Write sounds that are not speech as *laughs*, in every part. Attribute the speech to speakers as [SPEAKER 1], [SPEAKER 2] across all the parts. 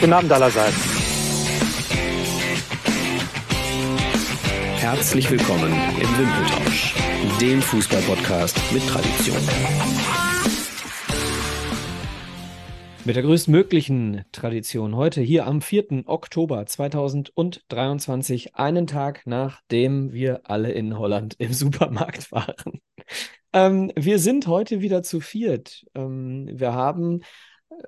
[SPEAKER 1] Guten Abend allerseits.
[SPEAKER 2] Herzlich willkommen im Wimpeltausch, dem Fußballpodcast mit Tradition.
[SPEAKER 3] Mit der größtmöglichen Tradition heute hier am 4. Oktober 2023, einen Tag nachdem wir alle in Holland im Supermarkt waren. Ähm, wir sind heute wieder zu viert. Ähm, wir haben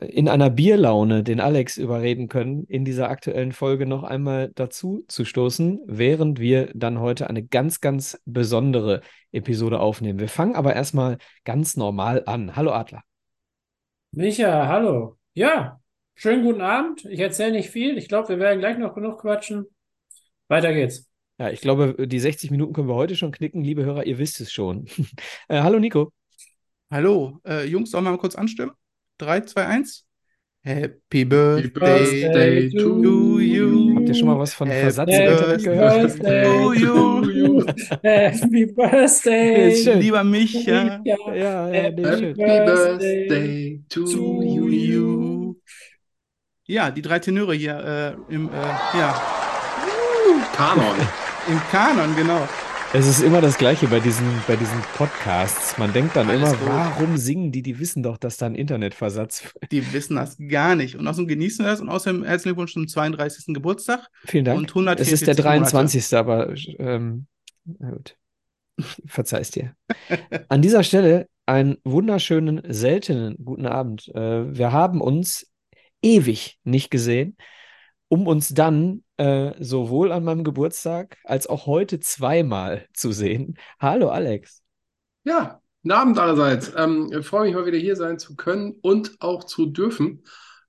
[SPEAKER 3] in einer Bierlaune den Alex überreden können, in dieser aktuellen Folge noch einmal dazu zu stoßen, während wir dann heute eine ganz, ganz besondere Episode aufnehmen. Wir fangen aber erstmal ganz normal an. Hallo Adler.
[SPEAKER 4] Micha, hallo. Ja, schönen guten Abend. Ich erzähle nicht viel. Ich glaube, wir werden gleich noch genug quatschen. Weiter geht's.
[SPEAKER 3] Ja, ich glaube, die 60 Minuten können wir heute schon knicken, liebe Hörer, ihr wisst es schon. *laughs* äh, hallo Nico.
[SPEAKER 5] Hallo, äh, Jungs, sollen wir mal kurz anstimmen? 3, 2, 1. Happy Birthday,
[SPEAKER 4] birthday
[SPEAKER 5] to,
[SPEAKER 4] to
[SPEAKER 5] you.
[SPEAKER 3] Habt ihr schon mal was von
[SPEAKER 5] Happy
[SPEAKER 3] Versatz im Internet
[SPEAKER 5] Birthday
[SPEAKER 3] gehört?
[SPEAKER 5] to you.
[SPEAKER 4] you. *laughs* Happy
[SPEAKER 3] Ja, ist
[SPEAKER 4] Birthday.
[SPEAKER 3] schön.
[SPEAKER 5] Lieber Micha,
[SPEAKER 4] Micha.
[SPEAKER 3] Ja,
[SPEAKER 5] äh,
[SPEAKER 3] ja, nee,
[SPEAKER 4] Happy
[SPEAKER 3] schön.
[SPEAKER 4] Birthday
[SPEAKER 5] to you. Ja, die drei Tenöre hier äh, im, äh, ja,
[SPEAKER 2] Kanon.
[SPEAKER 5] im Kanon, genau.
[SPEAKER 3] Es ist immer das Gleiche bei diesen, bei diesen Podcasts. Man denkt dann
[SPEAKER 5] Alles
[SPEAKER 3] immer,
[SPEAKER 5] gut.
[SPEAKER 3] warum singen die? Die wissen doch, dass da ein Internetversatz. *laughs*
[SPEAKER 5] Die wissen das gar nicht. Und außerdem genießen wir das. Und außerdem herzlichen Glückwunsch zum 32. Geburtstag.
[SPEAKER 3] Vielen Dank.
[SPEAKER 5] Und 144
[SPEAKER 3] es ist der
[SPEAKER 5] Monate.
[SPEAKER 3] 23. Aber ähm, na gut. Ich Verzeih's dir. An dieser Stelle einen wunderschönen, seltenen guten Abend. Äh, wir haben uns ewig nicht gesehen, um uns dann äh, sowohl an meinem Geburtstag als auch heute zweimal zu sehen. Hallo Alex.
[SPEAKER 6] Ja, guten Abend allerseits. Ähm, ich freue mich mal wieder hier sein zu können und auch zu dürfen.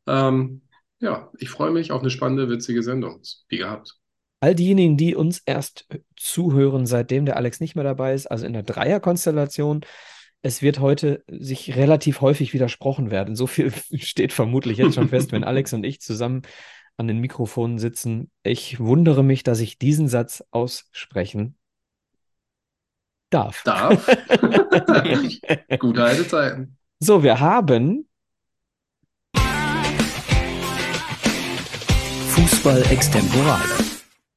[SPEAKER 6] Ähm, ja, ich freue mich auf eine spannende, witzige Sendung, wie gehabt.
[SPEAKER 3] All diejenigen, die uns erst äh, zuhören, seitdem der Alex nicht mehr dabei ist, also in der Dreierkonstellation, es wird heute sich relativ häufig widersprochen werden. So viel *laughs* steht vermutlich jetzt schon fest, wenn Alex und ich zusammen an den Mikrofonen sitzen. Ich wundere mich, dass ich diesen Satz aussprechen darf.
[SPEAKER 6] Darf. *laughs* Gute alte Zeiten.
[SPEAKER 3] So, wir haben
[SPEAKER 2] Fußball extemporal.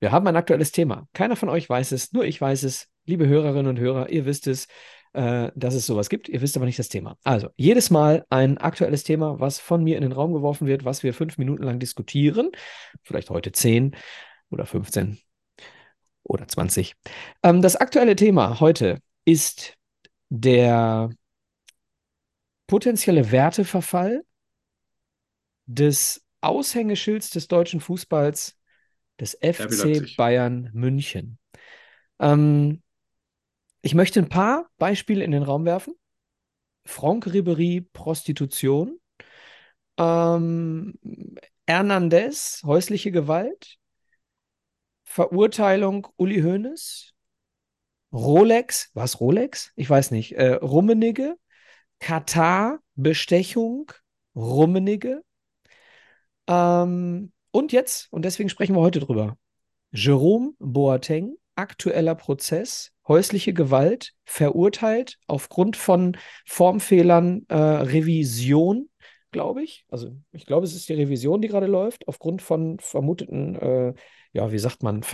[SPEAKER 3] Wir haben ein aktuelles Thema. Keiner von euch weiß es, nur ich weiß es. Liebe Hörerinnen und Hörer, ihr wisst es, äh, dass es sowas gibt. Ihr wisst aber nicht das Thema. Also, jedes Mal ein aktuelles Thema, was von mir in den Raum geworfen wird, was wir fünf Minuten lang diskutieren. Vielleicht heute zehn oder 15 oder 20. Ähm, das aktuelle Thema heute ist der potenzielle Werteverfall des Aushängeschilds des deutschen Fußballs, des
[SPEAKER 6] RB
[SPEAKER 3] FC
[SPEAKER 6] Leipzig.
[SPEAKER 3] Bayern München. Ähm, ich möchte ein paar Beispiele in den Raum werfen. Franck Ribery, Prostitution. Ähm, Hernandez, häusliche Gewalt. Verurteilung Uli Hoeneß. Rolex, was Rolex? Ich weiß nicht. Äh, Rummenigge. Katar, Bestechung, Rummenigge. Ähm, und jetzt, und deswegen sprechen wir heute drüber. Jerome Boateng, aktueller Prozess, häusliche Gewalt, verurteilt aufgrund von Formfehlern, äh, Revision, glaube ich. Also ich glaube, es ist die Revision, die gerade läuft, aufgrund von vermuteten, äh, ja, wie sagt man,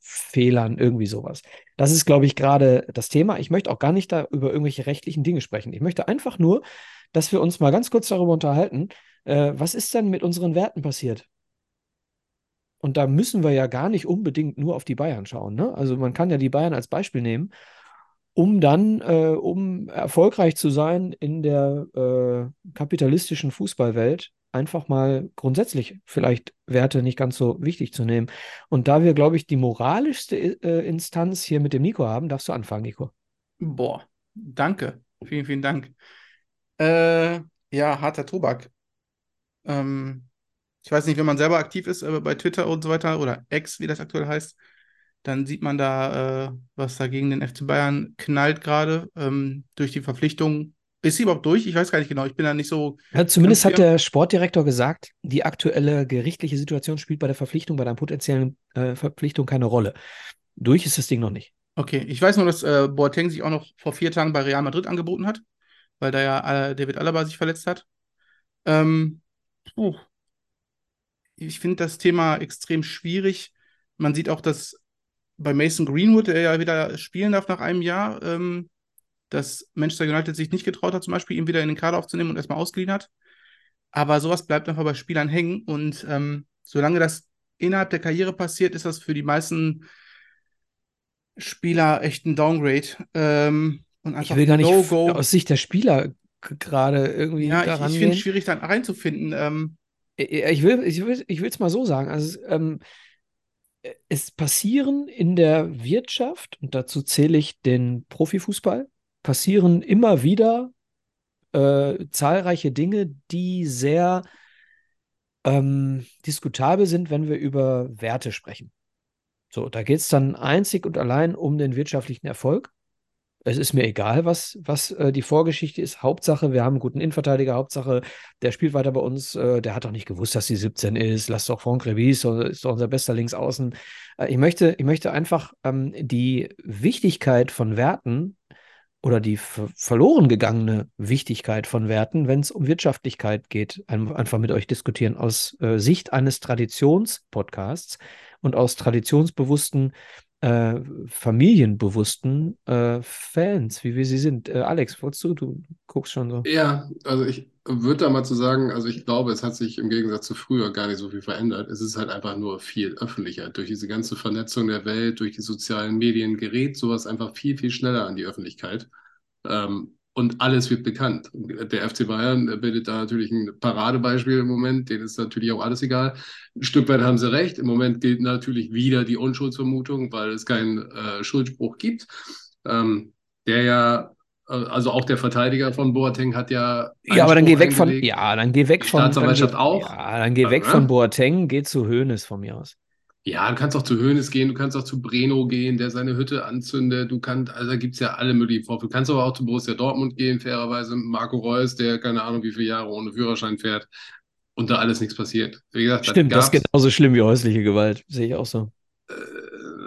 [SPEAKER 3] Verfahrensfehlern, irgendwie sowas. Das ist, glaube ich, gerade das Thema. Ich möchte auch gar nicht da über irgendwelche rechtlichen Dinge sprechen. Ich möchte einfach nur, dass wir uns mal ganz kurz darüber unterhalten, äh, was ist denn mit unseren Werten passiert? Und da müssen wir ja gar nicht unbedingt nur auf die Bayern schauen. Ne? Also man kann ja die Bayern als Beispiel nehmen, um dann, äh, um erfolgreich zu sein in der äh, kapitalistischen Fußballwelt, einfach mal grundsätzlich vielleicht Werte nicht ganz so wichtig zu nehmen. Und da wir, glaube ich, die moralischste äh, Instanz hier mit dem Nico haben, darfst du anfangen, Nico.
[SPEAKER 5] Boah, danke. Vielen, vielen Dank. Äh, ja, harter Tobak. Ähm, ich weiß nicht, wenn man selber aktiv ist, aber bei Twitter und so weiter oder X, wie das aktuell heißt, dann sieht man da, äh, was da gegen den FC Bayern knallt gerade ähm, durch die Verpflichtung. Ist sie überhaupt durch? Ich weiß gar nicht genau. Ich bin da nicht so.
[SPEAKER 3] Ja, zumindest hat
[SPEAKER 5] Kannst du-
[SPEAKER 3] der Sportdirektor gesagt, die aktuelle gerichtliche Situation spielt bei der Verpflichtung, bei der potenziellen äh, Verpflichtung keine Rolle. Durch ist das Ding noch nicht.
[SPEAKER 5] Okay, ich weiß nur, dass äh, Boateng sich auch noch vor vier Tagen bei Real Madrid angeboten hat, weil da ja äh, David Alaba sich verletzt hat. Ähm, puh. ich finde das Thema extrem schwierig. Man sieht auch, dass bei Mason Greenwood, der ja wieder spielen darf nach einem Jahr, ähm, dass Manchester United sich nicht getraut hat, zum Beispiel ihn wieder in den Kader aufzunehmen und erstmal ausgeliehen hat. Aber sowas bleibt einfach bei Spielern hängen. Und ähm, solange das innerhalb der Karriere passiert, ist das für die meisten Spieler echt ein Downgrade. Ähm, und einfach
[SPEAKER 3] Ich will gar nicht f-
[SPEAKER 5] No-Go.
[SPEAKER 3] aus Sicht der Spieler g- gerade irgendwie
[SPEAKER 5] Ja,
[SPEAKER 3] daran
[SPEAKER 5] ich, ich finde es
[SPEAKER 3] gehen.
[SPEAKER 5] schwierig, dann reinzufinden. Ähm,
[SPEAKER 3] Ja, Äh, Ich will, ich will, ich will es mal so sagen. Also, es, ähm, äh, es passieren in der Wirtschaft, und dazu zähle ich den Profifußball, passieren immer wieder äh, zahlreiche Dinge, die sehr ähm, diskutabel sind, wenn wir über Werte sprechen. So, da geht es dann einzig und allein um den wirtschaftlichen Erfolg. Es ist mir egal, was, was äh, die Vorgeschichte ist. Hauptsache, wir haben einen guten Innenverteidiger. Hauptsache, der spielt weiter bei uns. Äh, der hat doch nicht gewusst, dass sie 17 ist. Lass doch Franck Revis, so- ist doch unser bester Linksaußen. Äh, ich, möchte, ich möchte einfach ähm, die Wichtigkeit von Werten oder die ver verloren gegangene Wichtigkeit von Werten, wenn es um Wirtschaftlichkeit geht, ein einfach mit euch diskutieren aus äh, Sicht eines Traditionspodcasts und aus traditionsbewussten äh, familienbewussten äh, Fans, wie wir sie sind. Äh, Alex, wolltest du, du guckst schon so.
[SPEAKER 6] Ja, also ich würde da mal zu sagen, also ich glaube, es hat sich im Gegensatz zu früher gar nicht so viel verändert. Es ist halt einfach nur viel öffentlicher. Durch diese ganze Vernetzung der Welt, durch die sozialen Medien gerät sowas einfach viel, viel schneller an die Öffentlichkeit. Ähm, und alles wird bekannt. Der FC Bayern äh, bildet da natürlich ein Paradebeispiel im Moment. Denen ist natürlich auch alles egal. Ein Stück weit haben sie recht. Im Moment gilt natürlich wieder die Unschuldsvermutung, weil es keinen äh, Schuldspruch gibt. Ähm, der ja äh, Also auch der Verteidiger von Boateng hat ja.
[SPEAKER 3] Ja, aber dann geh
[SPEAKER 6] Einspruch
[SPEAKER 3] weg von.
[SPEAKER 6] eingelegt.
[SPEAKER 3] Ja, dann geh weg
[SPEAKER 6] Die
[SPEAKER 3] von.
[SPEAKER 6] Staatsanwaltschaft
[SPEAKER 3] dann geh,
[SPEAKER 6] auch? Äh?
[SPEAKER 3] Ja, dann geh weg
[SPEAKER 6] Ja.
[SPEAKER 3] von Boateng, geh zu Hoeneß von mir aus.
[SPEAKER 6] Ja, du kannst auch zu Hoeneß gehen, du kannst auch zu Breno gehen, der seine Hütte anzündet. Du kannst, also da gibt's ja alle möglichen Vorfälle. Du kannst aber auch zu Borussia Dortmund gehen, fairerweise. Marco Reus, der keine Ahnung, wie viele Jahre ohne Führerschein fährt und da alles nichts passiert. Wie gesagt, das
[SPEAKER 3] Stimmt, das ist
[SPEAKER 6] gab's.
[SPEAKER 3] genauso schlimm wie häusliche Gewalt. Sehe ich auch so.
[SPEAKER 6] Äh,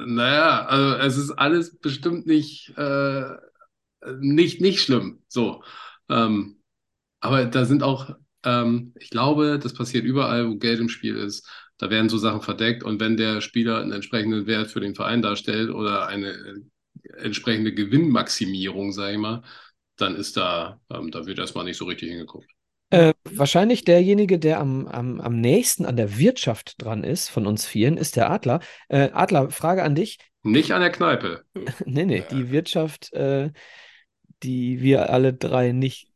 [SPEAKER 6] naja, also es ist alles bestimmt nicht, äh, nicht, nicht schlimm. So. Ähm, aber da sind auch, ähm, ich glaube, das passiert überall, wo Geld im Spiel ist. Da werden so Sachen verdeckt und wenn der Spieler einen entsprechenden Wert für den Verein darstellt oder eine äh, entsprechende Gewinnmaximierung, sage ich mal, dann ist da, ähm, da wird erstmal nicht so richtig hingeguckt.
[SPEAKER 3] Äh, wahrscheinlich derjenige, der am, am, am nächsten an der Wirtschaft dran ist, von uns vieren, ist der Adler. Äh, Adler, Frage an dich.
[SPEAKER 6] Nicht an der Kneipe.
[SPEAKER 3] Nee, nee, die Wirtschaft, äh, die wir alle drei nicht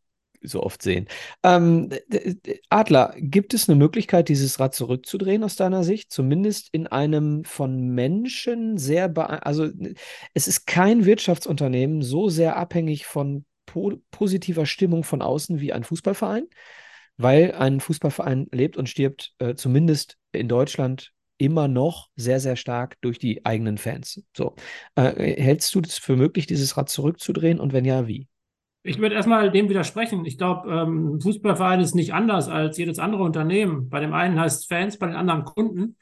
[SPEAKER 3] so oft sehen. Ähm, d- d- d- Adler, gibt es eine Möglichkeit, dieses Rad zurückzudrehen aus deiner Sicht? Zumindest in einem von Menschen sehr bee- also n- es ist kein Wirtschaftsunternehmen so sehr abhängig von po positiver Stimmung von außen wie ein Fußballverein, weil ein Fußballverein lebt und stirbt, äh, zumindest in Deutschland, immer noch sehr, sehr stark durch die eigenen Fans. So. Äh, hältst du es für möglich, dieses Rad zurückzudrehen? Und wenn ja, wie?
[SPEAKER 4] Ich würde erstmal dem widersprechen. Ich glaube, ähm, ein Fußballverein ist nicht anders als jedes andere Unternehmen. Bei dem einen heißt es Fans, bei den anderen Kunden.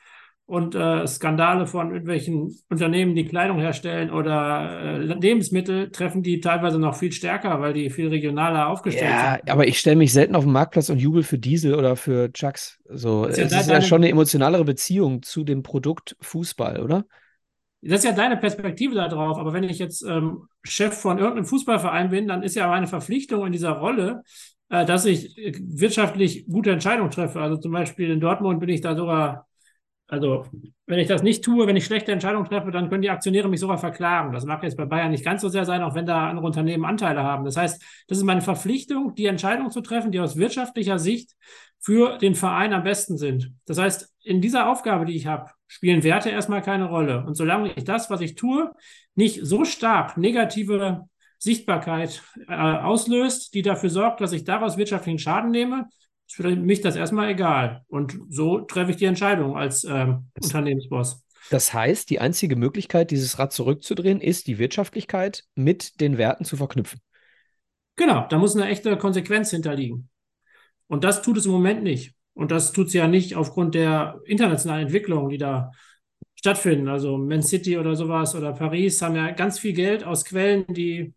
[SPEAKER 4] Und äh, Skandale von irgendwelchen Unternehmen, die Kleidung herstellen oder äh, Lebensmittel, treffen die teilweise noch viel stärker, weil die viel regionaler aufgestellt
[SPEAKER 3] Ja,
[SPEAKER 4] sind.
[SPEAKER 3] aber ich stelle mich selten auf den Marktplatz und jubel für Diesel oder für Chucks. So,
[SPEAKER 4] Ist ja
[SPEAKER 3] es
[SPEAKER 4] da
[SPEAKER 3] ist ja
[SPEAKER 4] deine-
[SPEAKER 3] schon eine emotionalere Beziehung zu dem Produkt Fußball, oder?
[SPEAKER 4] Das ist ja deine Perspektive darauf, aber wenn ich jetzt ähm, Chef von irgendeinem Fußballverein bin, dann ist ja meine Verpflichtung in dieser Rolle, äh, dass ich äh, wirtschaftlich gute Entscheidungen treffe. Also zum Beispiel in Dortmund bin ich da sogar, also wenn ich das nicht tue, wenn ich schlechte Entscheidungen treffe, dann können die Aktionäre mich sogar verklagen. Das mag jetzt bei Bayern nicht ganz so sehr sein, auch wenn da andere Unternehmen Anteile haben. Das heißt, das ist meine Verpflichtung, die Entscheidung zu treffen, die aus wirtschaftlicher Sicht für den Verein am besten sind. Das heißt, in dieser Aufgabe, die ich habe, spielen Werte erstmal keine Rolle. Und solange ich das, was ich tue, nicht so stark negative Sichtbarkeit äh, auslöst, die dafür sorgt, dass ich daraus wirtschaftlichen Schaden nehme, ist für mich das erstmal egal. Und so treffe ich die Entscheidung als ähm,
[SPEAKER 3] Das-
[SPEAKER 4] Unternehmensboss.
[SPEAKER 3] Das heißt, die einzige Möglichkeit, dieses Rad zurückzudrehen, ist, die Wirtschaftlichkeit mit den Werten zu verknüpfen.
[SPEAKER 4] Genau, da muss eine echte Konsequenz hinterliegen. Und das tut es im Moment nicht. Und das tut es ja nicht aufgrund der internationalen Entwicklungen, die da stattfinden. Also Man City oder sowas oder Paris haben ja ganz viel Geld aus Quellen, die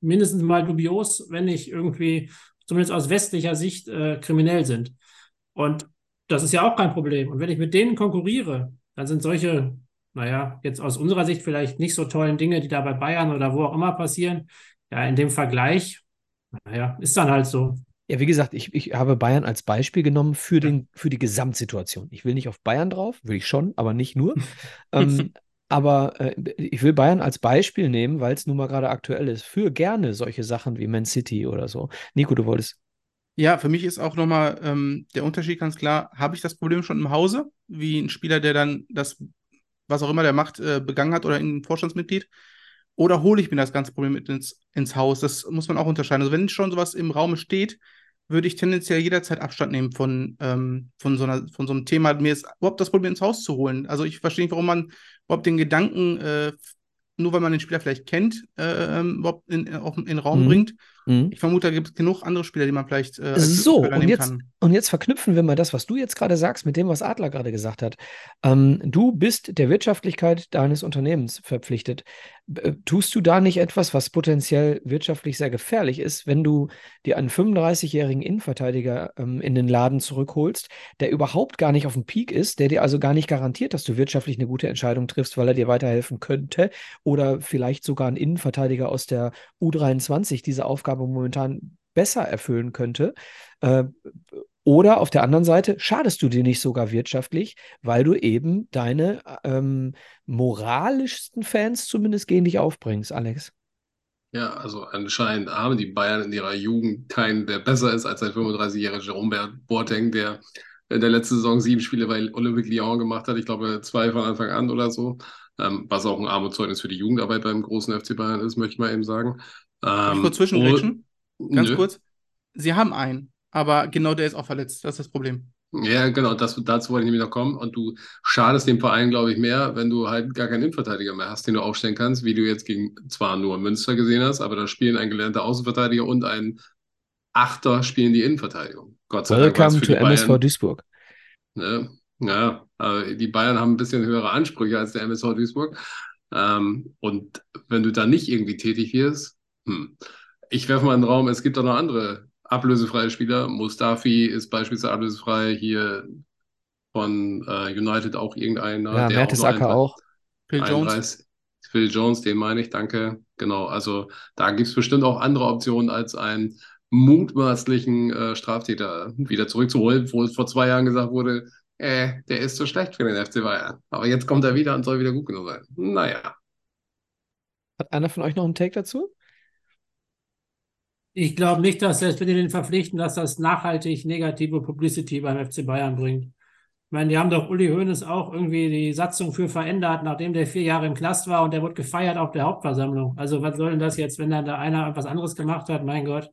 [SPEAKER 4] mindestens mal dubios, wenn nicht irgendwie zumindest aus westlicher Sicht äh, kriminell sind. Und Das ist ja auch kein Problem. Und wenn ich mit denen konkurriere, dann sind solche, naja, jetzt aus unserer Sicht vielleicht nicht so tollen Dinge, die da bei Bayern oder wo auch immer passieren, ja, in dem Vergleich, naja, ist dann halt so.
[SPEAKER 3] Ja, wie gesagt, ich, ich habe Bayern als Beispiel genommen für, den, für die Gesamtsituation. Ich will nicht auf Bayern drauf, will ich schon, aber nicht nur. ähm, aber äh, ich will Bayern als Beispiel nehmen, weil es nun mal gerade aktuell ist, für gerne solche Sachen wie Man City oder so. Nico, du wolltest.
[SPEAKER 5] Ja, für mich ist auch nochmal ähm, der Unterschied ganz klar, habe ich das Problem schon im Hause, wie ein Spieler, der dann das, was auch immer der macht, äh, begangen hat oder ein Vorstandsmitglied, oder hole ich mir das ganze Problem mit ins, ins Haus? Das muss man auch unterscheiden. Also wenn schon sowas im Raum steht, würde ich tendenziell jederzeit Abstand nehmen von, ähm, von, so einer, von so einem Thema, mir ist überhaupt das Problem ins Haus zu holen. Also ich verstehe nicht, warum man überhaupt den Gedanken, äh, nur weil man den Spieler vielleicht kennt, äh, überhaupt in, auf, in den Raum
[SPEAKER 3] Mhm.
[SPEAKER 5] bringt.
[SPEAKER 3] Mhm.
[SPEAKER 5] Ich vermute, da gibt es genug andere Spieler, die man vielleicht äh, als
[SPEAKER 3] So,
[SPEAKER 5] Spieler
[SPEAKER 3] und
[SPEAKER 5] nehmen
[SPEAKER 3] jetzt,
[SPEAKER 5] kann.
[SPEAKER 3] und jetzt verknüpfen wir mal das, was du jetzt gerade sagst, mit dem, was Adler gerade gesagt hat. Ähm, du bist der Wirtschaftlichkeit deines Unternehmens verpflichtet. B- äh, Tust du da nicht etwas, was potenziell wirtschaftlich sehr gefährlich ist, wenn du dir einen 35-jährigen Innenverteidiger ähm, in den Laden zurückholst, der überhaupt gar nicht auf dem Peak ist, der dir also gar nicht garantiert, dass du wirtschaftlich eine gute Entscheidung triffst, weil er dir weiterhelfen könnte oder vielleicht sogar ein Innenverteidiger aus der U23 diese Aufgabe momentan besser erfüllen könnte. Äh, oder auf der anderen Seite schadest du dir nicht sogar wirtschaftlich, weil du eben deine ähm, moralischsten Fans zumindest gegen dich aufbringst, Alex.
[SPEAKER 6] Ja, also anscheinend haben die Bayern in ihrer Jugend keinen, der besser ist als ein 35-jähriger Jerome Boateng, der in der letzten Saison sieben Spiele bei Olympique Lyon gemacht hat. Ich glaube, zwei von Anfang an oder so. Ähm, was auch ein Armutszeugnis für die Jugendarbeit beim großen FC Bayern ist, möchte ich mal eben sagen.
[SPEAKER 5] Darf
[SPEAKER 6] Ähm,
[SPEAKER 5] ich kurz zwischengrätschen?
[SPEAKER 6] oh,
[SPEAKER 5] Ganz
[SPEAKER 6] nö.
[SPEAKER 5] kurz. Sie haben einen, aber genau der ist auch verletzt. Das ist das Problem.
[SPEAKER 6] Ja, genau, das, dazu wollte ich nämlich noch kommen. Und du schadest dem Verein, glaube ich, mehr, wenn du halt gar keinen Innenverteidiger mehr hast, den du aufstellen kannst, wie du jetzt gegen zwar nur Münster gesehen hast, aber da spielen ein gelernter Außenverteidiger und ein Achter spielen die Innenverteidigung. Gott sei Dank war es
[SPEAKER 3] Welcome
[SPEAKER 6] für
[SPEAKER 3] to
[SPEAKER 6] die
[SPEAKER 3] MSV
[SPEAKER 6] Bayern,
[SPEAKER 3] Duisburg.
[SPEAKER 6] ne? Ja, aber die Bayern haben ein bisschen höhere Ansprüche als der MSV Duisburg. Ähm, und wenn du da nicht irgendwie tätig wirst, hm. Ich werfe mal in den Raum, es gibt auch noch andere ablösefreie Spieler. Mustafi ist beispielsweise ablösefrei, hier von äh, United auch irgendeiner,
[SPEAKER 3] Ja,
[SPEAKER 6] der auch nur
[SPEAKER 3] Mertesacker
[SPEAKER 6] ein-
[SPEAKER 3] auch.
[SPEAKER 5] Phil Jones.
[SPEAKER 6] 31. Phil Jones, den meine ich, danke. Genau, also da gibt es bestimmt auch andere Optionen, als einen mutmaßlichen äh, Straftäter wieder zurückzuholen, wo vor zwei Jahren gesagt wurde, äh, der ist zu schlecht für den FC Bayern. Aber jetzt kommt er wieder und soll wieder gut genug sein. Naja,
[SPEAKER 3] Hat einer von euch noch einen Take dazu?
[SPEAKER 4] Ich glaube nicht, dass selbst wenn die den verpflichten, dass das nachhaltig negative Publicity beim FC Bayern bringt. Ich meine, die haben doch Uli Hoeneß auch irgendwie die Satzung für verändert, nachdem der vier Jahre im Knast war und der wurde gefeiert auf der Hauptversammlung. Also was soll denn das jetzt, wenn dann da einer was anderes gemacht hat? Mein Gott.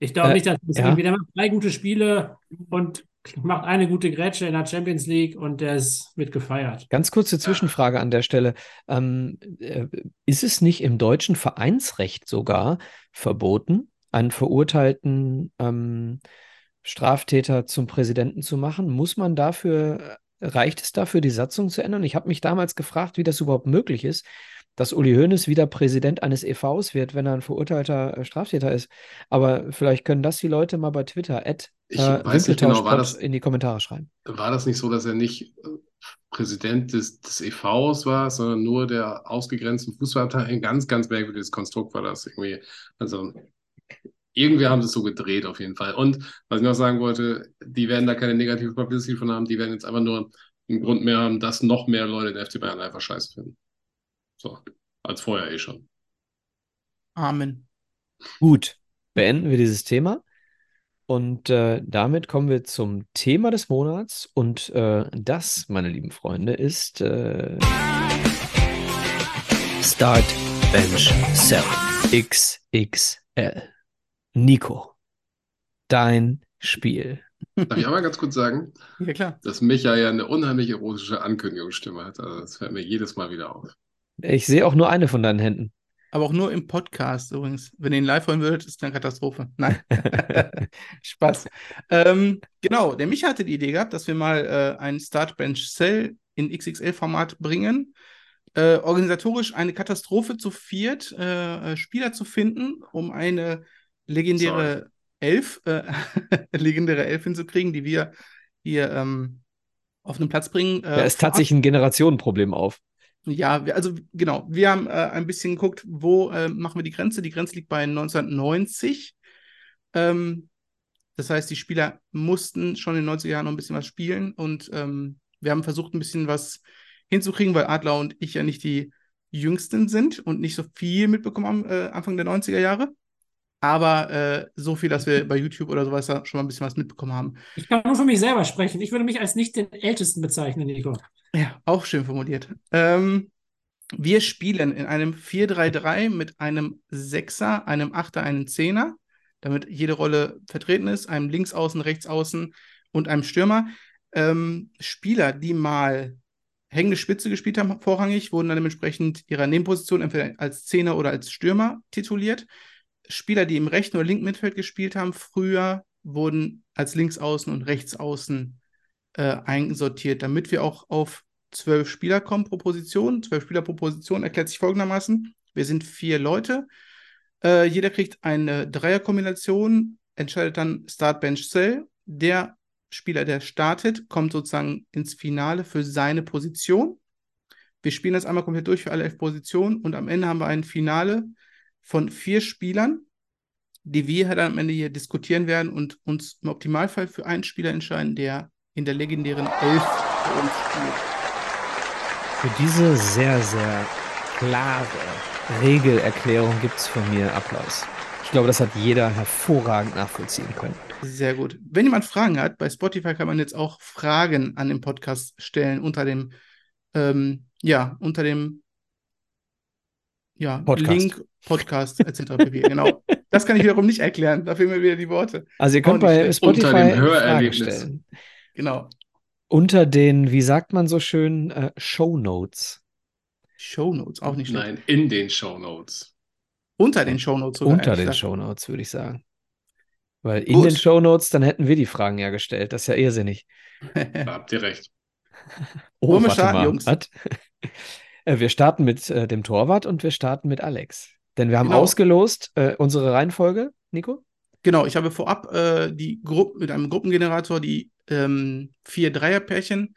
[SPEAKER 4] Ich glaube
[SPEAKER 3] Äh,
[SPEAKER 4] nicht, dass das
[SPEAKER 3] ja.
[SPEAKER 4] irgendwie, der macht drei gute Spiele und macht eine gute Grätsche in der Champions League und der ist mitgefeiert.
[SPEAKER 3] Ganz kurze Zwischenfrage an der Stelle. Ähm, äh, ist es nicht im deutschen Vereinsrecht sogar verboten, einen verurteilten ähm, Straftäter zum Präsidenten zu machen? Muss man dafür, äh, reicht es dafür, die Satzung zu ändern? Ich habe mich damals gefragt, wie das überhaupt möglich ist, dass Uli Hoeneß wieder Präsident eines EVs wird, wenn er ein verurteilter äh, Straftäter ist. Aber vielleicht können das die Leute mal bei Twitter at,
[SPEAKER 6] Ich weiß nicht genau, war
[SPEAKER 3] Wimpeltauschpott
[SPEAKER 6] das-
[SPEAKER 3] in die Kommentare schreiben.
[SPEAKER 6] war das nicht so, dass er nicht äh, Präsident des, des EVs war, sondern nur der ausgegrenzten Fußballabteilung? Ein ganz, ganz merkwürdiges Konstrukt war das irgendwie. Also irgendwie haben sie es so gedreht auf jeden Fall. Und was ich noch sagen wollte, die werden da keine negative Publicity von haben, die werden jetzt einfach nur einen Grund mehr haben, dass noch mehr Leute den FC Bayern einfach scheiße finden. So, als vorher
[SPEAKER 5] *laughs*
[SPEAKER 6] eh schon.
[SPEAKER 5] Amen.
[SPEAKER 3] Gut, beenden wir dieses Thema. Und äh, damit kommen wir zum Thema des Monats. Und äh, das, meine lieben Freunde, ist äh,
[SPEAKER 2] Start, Bench, Sell.
[SPEAKER 3] XXL. Nico, dein Spiel.
[SPEAKER 6] Darf ich einmal ganz kurz sagen,
[SPEAKER 5] Ja, klar.
[SPEAKER 6] dass Micha ja eine unheimlich erotische Ankündigungsstimme hat. Also das fällt mir jedes Mal wieder auf.
[SPEAKER 3] Ich sehe auch nur eine von deinen Händen.
[SPEAKER 5] Aber auch nur im Podcast übrigens. Wenn ihr ihn live hören würdet, ist eine Katastrophe. Nein. Spaß. Ähm, genau, der Micha hatte die Idee gehabt, dass wir mal äh, einen Start-Bench-Cell in XXL-Format bringen. Äh, organisatorisch eine Katastrophe zu viert, äh, äh, Spieler zu finden, um *laughs* eine legendäre Elf, äh, legendäre Elf hinzukriegen, die wir hier ähm, auf einen Platz bringen. äh,
[SPEAKER 3] Da ist tatsächlich ein Generationenproblem auf.
[SPEAKER 5] Ja, wir, also genau, wir haben äh, ein bisschen geguckt, wo äh, machen wir die Grenze. Die Grenze liegt bei 1990. Ähm, das heißt, die Spieler mussten schon in den 90er Jahren noch ein bisschen was spielen und ähm, wir haben versucht, ein bisschen was hinzukriegen, weil Adler und ich ja nicht die Jüngsten sind und nicht so viel mitbekommen haben äh, Anfang der 90er Jahre. Aber äh, so viel, dass wir bei YouTube oder sowas da schon mal ein bisschen was mitbekommen haben.
[SPEAKER 4] Ich kann nur für mich selber sprechen. Ich würde mich als nicht den Ältesten bezeichnen, Nico.
[SPEAKER 5] Ja, auch schön formuliert. Ähm, wir spielen in einem 4-3-3 mit einem Sechser, einem Achter, einem Zehner, damit jede Rolle vertreten ist, einem Linksaußen, Rechtsaußen und einem Stürmer. Ähm, Spieler, die mal hängende Spitze gespielt haben, vorrangig, wurden dann dementsprechend ihrer Nebenposition entweder als Zehner oder als Stürmer tituliert. Spieler, die im rechten oder linken Mittelfeld gespielt haben, früher wurden als Linksaußen und Rechtsaußen äh, einsortiert, damit wir auch auf zwölf Spieler kommen pro Position. Zwölf Spieler pro Position erklärt sich folgendermaßen: Wir sind vier Leute. Äh, jeder kriegt eine Dreierkombination, entscheidet dann Start, Bench, Cell. Der Spieler, der startet, kommt sozusagen ins Finale für seine Position. Wir spielen das einmal komplett durch für alle elf Positionen und am Ende haben wir ein Finale von vier Spielern, die wir dann am Ende hier diskutieren werden und uns im Optimalfall für einen Spieler entscheiden, der in der legendären Elf für uns spielt.
[SPEAKER 3] Für diese sehr, sehr klare Regelerklärung gibt es von mir Applaus. Ich glaube, das hat jeder hervorragend nachvollziehen können.
[SPEAKER 5] Sehr gut. Wenn jemand Fragen hat, bei Spotify kann man jetzt auch Fragen an den Podcast stellen unter dem, ähm, ja, unter dem ja,
[SPEAKER 3] Podcast.
[SPEAKER 5] Link, Podcast etc. pp. genau. Das kann ich wiederum nicht erklären. Da fehlen mir wieder die Worte.
[SPEAKER 3] Also ihr könnt
[SPEAKER 5] Auch nicht
[SPEAKER 3] bei
[SPEAKER 5] schlecht.
[SPEAKER 3] Spotify
[SPEAKER 6] Unter dem
[SPEAKER 3] Fragen
[SPEAKER 6] Hörerlebnis.
[SPEAKER 3] stellen.
[SPEAKER 5] Genau.
[SPEAKER 3] Unter den, wie sagt man so schön, äh, Shownotes.
[SPEAKER 5] Shownotes, auch nicht schlecht.
[SPEAKER 6] Nein, in den Shownotes.
[SPEAKER 5] Unter den Shownotes sogar.
[SPEAKER 3] Unter
[SPEAKER 5] ehrlich
[SPEAKER 3] den
[SPEAKER 5] gesagt.
[SPEAKER 3] Shownotes, würde ich sagen. Weil in
[SPEAKER 5] Gut.
[SPEAKER 3] den Shownotes, dann hätten wir die Fragen ja gestellt. Das ist ja irrsinnig.
[SPEAKER 5] *laughs*
[SPEAKER 6] Da habt ihr recht.
[SPEAKER 3] Oh,
[SPEAKER 5] Wollen wir starten, Jungs?
[SPEAKER 3] Was? *laughs* Äh, wir starten mit äh, dem Torwart und wir starten mit Alex. Denn wir haben
[SPEAKER 5] Genau.
[SPEAKER 3] ausgelost äh, unsere Reihenfolge, Nico.
[SPEAKER 5] Genau, ich habe vorab äh, die Gruppe mit einem Gruppengenerator die ähm, vier Dreierpärchen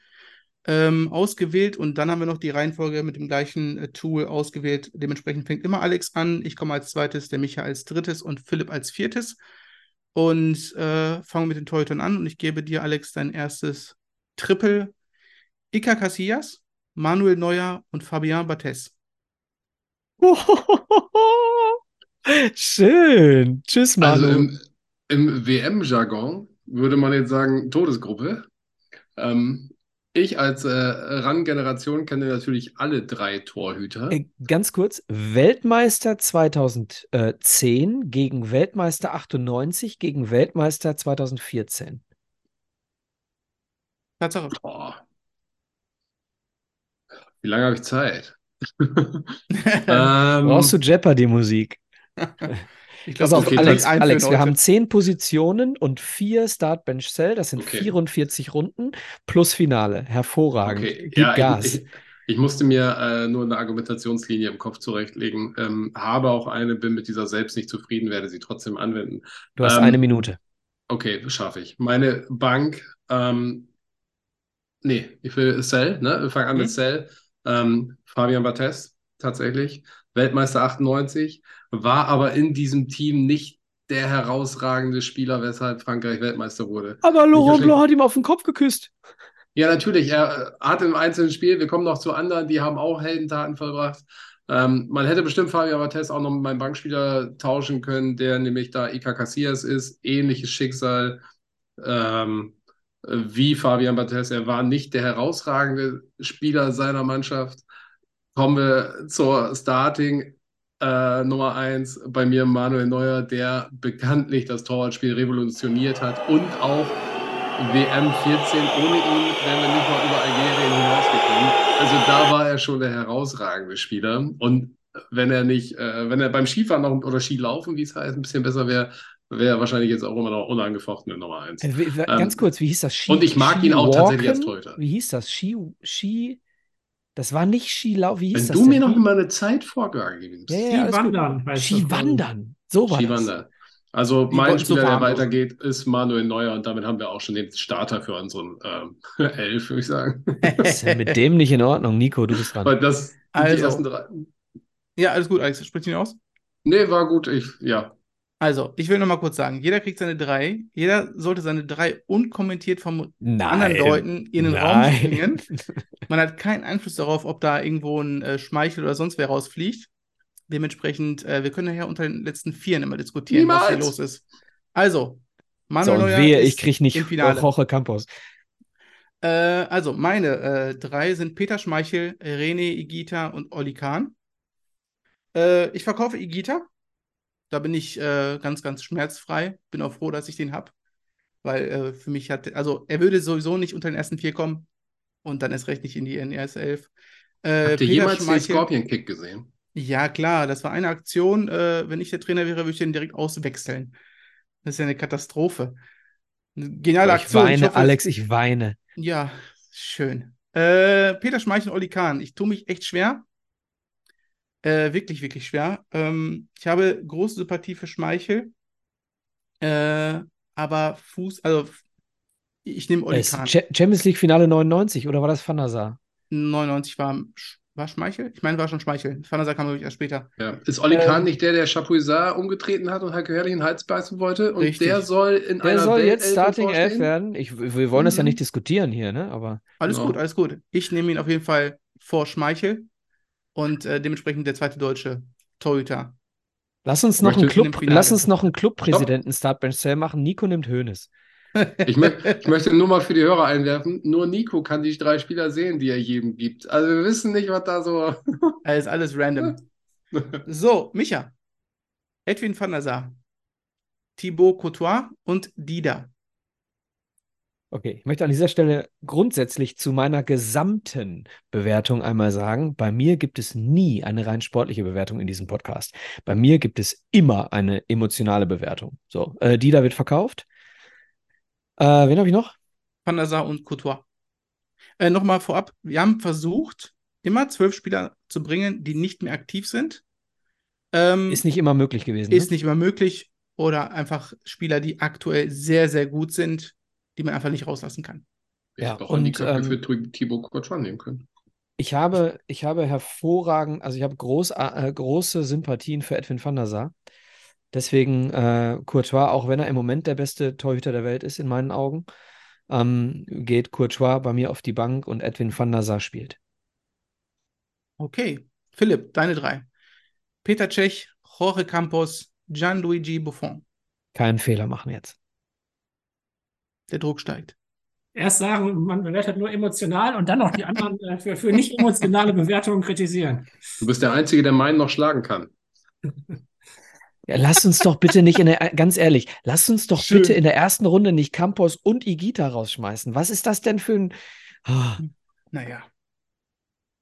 [SPEAKER 5] ähm, ausgewählt und dann haben wir noch die Reihenfolge mit dem gleichen äh, Tool ausgewählt. Dementsprechend fängt immer Alex an, ich komme als zweites, der Micha als drittes und Philipp als viertes. Und äh, fangen mit den Torhütern an und ich gebe dir, Alex, dein erstes Triple. Iker Casillas, Manuel Neuer und Fabian Barthez.
[SPEAKER 3] *laughs* Schön. Tschüss, Manu.
[SPEAKER 6] Also im, im WM-Jargon würde man jetzt sagen, Todesgruppe. Ähm, ich als äh, RAN-Generation kenne natürlich alle drei Torhüter.
[SPEAKER 3] Äh, Ganz kurz, Weltmeister 2010 gegen Weltmeister 98 gegen Weltmeister 2014.
[SPEAKER 5] Tatsache.
[SPEAKER 6] Boah. Wie lange habe ich
[SPEAKER 3] *laughs*
[SPEAKER 6] Zeit? ähm,
[SPEAKER 3] Brauchst du Jeopardy-Musik?
[SPEAKER 5] ich
[SPEAKER 3] Pass auf,
[SPEAKER 6] okay,
[SPEAKER 3] Alex,
[SPEAKER 5] das-
[SPEAKER 3] Alex, wir
[SPEAKER 5] Leute.
[SPEAKER 3] haben zehn Positionen und vier Start-Bench-Cell, das sind
[SPEAKER 6] Okay.
[SPEAKER 3] 44 Runden plus Finale. Hervorragend.
[SPEAKER 6] Okay,
[SPEAKER 3] Gib
[SPEAKER 6] ja,
[SPEAKER 3] Gas.
[SPEAKER 6] Ich, ich, ich musste mir äh, nur eine Argumentationslinie im Kopf zurechtlegen, ähm, habe auch eine, bin mit dieser selbst nicht zufrieden, werde sie trotzdem anwenden.
[SPEAKER 3] du hast
[SPEAKER 6] ähm,
[SPEAKER 3] eine Minute.
[SPEAKER 6] Okay, schaffe ich. Meine Bank, ähm, nee, ich will Cell, ne? Wir fangen an
[SPEAKER 5] Mhm.
[SPEAKER 6] mit Cell. Ähm, Fabian Barthez, tatsächlich, Weltmeister 98, war aber in diesem Team nicht der herausragende Spieler, weshalb Frankreich Weltmeister wurde.
[SPEAKER 3] Aber Laurent
[SPEAKER 6] Michael-
[SPEAKER 3] Blanc hat ihm auf den Kopf geküsst.
[SPEAKER 6] Ja, natürlich. Er äh, hat im einzelnen Spiel, wir kommen noch zu anderen, die haben auch Heldentaten vollbracht. Ähm, man hätte bestimmt Fabian Barthez auch noch mit meinem Bankspieler tauschen können, der nämlich da Iker Casillas ist, ähnliches Schicksal ähm, äh, wie Fabian Barthez. Er war nicht der herausragende Spieler seiner Mannschaft. Kommen wir zur Starting äh, Nummer eins bei mir Manuel Neuer, der bekanntlich das Torwartspiel revolutioniert hat und auch WM 14. Ohne ihn wären wir nicht mal über Algerien hinausgekommen. Also da war er schon der herausragende Spieler. Und wenn er nicht, äh, wenn er beim Skifahren noch oder Skilaufen, wie es heißt, ein bisschen besser wäre, wäre er wahrscheinlich jetzt auch immer noch unangefochtene Nummer eins.
[SPEAKER 3] Äh, wie- wie- Ganz kurz, wie hieß das? Ski,
[SPEAKER 6] Ähm, und ich mag ihn auch
[SPEAKER 3] Skiwalken?
[SPEAKER 6] tatsächlich als Torhüter.
[SPEAKER 3] Wie hieß das? Ski, Ski, das war nicht Skilau, wie hieß
[SPEAKER 6] Wenn
[SPEAKER 3] das
[SPEAKER 6] du mir
[SPEAKER 3] denn?
[SPEAKER 6] noch mal eine Zeitvorgabe gibst.
[SPEAKER 3] Ja, ja,
[SPEAKER 4] Die
[SPEAKER 3] alles gut.
[SPEAKER 4] wandern. heißt das, glaub
[SPEAKER 3] *laughs*
[SPEAKER 4] ich.
[SPEAKER 3] Skiwandern, so war das.
[SPEAKER 6] Skiwander. Also
[SPEAKER 5] Die
[SPEAKER 6] mein
[SPEAKER 5] wollten so
[SPEAKER 6] Spieler, der
[SPEAKER 5] verharmlosen.
[SPEAKER 6] weitergeht, ist Manuel Neuer und damit haben wir auch schon den Starter für unseren ähm, *laughs* Elf, würde ich sagen.
[SPEAKER 3] Was ist denn mit dem nicht in Ordnung? Nico, du bist dran.
[SPEAKER 6] Weil das die
[SPEAKER 5] Also.
[SPEAKER 6] ersten drei.
[SPEAKER 5] Ja, alles gut, Alex, sprich ihn aus.
[SPEAKER 6] Nee, war gut. Ich,
[SPEAKER 3] Äh,
[SPEAKER 6] ja.
[SPEAKER 5] Also, ich will noch mal kurz sagen, jeder kriegt seine drei. Jeder sollte seine drei unkommentiert vom anderen Leuten in den Raum
[SPEAKER 3] *laughs*
[SPEAKER 5] springen. Man hat keinen Einfluss darauf, ob da irgendwo ein äh, Schmeichel oder sonst wer rausfliegt. Dementsprechend, äh, wir können nachher unter den letzten Vieren immer diskutieren, was hier
[SPEAKER 6] Niemals!
[SPEAKER 5] los ist. Also,
[SPEAKER 3] So,
[SPEAKER 5] Manuel
[SPEAKER 3] und
[SPEAKER 5] Neuer
[SPEAKER 3] wehe,
[SPEAKER 5] ist
[SPEAKER 3] ich krieg nicht
[SPEAKER 5] im Finale.
[SPEAKER 3] Jorge Campos.
[SPEAKER 5] Äh, also, meine äh, drei sind Peter Schmeichel, René Igita und Olli Kahn. Äh, ich verkaufe Igita. Da bin ich äh, ganz, ganz schmerzfrei. Bin auch froh, dass ich den habe. Weil äh, für mich hat, also er würde sowieso nicht unter den ersten vier kommen. Und dann erst recht nicht in die NRS 11. Äh,
[SPEAKER 6] Habt ihr
[SPEAKER 5] Peter
[SPEAKER 6] jemals den
[SPEAKER 5] Schmeichel.
[SPEAKER 6] Scorpion-Kick gesehen?
[SPEAKER 5] Ja, klar, das war eine Aktion. Äh, wenn ich der Trainer wäre, würde ich den direkt auswechseln. Das ist ja eine Katastrophe. Eine geniale
[SPEAKER 3] Ich
[SPEAKER 5] Aktion. Ich
[SPEAKER 3] weine,
[SPEAKER 5] hoffe, es-
[SPEAKER 3] Alex, ich weine.
[SPEAKER 5] ja, schön. Äh, Peter Schmeichel, Olli Kahn. Ich tue mich echt schwer. Äh, wirklich, wirklich schwer. Ähm, ich habe große Sympathie für Schmeichel. Äh, aber Fuß, also f- ich nehme Olli
[SPEAKER 3] Es
[SPEAKER 5] Kahn.
[SPEAKER 3] Cha- Champions League Finale 99 oder war das Van der Sar?
[SPEAKER 5] 99 war, Sch- war Schmeichel? Ich meine, war schon Schmeichel. Fanasa kam, glaube ich, erst später.
[SPEAKER 6] Ja. Ist Olli
[SPEAKER 3] Ähm.
[SPEAKER 6] Kahn nicht der, der Chapuisat umgetreten hat und Heike Herrlich in den Hals beißen wollte? Und
[SPEAKER 5] Richtig.
[SPEAKER 6] der soll in
[SPEAKER 3] Der
[SPEAKER 6] einer
[SPEAKER 3] soll jetzt
[SPEAKER 6] Weltelf
[SPEAKER 3] Starting 11
[SPEAKER 6] vorstehen?
[SPEAKER 3] werden. Ich, wir wollen das ja
[SPEAKER 5] Mhm.
[SPEAKER 3] nicht diskutieren hier, ne? Aber
[SPEAKER 5] Alles
[SPEAKER 6] Ja.
[SPEAKER 5] gut, alles gut. Ich nehme ihn auf jeden Fall vor Schmeichel und äh, dementsprechend der zweite deutsche Torhüter.
[SPEAKER 3] lass uns noch
[SPEAKER 6] Möchte-
[SPEAKER 3] einen
[SPEAKER 5] Im
[SPEAKER 3] Club,
[SPEAKER 5] Finale.
[SPEAKER 3] lass uns noch einen Clubpräsidenten Startbench Sale machen. Nico nimmt Hönes.
[SPEAKER 6] Ich, mö
[SPEAKER 3] *laughs*
[SPEAKER 6] ich möchte nur mal für die Hörer einwerfen, nur Nico kann die drei Spieler sehen, die er jedem gibt. Also wir wissen nicht, was da so...
[SPEAKER 5] Äh, ist alles random. So, Micha. Edwin van der Sar. Thibaut Courtois und Dida.
[SPEAKER 3] Okay, ich möchte an dieser Stelle grundsätzlich zu meiner gesamten Bewertung einmal sagen, bei mir gibt es nie eine rein sportliche Bewertung in diesem Podcast. Bei mir gibt es immer eine emotionale Bewertung. So, äh, die da wird verkauft. Äh, wen habe ich noch?
[SPEAKER 5] Van der Sar und Courtois. Äh, Nochmal vorab, wir haben versucht, immer zwölf Spieler zu bringen, die nicht mehr aktiv sind. Ähm,
[SPEAKER 3] Ist nicht immer möglich gewesen.
[SPEAKER 5] ist
[SPEAKER 3] ne?
[SPEAKER 5] nicht mehr möglich. Oder einfach Spieler, die aktuell sehr, sehr gut sind, die man einfach nicht rauslassen kann.
[SPEAKER 6] Ich
[SPEAKER 3] Ja,
[SPEAKER 6] hätte auch Olli
[SPEAKER 3] und,
[SPEAKER 6] Kahn
[SPEAKER 3] ähm,
[SPEAKER 6] für Thi- Thibaut Courtois nehmen können.
[SPEAKER 3] Ich habe, ich habe hervorragend, also ich habe groß, äh, große Sympathien für Edwin van der Sar. Deswegen äh, Courtois, auch wenn er im Moment der beste Torhüter der Welt ist, in meinen Augen, ähm, geht Courtois bei mir auf die Bank und Edwin van der Sar spielt.
[SPEAKER 5] Okay, Philipp, deine drei. Peter Cech, Jorge Campos, Gianluigi Buffon.
[SPEAKER 3] Keinen Fehler machen jetzt.
[SPEAKER 5] Der Druck steigt.
[SPEAKER 4] Erst sagen, man bewertet nur emotional und dann noch die anderen äh, für, für nicht emotionale Bewertungen kritisieren.
[SPEAKER 6] Du bist der Einzige, der meinen noch schlagen kann.
[SPEAKER 3] Ja, lasst uns doch bitte nicht in der, *laughs* ganz ehrlich, lasst uns doch
[SPEAKER 5] Schön.
[SPEAKER 3] bitte in der ersten Runde nicht Campos und Igita rausschmeißen. Was ist das denn für ein. Ah,
[SPEAKER 5] Naja.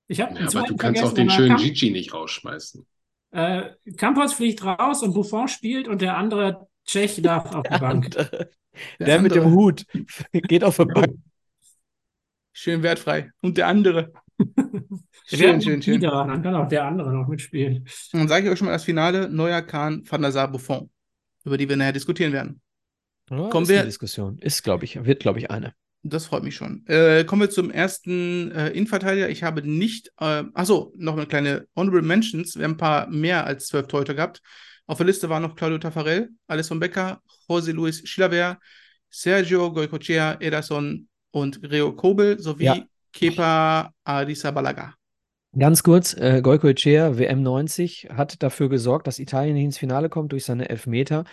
[SPEAKER 4] Ich habe
[SPEAKER 6] Ja, aber du kannst auch den schönen Gigi nicht rausschmeißen.
[SPEAKER 4] Äh, Campos fliegt raus und Buffon spielt und der andere Tschech darf auf die
[SPEAKER 6] *laughs*
[SPEAKER 4] Bank.
[SPEAKER 3] der
[SPEAKER 5] Der
[SPEAKER 3] mit
[SPEAKER 5] andere.
[SPEAKER 3] dem Hut äh, *laughs* geht auf die Bank.
[SPEAKER 5] Schön wertfrei. Und der *laughs* andere. Schön,
[SPEAKER 4] Wer
[SPEAKER 5] schön,
[SPEAKER 4] kommt
[SPEAKER 5] schön.
[SPEAKER 4] wieder? Dann kann auch genau, der andere noch mitspielen.
[SPEAKER 5] Und Dann sage ich euch schon mal das Finale: Neuer Kahn, Van der Sar, Buffon. Über die wir nachher diskutieren werden.
[SPEAKER 3] Ja,
[SPEAKER 5] Kommen
[SPEAKER 3] ist eine
[SPEAKER 5] wir-
[SPEAKER 3] Diskussion. Ist, glaube ich, wird, glaube ich, eine.
[SPEAKER 5] Das freut mich schon. Äh, kommen wir zum ersten äh, Innenverteidiger. Ich habe nicht, äh, achso, noch eine kleine Honorable Mentions. Wir haben ein paar mehr als zwölf Torhüter gehabt. Auf der Liste waren noch Claudio Taffarel, Alesson Becker, José Luis Chilaver, Sergio Goycochea, Ederson und Reo Kobel sowie
[SPEAKER 3] Ja.
[SPEAKER 5] Kepa Arrizabalaga.
[SPEAKER 3] Ganz kurz, äh, Goico Echea, WM 90, hat dafür gesorgt, dass Italien nicht ins Finale kommt durch seine Elfmeter.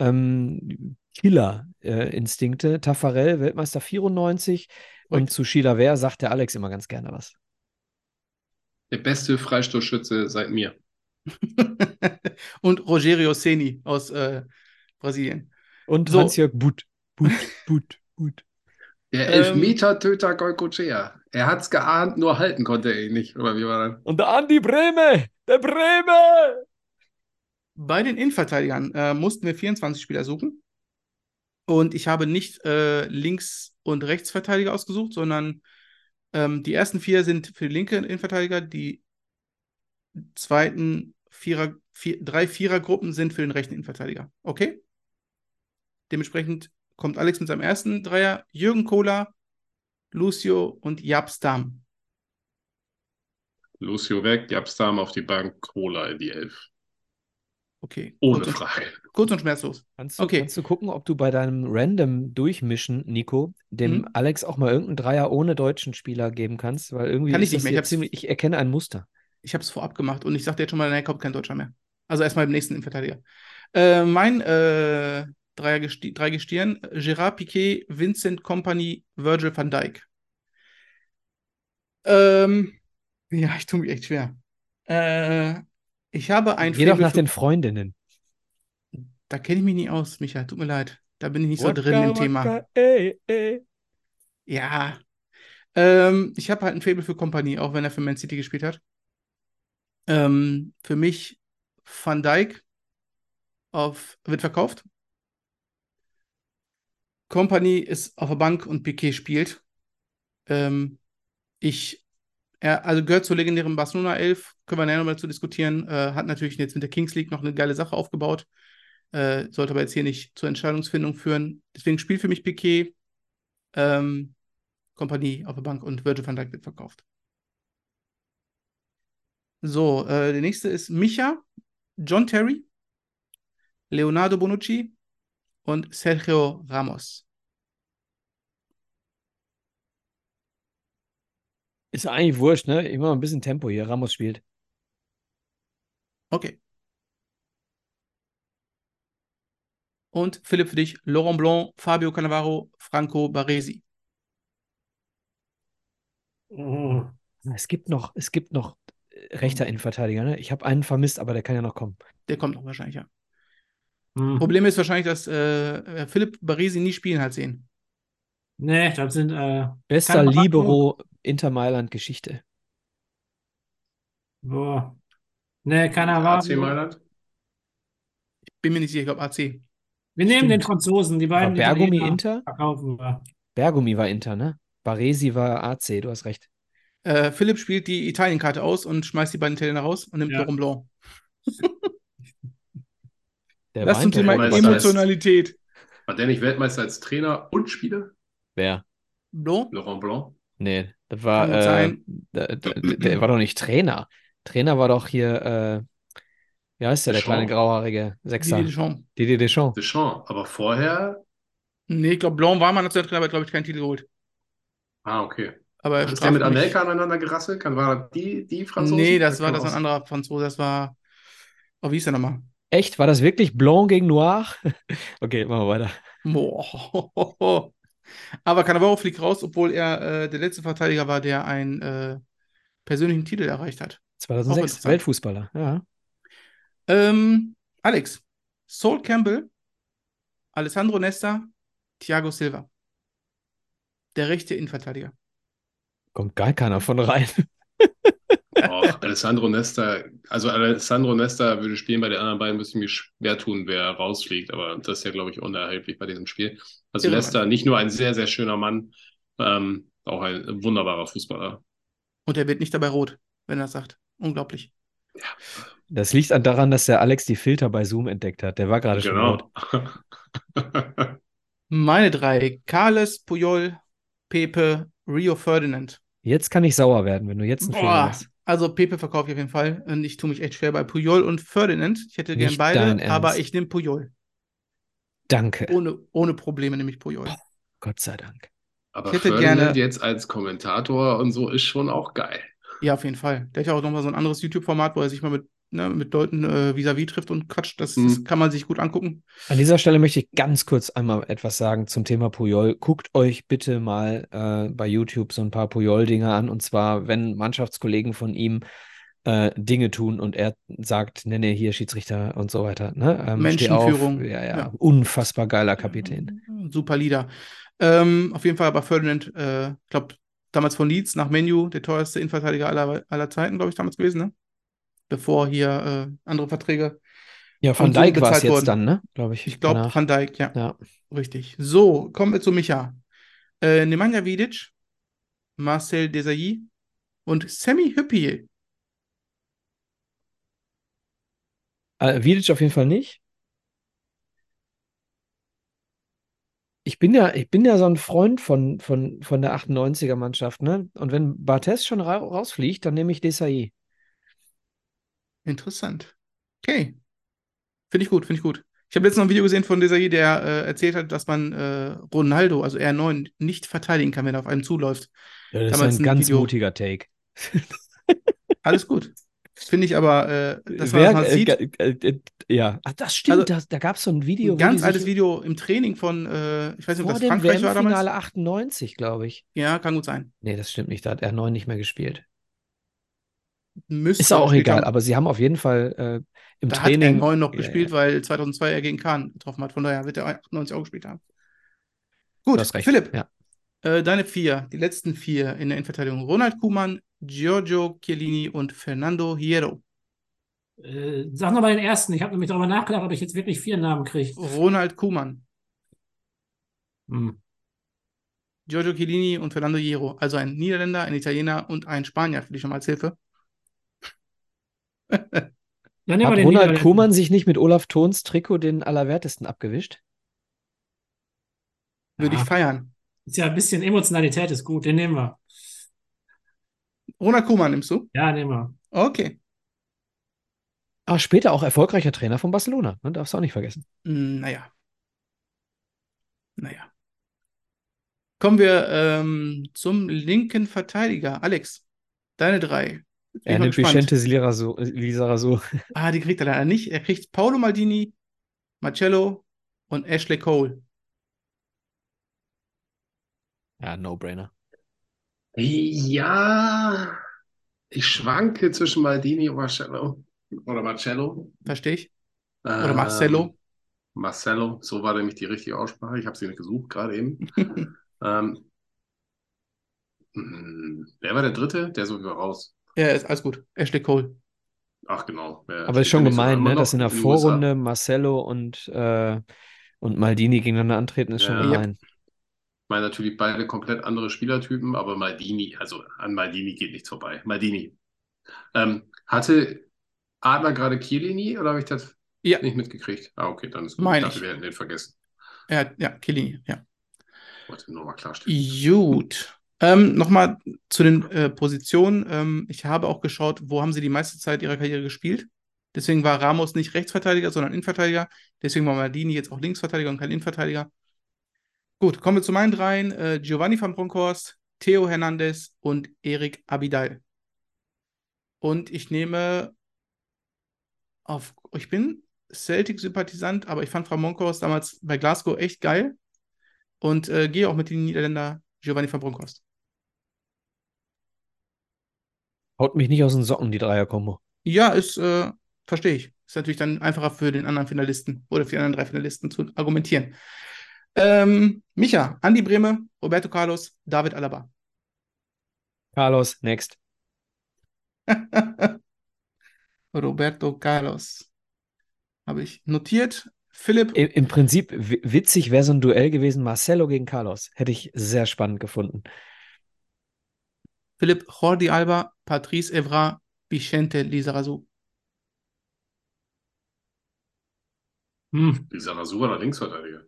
[SPEAKER 3] Ähm, Killer-Instinkte. Taffarel, Weltmeister 94. Und
[SPEAKER 5] Korrekt.
[SPEAKER 3] zu Sheila Wehr sagt der Alex immer ganz gerne was.
[SPEAKER 6] Der beste Freistoßschütze seit mir.
[SPEAKER 5] *laughs* und Rogerio Ceni aus äh, Brasilien.
[SPEAKER 3] Und
[SPEAKER 5] So.
[SPEAKER 3] Hans-Jörg Butt. Butt, Butt, Butt.
[SPEAKER 6] Der
[SPEAKER 5] Ähm.
[SPEAKER 6] Elfmeter-Töter Goycochea. Er hat's geahnt, nur halten konnte er ihn nicht. Oder wie war das?
[SPEAKER 3] Und der Andi Breme, der Breme!
[SPEAKER 5] Bei den Innenverteidigern äh, mussten wir 24 Spieler suchen. Und ich habe nicht äh, Links- und Rechtsverteidiger ausgesucht, sondern ähm, die ersten vier sind für die linke Innenverteidiger, die zweiten Vierer, vier, drei Vierergruppen sind für den rechten Innenverteidiger. Okay? Dementsprechend kommt Alex mit seinem ersten Dreier, Jürgen Kohler, Lucio und Jabstam.
[SPEAKER 6] Lucio weg, Jabstam auf die Bank, Cola in die Elf.
[SPEAKER 5] Okay.
[SPEAKER 6] Ohne
[SPEAKER 5] kurz und,
[SPEAKER 6] Frage.
[SPEAKER 5] kurz und schmerzlos.
[SPEAKER 3] Kannst du,
[SPEAKER 5] Okay.
[SPEAKER 3] kannst du gucken, ob du bei deinem random Durchmischen, Nico, dem
[SPEAKER 5] Mhm.
[SPEAKER 3] Alex auch mal irgendeinen Dreier ohne deutschen Spieler geben kannst? Weil irgendwie
[SPEAKER 5] Kann ich
[SPEAKER 3] ist das
[SPEAKER 5] nicht mehr, ich
[SPEAKER 3] hier
[SPEAKER 5] hab's-
[SPEAKER 3] ziemlich, ich erkenne ein Muster.
[SPEAKER 5] Ich habe es vorab gemacht und ich sagte jetzt schon mal, nein, kommt kein Deutscher mehr. Also erstmal im nächsten Innenverteidiger. Äh, mein äh, Dreiergesti drei Gestirn, Gerard Piquet, Vincent Company, Virgil van Dijk. Ähm, ja, ich tue mich echt schwer. Äh, ich habe ein
[SPEAKER 3] Geh doch
[SPEAKER 5] Faible
[SPEAKER 3] nach
[SPEAKER 5] für-
[SPEAKER 3] den Freundinnen.
[SPEAKER 5] Da kenne ich mich nicht aus, Michael, tut mir leid. Da bin ich nicht so drin im Thema.
[SPEAKER 3] Ey, ey.
[SPEAKER 5] Ja. Ähm, ich habe halt ein Faible für Kompanie, auch wenn er für Man City gespielt hat. Ähm, für mich Van Dijk auf, wird verkauft. Kompanie ist auf der Bank und Piquet spielt. Ähm, ich, er, also gehört zur legendären Barcelona 11, können wir nachher nochmal dazu diskutieren. Äh, hat natürlich jetzt mit der Kings League noch eine geile Sache aufgebaut. Äh, sollte aber jetzt hier nicht zur Entscheidungsfindung führen. Deswegen spielt für mich Piquet. Ähm, Kompanie auf der Bank und Virgil van Dijk wird verkauft. So, äh, der nächste ist Micha, John Terry, Leonardo Bonucci und Sergio Ramos.
[SPEAKER 3] Ist eigentlich wurscht, ne? Ich mache ein bisschen Tempo hier. Ramos spielt.
[SPEAKER 5] Okay. Und Philipp für dich, Laurent Blanc, Fabio Cannavaro, Franco Baresi.
[SPEAKER 4] Oh.
[SPEAKER 3] Ah, Es gibt noch, es gibt noch äh, rechter
[SPEAKER 5] Hm.
[SPEAKER 3] Innenverteidiger, ne? Ich habe einen vermisst, aber der kann ja noch kommen.
[SPEAKER 5] Der kommt noch wahrscheinlich, ja.
[SPEAKER 4] Hm.
[SPEAKER 5] Problem ist wahrscheinlich, dass äh, Philipp Baresi nie spielen hat sehen.
[SPEAKER 4] Nee, das sind äh,
[SPEAKER 3] Bester
[SPEAKER 4] Kann man machen.
[SPEAKER 3] Libero Inter Mailand Geschichte.
[SPEAKER 4] boah. Nee, keiner war.
[SPEAKER 6] AC Mailand?
[SPEAKER 5] Bin mir nicht sicher, ich glaube AC.
[SPEAKER 4] Wir nehmen den
[SPEAKER 3] Stimmt.
[SPEAKER 4] Franzosen, die
[SPEAKER 3] War
[SPEAKER 4] beiden
[SPEAKER 3] Bergumi
[SPEAKER 4] Italiener
[SPEAKER 3] Inter?
[SPEAKER 4] verkaufen wir.
[SPEAKER 3] Bergumi war Inter, ne? Baresi war AC, du hast recht.
[SPEAKER 5] Äh, Philipp spielt die Italienkarte aus und schmeißt die beiden Italiener raus und nimmt
[SPEAKER 4] Ja.
[SPEAKER 5] Laurent Blanc.
[SPEAKER 3] Der
[SPEAKER 5] Das zum
[SPEAKER 3] weint
[SPEAKER 5] Thema
[SPEAKER 6] der
[SPEAKER 3] direkt.
[SPEAKER 6] Meister.
[SPEAKER 5] Emotionalität.
[SPEAKER 6] War der nicht Weltmeister als Trainer und Spieler?
[SPEAKER 3] Wer?
[SPEAKER 5] Blanc?
[SPEAKER 6] Laurent Blanc?
[SPEAKER 3] Nee, das war,
[SPEAKER 5] Kann das
[SPEAKER 3] äh,
[SPEAKER 5] sein?
[SPEAKER 3] der, der, der war doch nicht Trainer. Trainer war doch hier, äh, wie heißt der, der kleine
[SPEAKER 6] Deschamps.
[SPEAKER 3] grauhaarige Sechser?
[SPEAKER 5] Didier Deschamps.
[SPEAKER 3] Didier Deschamps.
[SPEAKER 6] Deschamps. Aber vorher?
[SPEAKER 5] Nee, ich glaube, Blanc war mal Nationaltrainer, aber glaube ich keinen Titel geholt.
[SPEAKER 6] Ah, okay.
[SPEAKER 5] Aber er
[SPEAKER 6] Hat der
[SPEAKER 5] straft
[SPEAKER 6] mit
[SPEAKER 5] mich.
[SPEAKER 6] Anelka aneinander gerasselt? Kann, war das die, die Franzosen?
[SPEAKER 5] Nee, das
[SPEAKER 6] Da
[SPEAKER 5] war
[SPEAKER 6] kann
[SPEAKER 5] das war
[SPEAKER 6] aus-
[SPEAKER 5] ein anderer Franzose, das war. Oh, wie hieß der nochmal?
[SPEAKER 3] Echt? War das wirklich Blanc gegen Noir? *laughs* Okay, machen wir weiter.
[SPEAKER 5] Boah. *laughs* Aber Cannavaro fliegt raus, obwohl er äh, der letzte Verteidiger war, der einen äh, persönlichen Titel erreicht hat.
[SPEAKER 3] 2006,
[SPEAKER 5] interessant.
[SPEAKER 3] Weltfußballer. Ja.
[SPEAKER 5] Ähm, Alex, Sol Campbell, Alessandro Nesta, Thiago Silva. Der rechte Innenverteidiger.
[SPEAKER 3] Kommt gar keiner von rein.
[SPEAKER 6] Och, Alessandro Nesta, also Alessandro Nesta würde spielen, bei den anderen beiden müsste ich mir schwer tun, wer rausfliegt, aber das ist ja, glaube ich, unerheblich bei diesem Spiel. Also
[SPEAKER 5] Irre.
[SPEAKER 6] Nesta, nicht nur ein sehr, sehr schöner Mann, ähm, auch ein wunderbarer Fußballer.
[SPEAKER 5] Und er wird nicht dabei rot, wenn er das sagt. Unglaublich.
[SPEAKER 3] Das liegt an- daran, dass der Alex die Filter bei Zoom entdeckt hat. Der war gerade schon rot.
[SPEAKER 6] Genau.
[SPEAKER 5] Meine drei. Carles, Puyol, Pepe, Rio Ferdinand.
[SPEAKER 3] Jetzt kann ich sauer werden, wenn du jetzt einen Fehler
[SPEAKER 5] Boah.
[SPEAKER 3] machst.
[SPEAKER 5] Also Pepe verkaufe ich auf jeden Fall. Und ich tue mich echt schwer bei Puyol und Ferdinand. Ich hätte gern
[SPEAKER 3] Nicht dein
[SPEAKER 5] beide,
[SPEAKER 3] Ernst.
[SPEAKER 5] aber ich nehme Puyol.
[SPEAKER 3] Danke.
[SPEAKER 5] Ohne, ohne Probleme nehme ich Puyol.
[SPEAKER 3] Gott sei Dank.
[SPEAKER 6] *laughs* Aber
[SPEAKER 5] Ich hätte
[SPEAKER 6] Ferdinand
[SPEAKER 5] gerne-
[SPEAKER 6] jetzt als Kommentator und so ist schon auch geil.
[SPEAKER 5] Ja, auf jeden Fall. Der hat ja auch nochmal so ein anderes YouTube-Format, wo er sich mal mit, ne, mit Leuten äh, vis-à-vis trifft und quatscht. Das, das
[SPEAKER 6] Mhm.
[SPEAKER 5] kann man sich gut angucken.
[SPEAKER 3] An dieser Stelle möchte ich ganz kurz einmal etwas sagen zum Thema Puyol. Guckt euch bitte mal äh, bei YouTube so ein paar Puyol-Dinger an. Und zwar, wenn Mannschaftskollegen von ihm äh, Dinge tun und er sagt, nenne hier Schiedsrichter und so weiter. Ne? Ähm, steh auf.
[SPEAKER 5] Menschenführung.
[SPEAKER 3] Ja, ja,
[SPEAKER 5] Ja.
[SPEAKER 3] Unfassbar geiler Kapitän.
[SPEAKER 5] Super Lieder. Ähm, auf jeden Fall aber Ferdinand, äh, ich glaube, damals von Leeds nach Menu, der teuerste Innenverteidiger aller, aller Zeiten, glaube ich, damals gewesen, ne? Bevor hier äh, andere Verträge.
[SPEAKER 3] Ja, Van
[SPEAKER 5] Und so
[SPEAKER 3] Dijk war es
[SPEAKER 5] bezahlt
[SPEAKER 3] jetzt
[SPEAKER 5] worden.
[SPEAKER 3] dann, ne? Glaube ich.
[SPEAKER 5] Ich glaube,
[SPEAKER 3] danach.
[SPEAKER 5] Van Dijk, ja,
[SPEAKER 3] Ja.
[SPEAKER 5] richtig. So, kommen wir zu Micha. Äh, Nemanja Vidic, Marcel Desailly und Sammy Hüppier.
[SPEAKER 3] Äh, Vidic auf jeden Fall nicht. ich bin ja, ich bin ja so ein Freund von, von, von der 98er Mannschaft, ne? Und wenn Barthez schon ra rausfliegt, dann nehme ich Desailly.
[SPEAKER 5] Interessant. Okay. Finde ich gut, finde ich gut. Ich habe letztens noch ein Video gesehen von Desailly, der äh, erzählt hat, dass man äh, Ronaldo, also R9, nicht verteidigen kann, wenn er auf einem zuläuft.
[SPEAKER 3] Ja, das
[SPEAKER 5] Damals
[SPEAKER 3] ist
[SPEAKER 5] ein
[SPEAKER 3] ein ganz
[SPEAKER 5] Video.
[SPEAKER 3] mutiger Take.
[SPEAKER 5] Alles gut. Finde ich aber, äh, dass man
[SPEAKER 3] Wer-
[SPEAKER 5] das mal
[SPEAKER 3] äh,
[SPEAKER 5] sieht.
[SPEAKER 3] ga- äh, äh, ja, Ach, das stimmt.
[SPEAKER 5] Also,
[SPEAKER 3] das, da gab es so ein Video.
[SPEAKER 5] Ein ganz altes Video im Training von, äh, ich weiß nicht,
[SPEAKER 3] Vor
[SPEAKER 5] ob das
[SPEAKER 3] dem
[SPEAKER 5] Frankreich war damals.
[SPEAKER 3] WM-Finale 98, glaube ich.
[SPEAKER 5] Ja, kann gut sein.
[SPEAKER 3] Nee, das stimmt nicht. Da hat R9 nicht mehr gespielt.
[SPEAKER 5] Müsste
[SPEAKER 3] Ist auch
[SPEAKER 5] gespielt
[SPEAKER 3] egal,
[SPEAKER 5] haben.
[SPEAKER 3] aber sie haben auf jeden Fall äh, im
[SPEAKER 5] Da
[SPEAKER 3] Training.
[SPEAKER 5] hat er 9 noch
[SPEAKER 3] Ja,
[SPEAKER 5] gespielt, weil 2002 er gegen Kahn getroffen hat. Von daher wird er 98 auch gespielt haben. Gut,
[SPEAKER 3] Du hast recht.
[SPEAKER 5] Philipp,
[SPEAKER 3] Ja.
[SPEAKER 5] äh, deine vier, die letzten vier in der Endverteidigung. Ronald Kuhmann, Giorgio Chiellini und Fernando Hierro.
[SPEAKER 4] Äh, sag nochmal den ersten. Ich habe nämlich darüber nachgedacht, ob ich jetzt wirklich vier Namen kriege.
[SPEAKER 6] Oh.
[SPEAKER 5] Ronald Kuhmann,
[SPEAKER 4] Hm.
[SPEAKER 5] Giorgio Chiellini und Fernando Hierro. Also ein Niederländer, ein Italiener und ein Spanier für dich schon mal als Hilfe.
[SPEAKER 4] Dann
[SPEAKER 3] Hat
[SPEAKER 4] nehmen wir den
[SPEAKER 3] Ronald
[SPEAKER 4] Niederländer.
[SPEAKER 3] Koeman sich nicht mit Olaf Thons Trikot den Allerwertesten abgewischt?
[SPEAKER 5] Würde
[SPEAKER 4] Ja.
[SPEAKER 5] ich feiern.
[SPEAKER 4] Ist ja ein bisschen Emotionalität ist gut. Den nehmen wir.
[SPEAKER 5] Ronald Kuhmann nimmst du?
[SPEAKER 4] Ja, nehmen wir.
[SPEAKER 5] Okay.
[SPEAKER 3] Ah, später auch erfolgreicher Trainer von Barcelona. Ne? Darfst du auch nicht vergessen.
[SPEAKER 5] Hm, Naja. Naja. Kommen wir ähm, zum linken Verteidiger. Alex, deine drei. Jetzt bin
[SPEAKER 3] Er
[SPEAKER 6] ne,
[SPEAKER 5] ich mal
[SPEAKER 3] nimmt
[SPEAKER 5] gespannt.
[SPEAKER 3] Vicente Lizarazu- Lizarazu.
[SPEAKER 5] Ah, die kriegt er leider nicht. Er kriegt Paolo Maldini, Marcello und Ashley Cole.
[SPEAKER 3] Ja, No-Brainer.
[SPEAKER 6] Ja, ich schwanke zwischen Maldini und Marcello. Oder Marcello.
[SPEAKER 5] Verstehe ich?
[SPEAKER 6] Oder
[SPEAKER 5] Oder Marcello.
[SPEAKER 6] Marcello, Ähm, so war nämlich die richtige Aussprache. Ich habe sie nicht gesucht, gerade eben.
[SPEAKER 3] *laughs*
[SPEAKER 6] Ähm, mh, wer war der Dritte? Der ist sowieso raus.
[SPEAKER 5] Ja, ist alles gut. Ashley Cole.
[SPEAKER 6] Ach, genau. Der
[SPEAKER 3] Aber ist
[SPEAKER 6] spielt
[SPEAKER 3] schon
[SPEAKER 6] ja nicht so
[SPEAKER 3] gemein,
[SPEAKER 6] lange,
[SPEAKER 3] ne?
[SPEAKER 6] immer
[SPEAKER 3] dass in
[SPEAKER 6] noch
[SPEAKER 3] der
[SPEAKER 6] den
[SPEAKER 3] Vorrunde Marcello und, äh, und Maldini gegeneinander antreten, ist schon
[SPEAKER 6] Ja.
[SPEAKER 3] gemein.
[SPEAKER 6] Ich meine, natürlich beide komplett andere Spielertypen, aber Maldini, also an Maldini geht nichts vorbei. Maldini. Ähm, hatte Adler gerade Chiellini oder habe ich das
[SPEAKER 5] Ja.
[SPEAKER 6] nicht mitgekriegt? Ah, okay, dann ist gut.
[SPEAKER 5] Meine
[SPEAKER 6] ich dachte,
[SPEAKER 5] ich.
[SPEAKER 6] wir hätten den vergessen.
[SPEAKER 5] Ja, ja, Chiellini. Ja.
[SPEAKER 6] Wollte nur mal klarstellen.
[SPEAKER 5] Gut. Ähm, Nochmal zu den äh, Positionen. Ähm, ich habe auch geschaut, wo haben sie die meiste Zeit ihrer Karriere gespielt. Deswegen war Ramos nicht Rechtsverteidiger, sondern Innenverteidiger. Deswegen war Maldini jetzt auch Linksverteidiger und kein Innenverteidiger. Gut, kommen wir zu meinen dreien. Äh, Giovanni van Bronckhorst, Theo Hernandez und Erik Abidal. Und ich nehme auf, ich bin Celtic-Sympathisant, aber ich fand Van Bronckhorst damals bei Glasgow echt geil und äh, gehe auch mit den Niederländer Giovanni van Bronckhorst.
[SPEAKER 3] Haut mich nicht aus den Socken, die Dreier-Kombo.
[SPEAKER 5] Ja, ist, äh, verstehe ich. Ist natürlich dann einfacher für den anderen Finalisten oder für die anderen drei Finalisten zu argumentieren. Ähm, Micha, Andi Brehme, Roberto Carlos, David Alaba. *laughs*
[SPEAKER 3] Carlos, next.
[SPEAKER 5] Roberto Carlos. Habe ich notiert. Philipp,
[SPEAKER 3] I- Im Prinzip w- witzig wäre so ein Duell gewesen, Marcelo gegen Carlos. Hätte ich sehr spannend gefunden.
[SPEAKER 5] Philipp, Jordi Alba, Patrice Evra, Vicente Lizarazu.
[SPEAKER 4] Hm.
[SPEAKER 6] Dieser Rasur oder Linksverteidiger?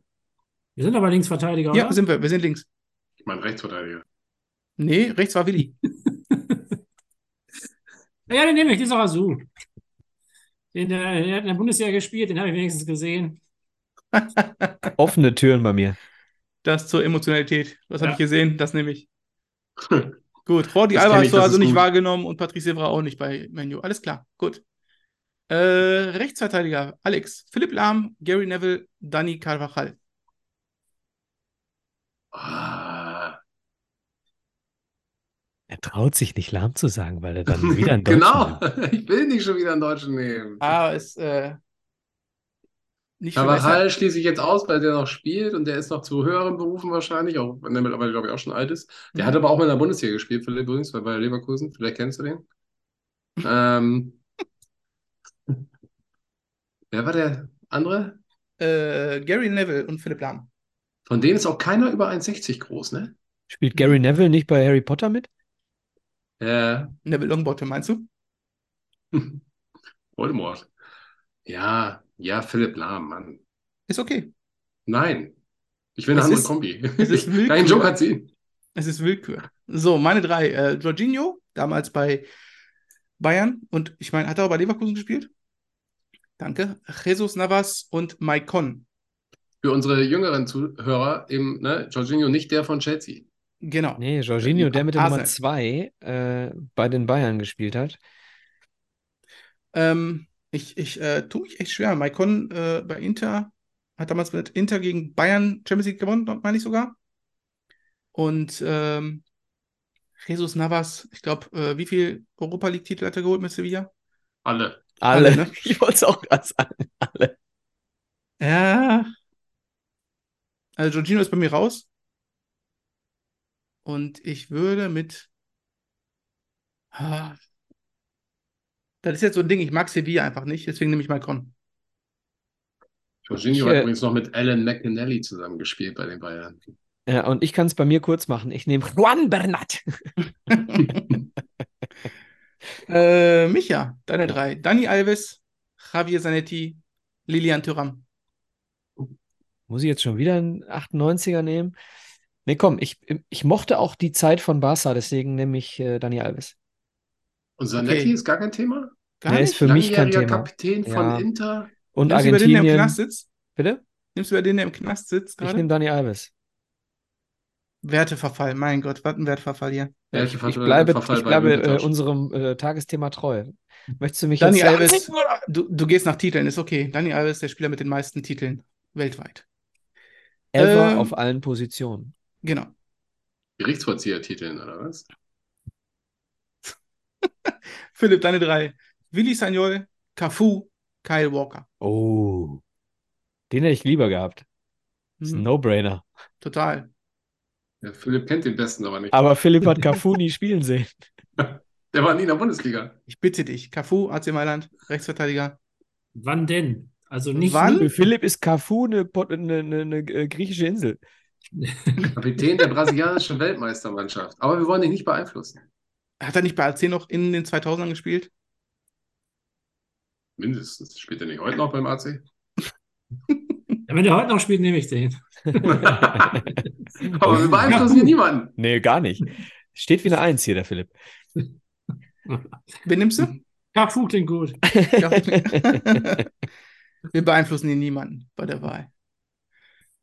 [SPEAKER 4] Wir sind aber Linksverteidiger,
[SPEAKER 5] Ja,
[SPEAKER 4] oder?
[SPEAKER 5] sind wir. Wir sind links.
[SPEAKER 6] Ich meine Rechtsverteidiger.
[SPEAKER 5] Nee, rechts war Willi.
[SPEAKER 4] Ja, den nehme ich, dieser Rasu. Den, der, der hat in der Bundesliga gespielt, den habe ich wenigstens gesehen.
[SPEAKER 3] Offene Türen bei mir.
[SPEAKER 5] Das zur Emotionalität. Das habe
[SPEAKER 4] Ja.
[SPEAKER 5] ich gesehen, das nehme ich. Gut, Jordi
[SPEAKER 6] Hm. Das
[SPEAKER 5] Alba
[SPEAKER 6] kenn
[SPEAKER 5] hast
[SPEAKER 6] ich,
[SPEAKER 5] du
[SPEAKER 6] das
[SPEAKER 5] also
[SPEAKER 6] ist
[SPEAKER 5] nicht
[SPEAKER 6] gut.
[SPEAKER 5] wahrgenommen und Patrice Evra auch nicht bei Menu. Alles klar, gut. Äh, Rechtsverteidiger Alex, Philipp Lahm, Gary Neville, Dani Carvajal.
[SPEAKER 6] Ah,
[SPEAKER 3] Er traut sich nicht lahm zu sagen, weil er dann wieder
[SPEAKER 6] *laughs*
[SPEAKER 3] ein
[SPEAKER 6] genau. Ich will nicht schon wieder einen Deutschen nehmen.
[SPEAKER 5] Ah, ist äh, nicht viel besser.
[SPEAKER 6] Carvajal schließe ich jetzt aus, weil der noch spielt und der ist noch zu höheren Berufen wahrscheinlich, auch wenn der mittlerweile, glaube ich, auch schon alt ist. Der
[SPEAKER 5] Mhm.
[SPEAKER 6] hat aber auch mal in der Bundesliga gespielt, Philipp übrigens, bei Bayer Leverkusen. Vielleicht kennst du
[SPEAKER 5] *laughs*
[SPEAKER 6] den. Ähm, wer war der andere?
[SPEAKER 5] Äh, Gary Neville und Philipp Lahm.
[SPEAKER 6] Von denen ist auch keiner über 1,60 groß, ne?
[SPEAKER 3] Spielt Gary Neville nicht bei Harry Potter mit?
[SPEAKER 6] Äh, *laughs*
[SPEAKER 5] Neville Longbottom, meinst du?
[SPEAKER 6] Voldemort. Ja, ja, Philipp Lahm, Mann.
[SPEAKER 5] Ist okay.
[SPEAKER 6] Nein. Ich will eine
[SPEAKER 5] Es
[SPEAKER 6] andere
[SPEAKER 5] ist-
[SPEAKER 6] Kombi.
[SPEAKER 5] es
[SPEAKER 6] *laughs*
[SPEAKER 5] ist
[SPEAKER 6] Kein
[SPEAKER 5] willkürlich.
[SPEAKER 6] Joker ziehen.
[SPEAKER 5] Es ist Willkür. So, meine drei. Äh, Jorginho, damals bei Bayern und ich meine, hat er auch bei Leverkusen gespielt? Danke. Jesus Navas und Maicon.
[SPEAKER 6] Für unsere jüngeren Zuhörer eben, ne, Jorginho nicht der von Chelsea.
[SPEAKER 5] Genau.
[SPEAKER 3] Nee, Jorginho, der mit der
[SPEAKER 5] Arsenal.
[SPEAKER 3] Nummer 2 äh, bei den Bayern gespielt hat.
[SPEAKER 5] Ähm, ich ich äh, tue mich echt schwer. Maicon äh, bei Inter hat damals mit Inter gegen Bayern Champions League gewonnen, meine ich sogar. Und ähm, Jesus Navas, ich glaube, äh, wie viel Europa League-Titel hat er geholt mit Sevilla?
[SPEAKER 6] Alle.
[SPEAKER 3] Alle.
[SPEAKER 5] Alle, ne?
[SPEAKER 3] *laughs* Ich wollte es auch gerade sagen. Alle.
[SPEAKER 5] Ja. Also Jorginho ist bei mir raus. Und ich würde mit. Ah. Das ist jetzt so ein Ding, ich mag Sevilla einfach nicht, deswegen nehme
[SPEAKER 3] *laughs*
[SPEAKER 5] ich Macron.
[SPEAKER 3] Ich,
[SPEAKER 6] Jorginho
[SPEAKER 3] äh,
[SPEAKER 6] hat übrigens noch mit Alan McAnally zusammengespielt bei den Bayern.
[SPEAKER 3] Ja, und ich kann es bei mir kurz machen. Ich nehme Juan Bernat.
[SPEAKER 5] Äh, Micha, deine drei. Dani Alves, Javier Zanetti, Lilian Thuram.
[SPEAKER 3] Muss ich jetzt schon wieder einen 98er nehmen? Nee, komm, ich, ich mochte auch die Zeit von Barca, deswegen nehme ich äh, Dani Alves.
[SPEAKER 6] Und Zanetti
[SPEAKER 5] Okay.
[SPEAKER 6] ist gar kein Thema.
[SPEAKER 5] Gar
[SPEAKER 3] Der
[SPEAKER 5] nicht?
[SPEAKER 3] ist für mich kein
[SPEAKER 6] Langjähriger
[SPEAKER 3] Thema.
[SPEAKER 6] Kapitän von
[SPEAKER 3] Ja.
[SPEAKER 6] Inter.
[SPEAKER 3] Und
[SPEAKER 5] Nimmst du über den, der im
[SPEAKER 3] Argentinien.
[SPEAKER 5] Knast sitzt?
[SPEAKER 3] Bitte?
[SPEAKER 5] Nimmst du über den, der im Knast sitzt
[SPEAKER 3] Ich
[SPEAKER 5] gerade?
[SPEAKER 3] nehme Dani Alves.
[SPEAKER 5] Werteverfall, mein Gott, was ein Wertverfall hier.
[SPEAKER 6] Welche
[SPEAKER 3] Ich bleibe, ich bleibe äh,
[SPEAKER 6] Juventus?
[SPEAKER 3] unserem äh, Tagesthema treu. Möchtest du mich
[SPEAKER 5] Dani
[SPEAKER 3] jetzt selber-
[SPEAKER 5] Alves, du, du gehst nach Titeln, ist okay. Dani Alves, der Spieler mit den meisten Titeln weltweit.
[SPEAKER 3] Ever
[SPEAKER 5] Ähm,
[SPEAKER 3] auf allen Positionen.
[SPEAKER 5] Genau.
[SPEAKER 6] Gerichtsvollziehertiteln, oder was?
[SPEAKER 5] Philipp, deine drei. Willi Sagnol, Cafu, Kyle Walker.
[SPEAKER 3] Oh. Den hätte ich lieber gehabt.
[SPEAKER 5] Hm,
[SPEAKER 3] Ist ein No-Brainer.
[SPEAKER 5] Total.
[SPEAKER 6] Der Philipp kennt den besten, aber nicht.
[SPEAKER 3] Aber Philipp *laughs* hat Cafu nie spielen sehen.
[SPEAKER 6] Der war nie in der Bundesliga.
[SPEAKER 5] Ich bitte dich. Cafu, AC Mailand, Rechtsverteidiger.
[SPEAKER 4] Wann denn? Also nicht
[SPEAKER 5] Wann?
[SPEAKER 4] nie.
[SPEAKER 3] Für Philipp ist Cafu eine, Pot- eine, eine, eine äh, griechische Insel.
[SPEAKER 6] Kapitän der brasilianischen Weltmeistermannschaft. Aber wir wollen dich nicht beeinflussen.
[SPEAKER 5] Hat er nicht bei AC noch in den 2000ern gespielt?
[SPEAKER 6] Mindestens. Spielt er nicht heute noch beim
[SPEAKER 3] *laughs*
[SPEAKER 6] AC?
[SPEAKER 4] Wenn der heute noch spielt, nehme ich den.
[SPEAKER 6] *laughs* aber wir beeinflussen hier niemanden.
[SPEAKER 3] *laughs* Nee, gar nicht. Steht wie eine Eins hier, der Philipp.
[SPEAKER 5] Wen nimmst du?
[SPEAKER 4] Cafu klingt gut.
[SPEAKER 5] Ja. *laughs* Wir beeinflussen hier niemanden bei der Wahl.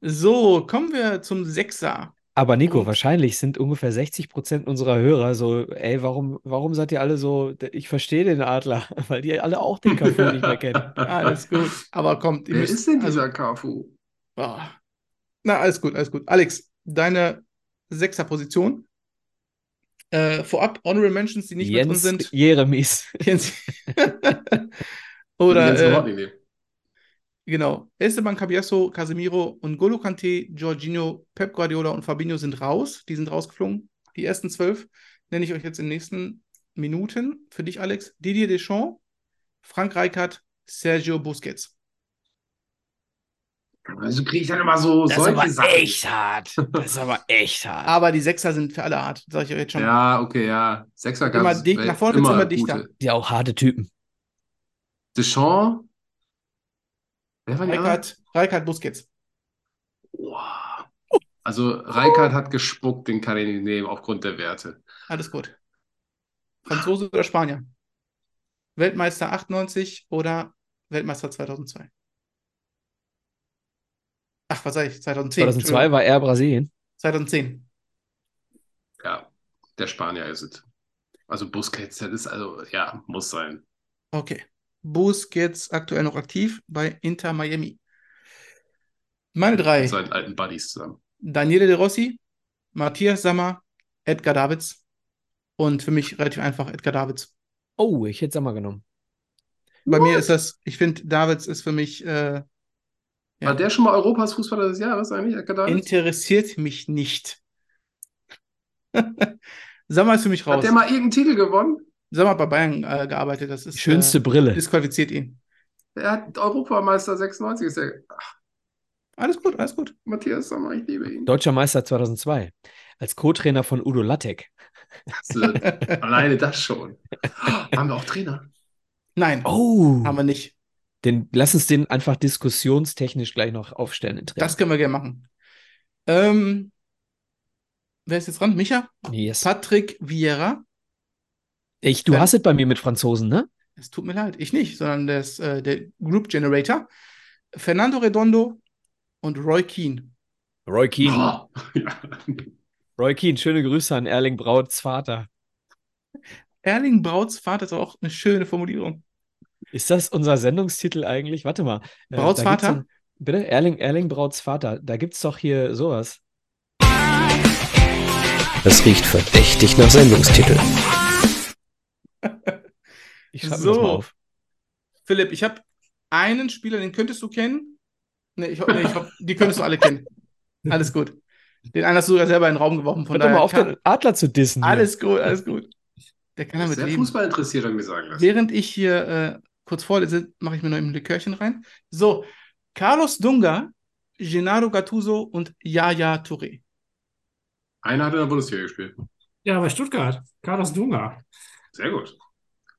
[SPEAKER 5] So, kommen wir zum Sechser.
[SPEAKER 3] Aber Nico,
[SPEAKER 5] Und-
[SPEAKER 3] wahrscheinlich sind ungefähr 60 Prozent unserer Hörer so, ey, warum, warum seid ihr alle so, ich verstehe den Adler, *laughs* weil die alle auch den Cafu nicht mehr *laughs* kennen.
[SPEAKER 5] Alles gut. Aber kommt, ihr
[SPEAKER 6] Wer
[SPEAKER 5] müsst-
[SPEAKER 6] ist denn
[SPEAKER 5] also-
[SPEAKER 6] dieser Carfu?
[SPEAKER 5] Ah. Na, alles gut, alles gut. Alex, deine Sechser-Position. Äh, vorab Honorable Mentions, die nicht mit
[SPEAKER 3] Jens *laughs*
[SPEAKER 5] uns sind.
[SPEAKER 3] Jeremies.
[SPEAKER 5] Jens. *laughs* Oder
[SPEAKER 6] Jens
[SPEAKER 5] äh,
[SPEAKER 6] Rodney.
[SPEAKER 5] genau. Esteban Cabiasso, Casemiro und Golo Kanté, Jorginho, Pep Guardiola und Fabinho sind raus. Die sind rausgeflogen. Die ersten zwölf nenne ich euch jetzt in den nächsten Minuten. Für dich, Alex. Didier Deschamps, Frank Rijkaard, Sergio Busquets.
[SPEAKER 6] Also kriege ich dann immer so solche Sachen.
[SPEAKER 3] hart. Das ist aber echt hart.
[SPEAKER 5] Aber die Sechser sind für alle Art, sage ich euch jetzt schon. mal.
[SPEAKER 6] Ja, okay, ja. Sechser
[SPEAKER 5] Immer
[SPEAKER 6] gab's
[SPEAKER 5] dick-
[SPEAKER 6] wel-
[SPEAKER 5] nach vorne wird's immer dichter.
[SPEAKER 6] gute.
[SPEAKER 3] ja auch harte Typen.
[SPEAKER 6] Deschamps. Wer war die anderen?
[SPEAKER 5] Rijkaard, Rijkaard, Busquets.
[SPEAKER 6] Wow. Also Reikard hat gespuckt, den kann ich nicht nehmen aufgrund der Werte.
[SPEAKER 5] Alles gut. Franzose oder Spanier? Weltmeister 98 oder Weltmeister 2002? Ach, was sag ich? 2010.
[SPEAKER 3] 2002
[SPEAKER 5] Entschuldigung.
[SPEAKER 3] war er Brasilien.
[SPEAKER 5] 2010.
[SPEAKER 6] Ja, der Spanier ist es. Also Busquets, das ist also, ja, muss sein.
[SPEAKER 5] Okay. Busquets aktuell noch aktiv bei Inter Miami. Meine drei.
[SPEAKER 6] Mit seinen alten Buddies zusammen.
[SPEAKER 5] Daniele De Rossi, Matthias Sammer, Edgar Davids. Und für mich relativ einfach Edgar Davids.
[SPEAKER 3] Oh, ich hätte Sammer genommen.
[SPEAKER 5] Bei mir ist das, ich finde, Davids ist für mich, äh, Ja.
[SPEAKER 6] War der schon mal Europas Fußballer des Jahres eigentlich, Edgar Davids?
[SPEAKER 5] interessiert mich nicht. *laughs* Sammer ist für mich
[SPEAKER 6] Hat
[SPEAKER 5] raus.
[SPEAKER 6] der mal irgendeinen Titel gewonnen?
[SPEAKER 5] Sammer hat bei Bayern äh, gearbeitet, das ist
[SPEAKER 3] Schönste
[SPEAKER 5] äh,
[SPEAKER 3] Brille.
[SPEAKER 5] disqualifiziert ihn.
[SPEAKER 6] Er hat Europameister 96 ist der
[SPEAKER 5] Alles gut, alles gut.
[SPEAKER 6] Matthias Sommer, ich liebe ihn.
[SPEAKER 3] Deutscher Meister 2002. Als Co-Trainer von Udo Lattek.
[SPEAKER 6] Das, äh,
[SPEAKER 5] *laughs*
[SPEAKER 6] Alleine das schon. Haben wir auch Trainer?
[SPEAKER 5] Nein,
[SPEAKER 3] Oh.
[SPEAKER 5] haben wir nicht.
[SPEAKER 3] Den, lass uns den einfach diskussionstechnisch gleich noch aufstellen. Den Trainer.
[SPEAKER 5] Das können wir gerne machen. Ähm, wer ist jetzt dran? Micha?
[SPEAKER 3] Yes.
[SPEAKER 5] Patrick Vieira?
[SPEAKER 3] Ich, du
[SPEAKER 5] Wenn-
[SPEAKER 3] hast es bei mir mit Franzosen, ne?
[SPEAKER 5] Es tut mir leid, ich nicht, sondern das, äh, der Group Generator. Fernando Redondo und Roy Keane.
[SPEAKER 3] Roy
[SPEAKER 6] Ah, *laughs* ja.
[SPEAKER 3] Roy Keane, schöne Grüße an Erling Brauts Vater.
[SPEAKER 5] Erling Brauts Vater ist auch eine schöne Formulierung.
[SPEAKER 3] Ist das unser Sendungstitel eigentlich? Warte mal. Äh,
[SPEAKER 5] Brauts
[SPEAKER 3] da gibt's
[SPEAKER 5] Vater?
[SPEAKER 3] Ein, bitte? Erling, Erling Brauts Vater. Da gibt es doch hier sowas.
[SPEAKER 2] Das riecht verdächtig nach Sendungstitel.
[SPEAKER 3] Ich schreibe mir
[SPEAKER 5] So.
[SPEAKER 3] das mal auf.
[SPEAKER 5] Philipp, ich habe einen Spieler, den könntest du kennen. Nee, ich, ho- nee, ich hoffe, die könntest du alle kennen. Alles gut. Den einen hast du sogar selber in den Raum geworfen. Von
[SPEAKER 3] Hört doch
[SPEAKER 5] daher
[SPEAKER 3] mal auf,
[SPEAKER 5] kann,
[SPEAKER 3] den Adler zu dissen. hier.
[SPEAKER 5] alles gut, alles gut. Der kann damit
[SPEAKER 6] Sehr
[SPEAKER 5] leben.
[SPEAKER 6] Fußball interessiert, haben wir sagen lassen.
[SPEAKER 5] Während ich hier äh, kurz vorlese, mache ich mir noch ein Likörchen rein. So, Carlos Dunga, Gennaro Gattuso und Yaya Touré.
[SPEAKER 6] Einer hat in der Bundesliga gespielt.
[SPEAKER 4] Ja, bei Stuttgart. Carlos Dunga.
[SPEAKER 6] Sehr gut.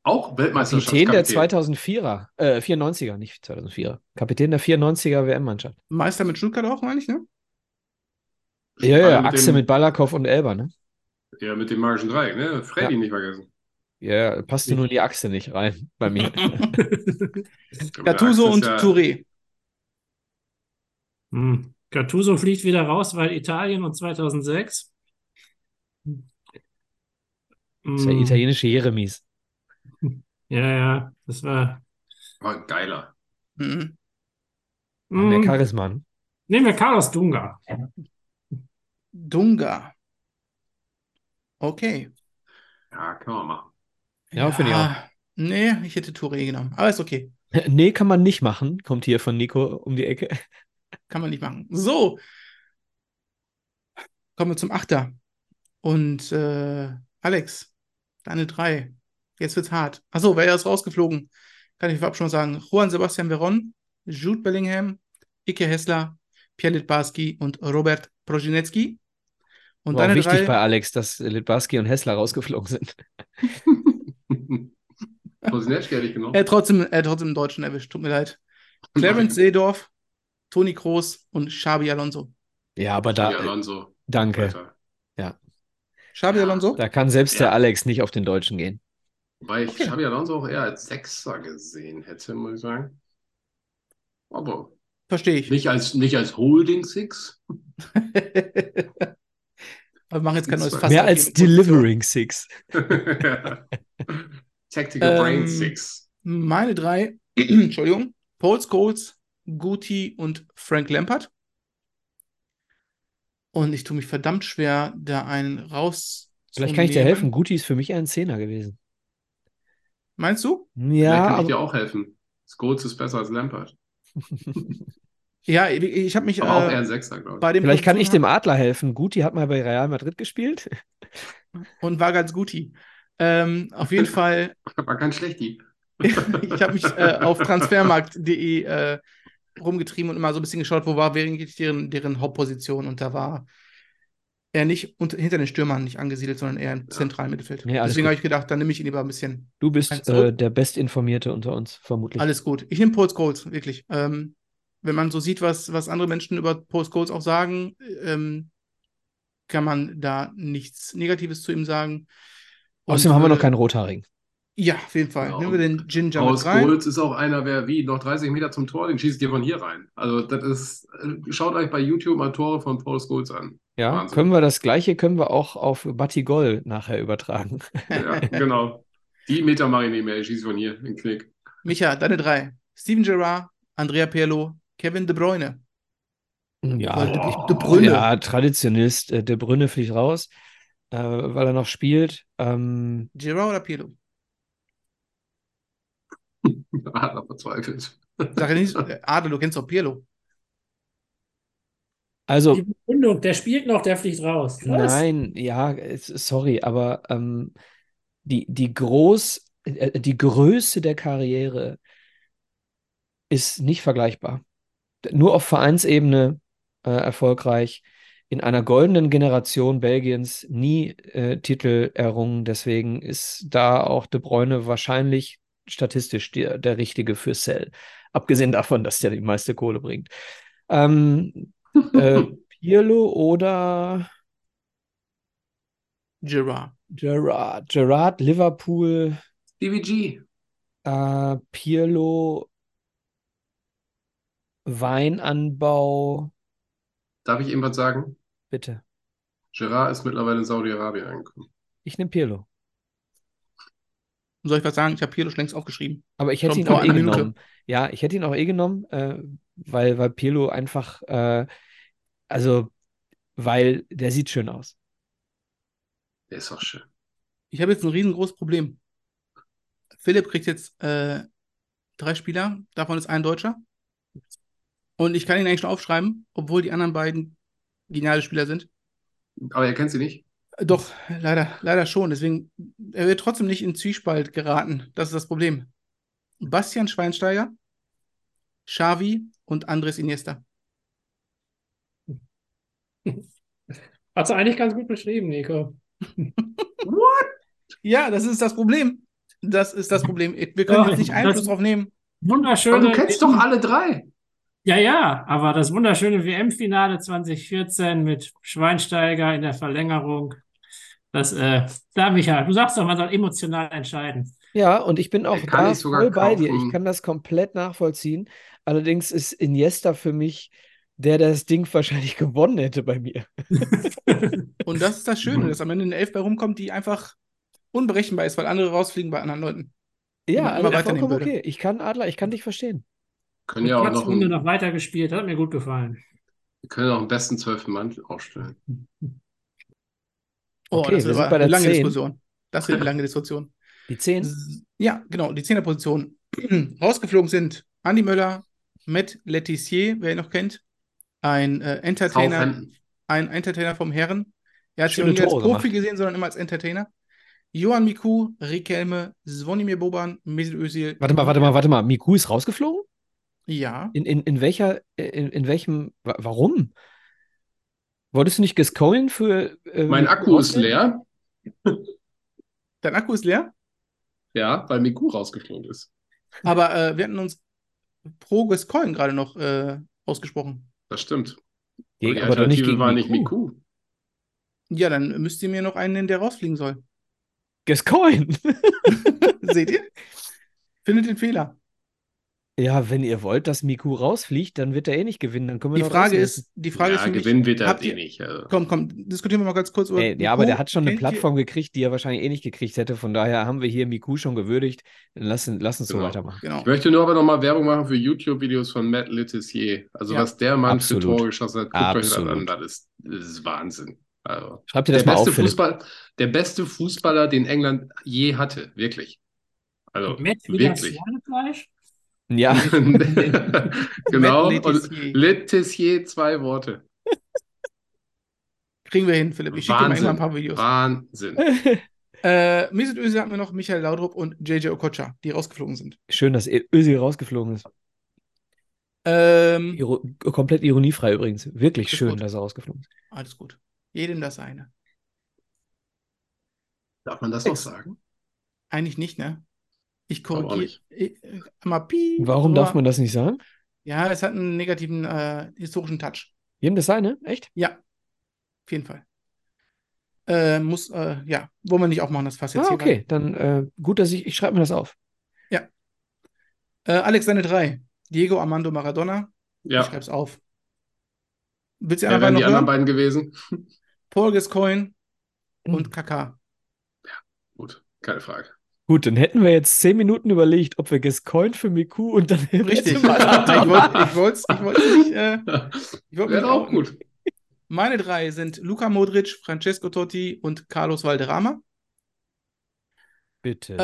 [SPEAKER 6] Auch
[SPEAKER 3] Kapitän der
[SPEAKER 6] Weltmeisterschaftskapitän.
[SPEAKER 3] 2004er, äh, 94er, nicht 2004er. Kapitän der 94er WM-Mannschaft.
[SPEAKER 5] Meister mit Stuttgart auch, meine ich, ne?
[SPEAKER 3] Ja, ja,
[SPEAKER 6] Mit
[SPEAKER 3] Achse
[SPEAKER 6] dem,
[SPEAKER 3] mit Balakow und Elber, ne?
[SPEAKER 6] Ja, mit dem magischen Dreieck, ne? Freddy nicht vergessen.
[SPEAKER 3] Ja, passte nur die Achse nicht rein bei *laughs* mir.
[SPEAKER 5] Gattuso und Touré.
[SPEAKER 4] *laughs* Hm. Gattuso fliegt wieder raus, weil Italien und 2006. Hm.
[SPEAKER 3] Das ist der italienische Jeremies.
[SPEAKER 4] Ja, ja, das war.
[SPEAKER 6] War ein Oh, geiler.
[SPEAKER 5] Mhm.
[SPEAKER 3] Und Der ne?
[SPEAKER 4] Hm.
[SPEAKER 3] Charisman.
[SPEAKER 4] Nehmen wir Carlos Dunga.
[SPEAKER 5] Dunga. Okay.
[SPEAKER 6] Ja, kann man machen.
[SPEAKER 3] Ja, finde ich auch.
[SPEAKER 5] Nee, ich hätte Touré genommen. Aber ist okay.
[SPEAKER 3] *laughs* Nee, kann man nicht machen, kommt hier von Nico um die Ecke.
[SPEAKER 5] Kann man nicht machen. So. Kommen wir zum Achter. Und äh, Alex, deine drei. Jetzt wird's hart. Achso, wer ist rausgeflogen? Kann ich vorab schon mal sagen. Juan Sebastian Veron, Jude Bellingham, Ike Hessler, Pierre Litbarski und Robert Prozinecki. Und
[SPEAKER 3] War auch
[SPEAKER 5] deine
[SPEAKER 3] wichtig
[SPEAKER 5] drei.
[SPEAKER 3] bei Alex, dass Litbarski und Hessler rausgeflogen sind. *laughs*
[SPEAKER 6] Posinetschke hätte ich genommen.
[SPEAKER 5] Er hat Äh, trotzdem, er hat trotzdem einen Deutschen erwischt. Tut mir leid. Clarence Seedorf, Toni Kroos und Xabi Alonso.
[SPEAKER 3] *laughs* Ja, aber da,
[SPEAKER 6] Ja, Alonso.
[SPEAKER 3] danke.
[SPEAKER 6] Weiter.
[SPEAKER 5] Xabi
[SPEAKER 3] Ah.
[SPEAKER 5] Alonso?
[SPEAKER 3] Da kann selbst
[SPEAKER 6] Ja.
[SPEAKER 3] der Alex nicht auf den Deutschen gehen.
[SPEAKER 6] Wobei ich
[SPEAKER 5] Okay.
[SPEAKER 6] Xabi Alonso auch eher als Sechser gesehen hätte, muss ich sagen. Aber
[SPEAKER 5] Verstehe ich. *laughs*
[SPEAKER 6] nicht als, nicht als
[SPEAKER 3] *laughs*
[SPEAKER 6] Holding Six.
[SPEAKER 5] Aber wir machen jetzt kein neues
[SPEAKER 6] Mehr
[SPEAKER 5] Fass.
[SPEAKER 3] Mehr
[SPEAKER 5] auf
[SPEAKER 3] als
[SPEAKER 5] jede Position.
[SPEAKER 3] Delivering Six.
[SPEAKER 6] Tactical Brain
[SPEAKER 5] Ähm,
[SPEAKER 6] Six.
[SPEAKER 3] *clears throat*
[SPEAKER 5] Meine drei, Entschuldigung, Paul Scholes, Guti und Frank Lampard. Und ich tue mich verdammt schwer, da einen raus.
[SPEAKER 3] Vielleicht kann ich dir helfen. Guti ist für mich ein Zehner gewesen.
[SPEAKER 5] Meinst du?
[SPEAKER 6] Vielleicht
[SPEAKER 3] Ja,
[SPEAKER 6] kann ich
[SPEAKER 3] aber,
[SPEAKER 6] dir auch helfen. Scholes ist besser als Lampard.
[SPEAKER 5] Ja, ich, ich habe mich
[SPEAKER 6] Aber auch
[SPEAKER 5] äh,
[SPEAKER 6] eher ein Sechser, glaube ich.
[SPEAKER 5] bei dem
[SPEAKER 3] vielleicht kann ich dem
[SPEAKER 5] Positionen-
[SPEAKER 3] Adler helfen. Guti hat mal bei Real Madrid gespielt. *laughs*
[SPEAKER 5] und war ganz Guti. Ähm,
[SPEAKER 3] *clears throat*
[SPEAKER 5] auf jeden Fall,
[SPEAKER 6] War ganz schlecht, die.
[SPEAKER 5] ich habe mich äh, auf transfermarkt.de äh, rumgetrieben und immer so ein bisschen geschaut, wo war wären deren, deren Hauptposition und da war er nicht und hinter den Stürmern nicht angesiedelt, sondern eher im zentralen Mittelfeld.
[SPEAKER 3] Nee, alles
[SPEAKER 5] Deswegen
[SPEAKER 3] gut.
[SPEAKER 5] habe ich gedacht, dann nehme ich ihn lieber ein bisschen
[SPEAKER 3] Du
[SPEAKER 5] Eins
[SPEAKER 3] bist
[SPEAKER 5] zurück.
[SPEAKER 3] äh, der Bestinformierte unter uns, vermutlich.
[SPEAKER 5] Alles gut. Ich nehme Paul Scholes, wirklich. Ähm, wenn man so sieht, was, was andere Menschen über Paul Scholes auch sagen, ähm, kann man da nichts Negatives zu ihm sagen. Und,
[SPEAKER 3] Außerdem haben wir
[SPEAKER 5] äh,
[SPEAKER 3] noch keinen Genau. Rothaarigen.
[SPEAKER 5] Ja, auf jeden Fall.
[SPEAKER 6] Ja,
[SPEAKER 5] Nehmen wir den Ginger
[SPEAKER 6] Paul
[SPEAKER 5] mit rein.
[SPEAKER 6] Scholes ist auch einer, wer wie, noch 30 Meter zum Tor, den schießt jemand hier rein. Also das ist, äh, schaut euch bei YouTube mal Tore von Paul Scholes an.
[SPEAKER 3] Ja,
[SPEAKER 6] Wahnsinn.
[SPEAKER 3] können wir das Gleiche können wir auch auf Batigol nachher übertragen.
[SPEAKER 5] *laughs*
[SPEAKER 6] Ja, genau. Die Meter mache ich nicht mehr, ich schieße von hier, den Knick.
[SPEAKER 5] Micha, deine drei. Steven Gerrard, Andrea Pirlo, Kevin De Bruyne.
[SPEAKER 3] Ja,
[SPEAKER 5] Weil
[SPEAKER 3] De,
[SPEAKER 5] De, De Bruyne.
[SPEAKER 3] ja Traditionist. äh, De Bruyne fliegt raus, äh, weil er noch spielt. Ähm,
[SPEAKER 5] Gerrard oder Pirlo?
[SPEAKER 6] Adler verzweifelt.
[SPEAKER 5] Sag ja nicht, äh, Adel, du kennst doch Pirlo.
[SPEAKER 3] also,
[SPEAKER 4] Die Begründung, der spielt noch, der fliegt raus. Was?
[SPEAKER 3] nein, ja, es- sorry, aber ähm, die, die, Groß, äh, die Größe der Karriere ist nicht vergleichbar. Nur auf Vereinsebene äh, erfolgreich. In einer goldenen Generation Belgiens nie äh, Titel errungen. Deswegen ist da auch De Bruyne wahrscheinlich statistisch der, der Richtige für Cell. Abgesehen davon, dass der die meiste Kohle bringt. Ähm, äh, Pirlo oder
[SPEAKER 5] Gerard.
[SPEAKER 3] Gerard. Gerard, Liverpool,
[SPEAKER 6] DVG.
[SPEAKER 3] äh, Pirlo, Weinanbau,
[SPEAKER 6] Darf ich eben was sagen?
[SPEAKER 3] bitte.
[SPEAKER 6] Gerard ist mittlerweile in Saudi-Arabien angekommen.
[SPEAKER 3] Ich nehme Pirlo.
[SPEAKER 5] Soll ich was sagen? Ich habe Pirlo schon längst aufgeschrieben.
[SPEAKER 3] Aber ich hätte
[SPEAKER 5] Kommt
[SPEAKER 3] ihn
[SPEAKER 5] vor
[SPEAKER 3] auch eh
[SPEAKER 5] einer Minute.
[SPEAKER 3] genommen. Ja, ich hätte ihn auch eh genommen, äh, weil, weil Pirlo einfach, äh, also, weil der sieht schön aus.
[SPEAKER 6] Der ist auch schön.
[SPEAKER 5] Ich habe jetzt ein riesengroßes Problem. Philipp kriegt jetzt äh, drei Spieler, davon ist ein Deutscher. Und ich kann ihn eigentlich schon aufschreiben, obwohl die anderen beiden geniale Spieler sind.
[SPEAKER 6] Aber er kennt sie nicht.
[SPEAKER 5] Äh, Doch, leider, leider schon. Deswegen, er wird trotzdem nicht in Zwiespalt geraten. Das ist das Problem. Bastian Schweinsteiger, Xavi und Andres Iniesta.
[SPEAKER 4] Hast du eigentlich ganz gut beschrieben, Nico.
[SPEAKER 5] Ja, das ist das Problem. Das ist das Problem. Wir können
[SPEAKER 4] Ja,
[SPEAKER 5] jetzt nicht
[SPEAKER 4] das-
[SPEAKER 5] Einfluss drauf nehmen.
[SPEAKER 4] Wunderschöne.
[SPEAKER 6] Aber du kennst doch alle drei.
[SPEAKER 4] Ja, ja, aber das wunderschöne WM-Finale 2014 mit Schweinsteiger in der Verlängerung, das, äh, da, Michael, du sagst doch, man soll emotional entscheiden.
[SPEAKER 3] Ja, und ich bin auch
[SPEAKER 6] Den kann
[SPEAKER 3] da
[SPEAKER 6] ich sogar
[SPEAKER 3] voll bei dir.
[SPEAKER 6] kaufen.
[SPEAKER 3] Ich kann das komplett nachvollziehen. Allerdings ist Iniesta für mich der, der das Ding wahrscheinlich *laughs* gewonnen hätte bei mir.
[SPEAKER 5] Und das ist das Schöne, dass am Ende eine Elf bei rumkommt, die einfach unberechenbar ist, weil andere rausfliegen bei anderen Leuten.
[SPEAKER 3] Ja,
[SPEAKER 5] man immer
[SPEAKER 3] also
[SPEAKER 5] weiternehmen
[SPEAKER 3] vollkommen
[SPEAKER 5] würde.
[SPEAKER 3] okay. Ich kann Adler, ich kann dich verstehen.
[SPEAKER 6] Können ja auch
[SPEAKER 4] Platz
[SPEAKER 6] noch
[SPEAKER 4] wurde
[SPEAKER 6] einen,
[SPEAKER 4] noch weitergespielt, hat mir gut gefallen.
[SPEAKER 6] können auch einen besten zwölften Mann aufstellen.
[SPEAKER 5] Oh,
[SPEAKER 3] Okay, wir
[SPEAKER 5] das wird
[SPEAKER 3] sind
[SPEAKER 5] aber
[SPEAKER 3] bei der
[SPEAKER 5] eine lange
[SPEAKER 3] 10.
[SPEAKER 5] Diskussion. Das wird eine lange Diskussion.
[SPEAKER 3] Die 10.
[SPEAKER 5] Ja, genau, die Zehnerposition. *clears throat* Rausgeflogen sind Andi Möller, Matt Letizier, wer ihn noch kennt, ein äh, Entertainer,
[SPEAKER 6] Southampton.
[SPEAKER 5] ein Entertainer vom Herren. Er hat sich noch
[SPEAKER 3] Schöne
[SPEAKER 5] nie als
[SPEAKER 3] Tore
[SPEAKER 5] Profi
[SPEAKER 3] gemacht.
[SPEAKER 5] gesehen, sondern immer als Entertainer. Johan Miku, Riquelme, Zvonimir Boban, Mesut Özil.
[SPEAKER 3] Warte mal, warte mal, warte mal. Miku ist rausgeflogen?
[SPEAKER 5] Ja,
[SPEAKER 3] In, in, in welcher, äh, in, in welchem, wa- warum? Wolltest du nicht gescrollen für. äh,
[SPEAKER 6] Mein
[SPEAKER 3] Miku
[SPEAKER 6] Akku ist
[SPEAKER 3] rausnehmen?
[SPEAKER 6] leer.
[SPEAKER 5] dein Akku ist leer.
[SPEAKER 6] Ja, weil Miku rausgeflogen ist.
[SPEAKER 5] Aber äh, wir hatten uns pro Gascoigne gerade noch äh, ausgesprochen.
[SPEAKER 6] Das stimmt.
[SPEAKER 3] Gegen-
[SPEAKER 6] die
[SPEAKER 3] aber doch nicht
[SPEAKER 6] Alternative
[SPEAKER 3] gegen
[SPEAKER 6] war
[SPEAKER 3] Miku.
[SPEAKER 6] nicht Miku.
[SPEAKER 5] Ja, dann müsst ihr mir noch einen nennen, der
[SPEAKER 3] *laughs*
[SPEAKER 5] rausfliegen soll.
[SPEAKER 3] Gascoigne!
[SPEAKER 5] Seht ihr? Findet den Fehler.
[SPEAKER 3] *laughs* Ja, wenn ihr wollt, dass Miku rausfliegt, dann wird er eh nicht gewinnen. Dann können wir
[SPEAKER 5] Die
[SPEAKER 3] noch
[SPEAKER 5] Frage
[SPEAKER 3] rausnehmen.
[SPEAKER 5] ist, die Frage
[SPEAKER 6] ja,
[SPEAKER 5] ist für mich,
[SPEAKER 6] gewinnen wird er
[SPEAKER 5] habt
[SPEAKER 6] eh
[SPEAKER 5] ihr-
[SPEAKER 6] nicht. Also.
[SPEAKER 5] Komm, komm, diskutieren wir mal ganz kurz über.
[SPEAKER 3] Ey, ja, aber der
[SPEAKER 5] Miku.
[SPEAKER 3] hat schon eine
[SPEAKER 5] Kennt
[SPEAKER 3] Plattform gekriegt, die er wahrscheinlich eh nicht gekriegt hätte. Von daher haben wir hier Miku schon gewürdigt. Dann lass, ihn- lass uns so
[SPEAKER 6] Genau.
[SPEAKER 5] Ihr,
[SPEAKER 3] weitermachen.
[SPEAKER 5] genau.
[SPEAKER 6] Ich möchte nur aber nochmal Werbung machen für YouTube-Videos von Matt Letizier. Also,
[SPEAKER 5] Ja.
[SPEAKER 6] was der Mann
[SPEAKER 3] Absolut.
[SPEAKER 6] für Tore geschossen hat, guckt
[SPEAKER 3] Absolut.
[SPEAKER 6] euch das an. Das ist, das ist Wahnsinn. Also,
[SPEAKER 3] Schreib dir
[SPEAKER 6] der,
[SPEAKER 3] das mal
[SPEAKER 6] beste
[SPEAKER 3] auf, Philipp.
[SPEAKER 6] Fußball, der beste Fußballer, den England je hatte. Wirklich. Also, *laughs*
[SPEAKER 4] Matt wieder
[SPEAKER 6] wirklich.
[SPEAKER 4] Schweinefleisch?
[SPEAKER 3] Ja, *laughs*
[SPEAKER 6] genau.
[SPEAKER 5] Matt
[SPEAKER 6] Und
[SPEAKER 5] Letizier.
[SPEAKER 6] Letizier, zwei Worte.
[SPEAKER 5] Kriegen wir hin, Philipp. Ich schicke dir mal
[SPEAKER 6] Wahnsinn.
[SPEAKER 5] irgendwann ein paar Videos.
[SPEAKER 6] Wahnsinn.
[SPEAKER 5] Äh, Mesut Özil hatten wir noch, Michael Laudrup und JJ Okocha, die rausgeflogen sind.
[SPEAKER 3] schön, dass Ö- Özil rausgeflogen ist.
[SPEAKER 5] Ähm,
[SPEAKER 3] Iro komplett ironiefrei übrigens. Wirklich
[SPEAKER 5] Alles
[SPEAKER 3] schön,
[SPEAKER 5] gut.
[SPEAKER 3] dass er rausgeflogen ist.
[SPEAKER 5] alles gut. Jedem das eine.
[SPEAKER 6] Darf man das noch
[SPEAKER 5] Sechs.
[SPEAKER 6] sagen?
[SPEAKER 5] Eigentlich nicht, ne? Ich
[SPEAKER 6] Aber auch
[SPEAKER 5] korrigiere.
[SPEAKER 6] nicht.
[SPEAKER 5] Ich- äh, Mal piep,
[SPEAKER 3] Warum darf
[SPEAKER 5] aber-
[SPEAKER 3] man das nicht sagen?
[SPEAKER 5] Ja, es hat einen negativen äh, historischen Touch.
[SPEAKER 3] Jedem das seine? Echt?
[SPEAKER 5] Ja, auf jeden Fall. Äh, muss, äh, ja, wollen wir nicht aufmachen, das Fass jetzt
[SPEAKER 3] Ah,
[SPEAKER 5] hier.
[SPEAKER 3] okay. Dann äh, gut, dass ich. Ich schreibe mir das auf.
[SPEAKER 5] weiter. Äh, Alex, deine drei. Diego Armando Maradona.
[SPEAKER 6] Ja.
[SPEAKER 5] Ich schreib's auf. Willst du die
[SPEAKER 6] Wer
[SPEAKER 5] anderen
[SPEAKER 6] wären die
[SPEAKER 5] beiden noch hören?
[SPEAKER 6] anderen beiden gewesen?
[SPEAKER 5] Paul Gascoigne und Kaká.
[SPEAKER 6] Gut, keine Frage.
[SPEAKER 3] Gut, dann hätten wir jetzt zehn Minuten überlegt, ob wir Gascoigne für Miku und dann
[SPEAKER 5] Richtig. ich
[SPEAKER 3] hätte man- *laughs*
[SPEAKER 5] wollte *laughs* ich wollt's, ich wollt's nicht. Äh, ich wollte
[SPEAKER 6] Wäre
[SPEAKER 5] mich
[SPEAKER 6] auch
[SPEAKER 5] outen.
[SPEAKER 6] gut.
[SPEAKER 5] Meine drei sind Luka Modric, Francesco Totti und Carlos Valderrama.
[SPEAKER 3] Bitte,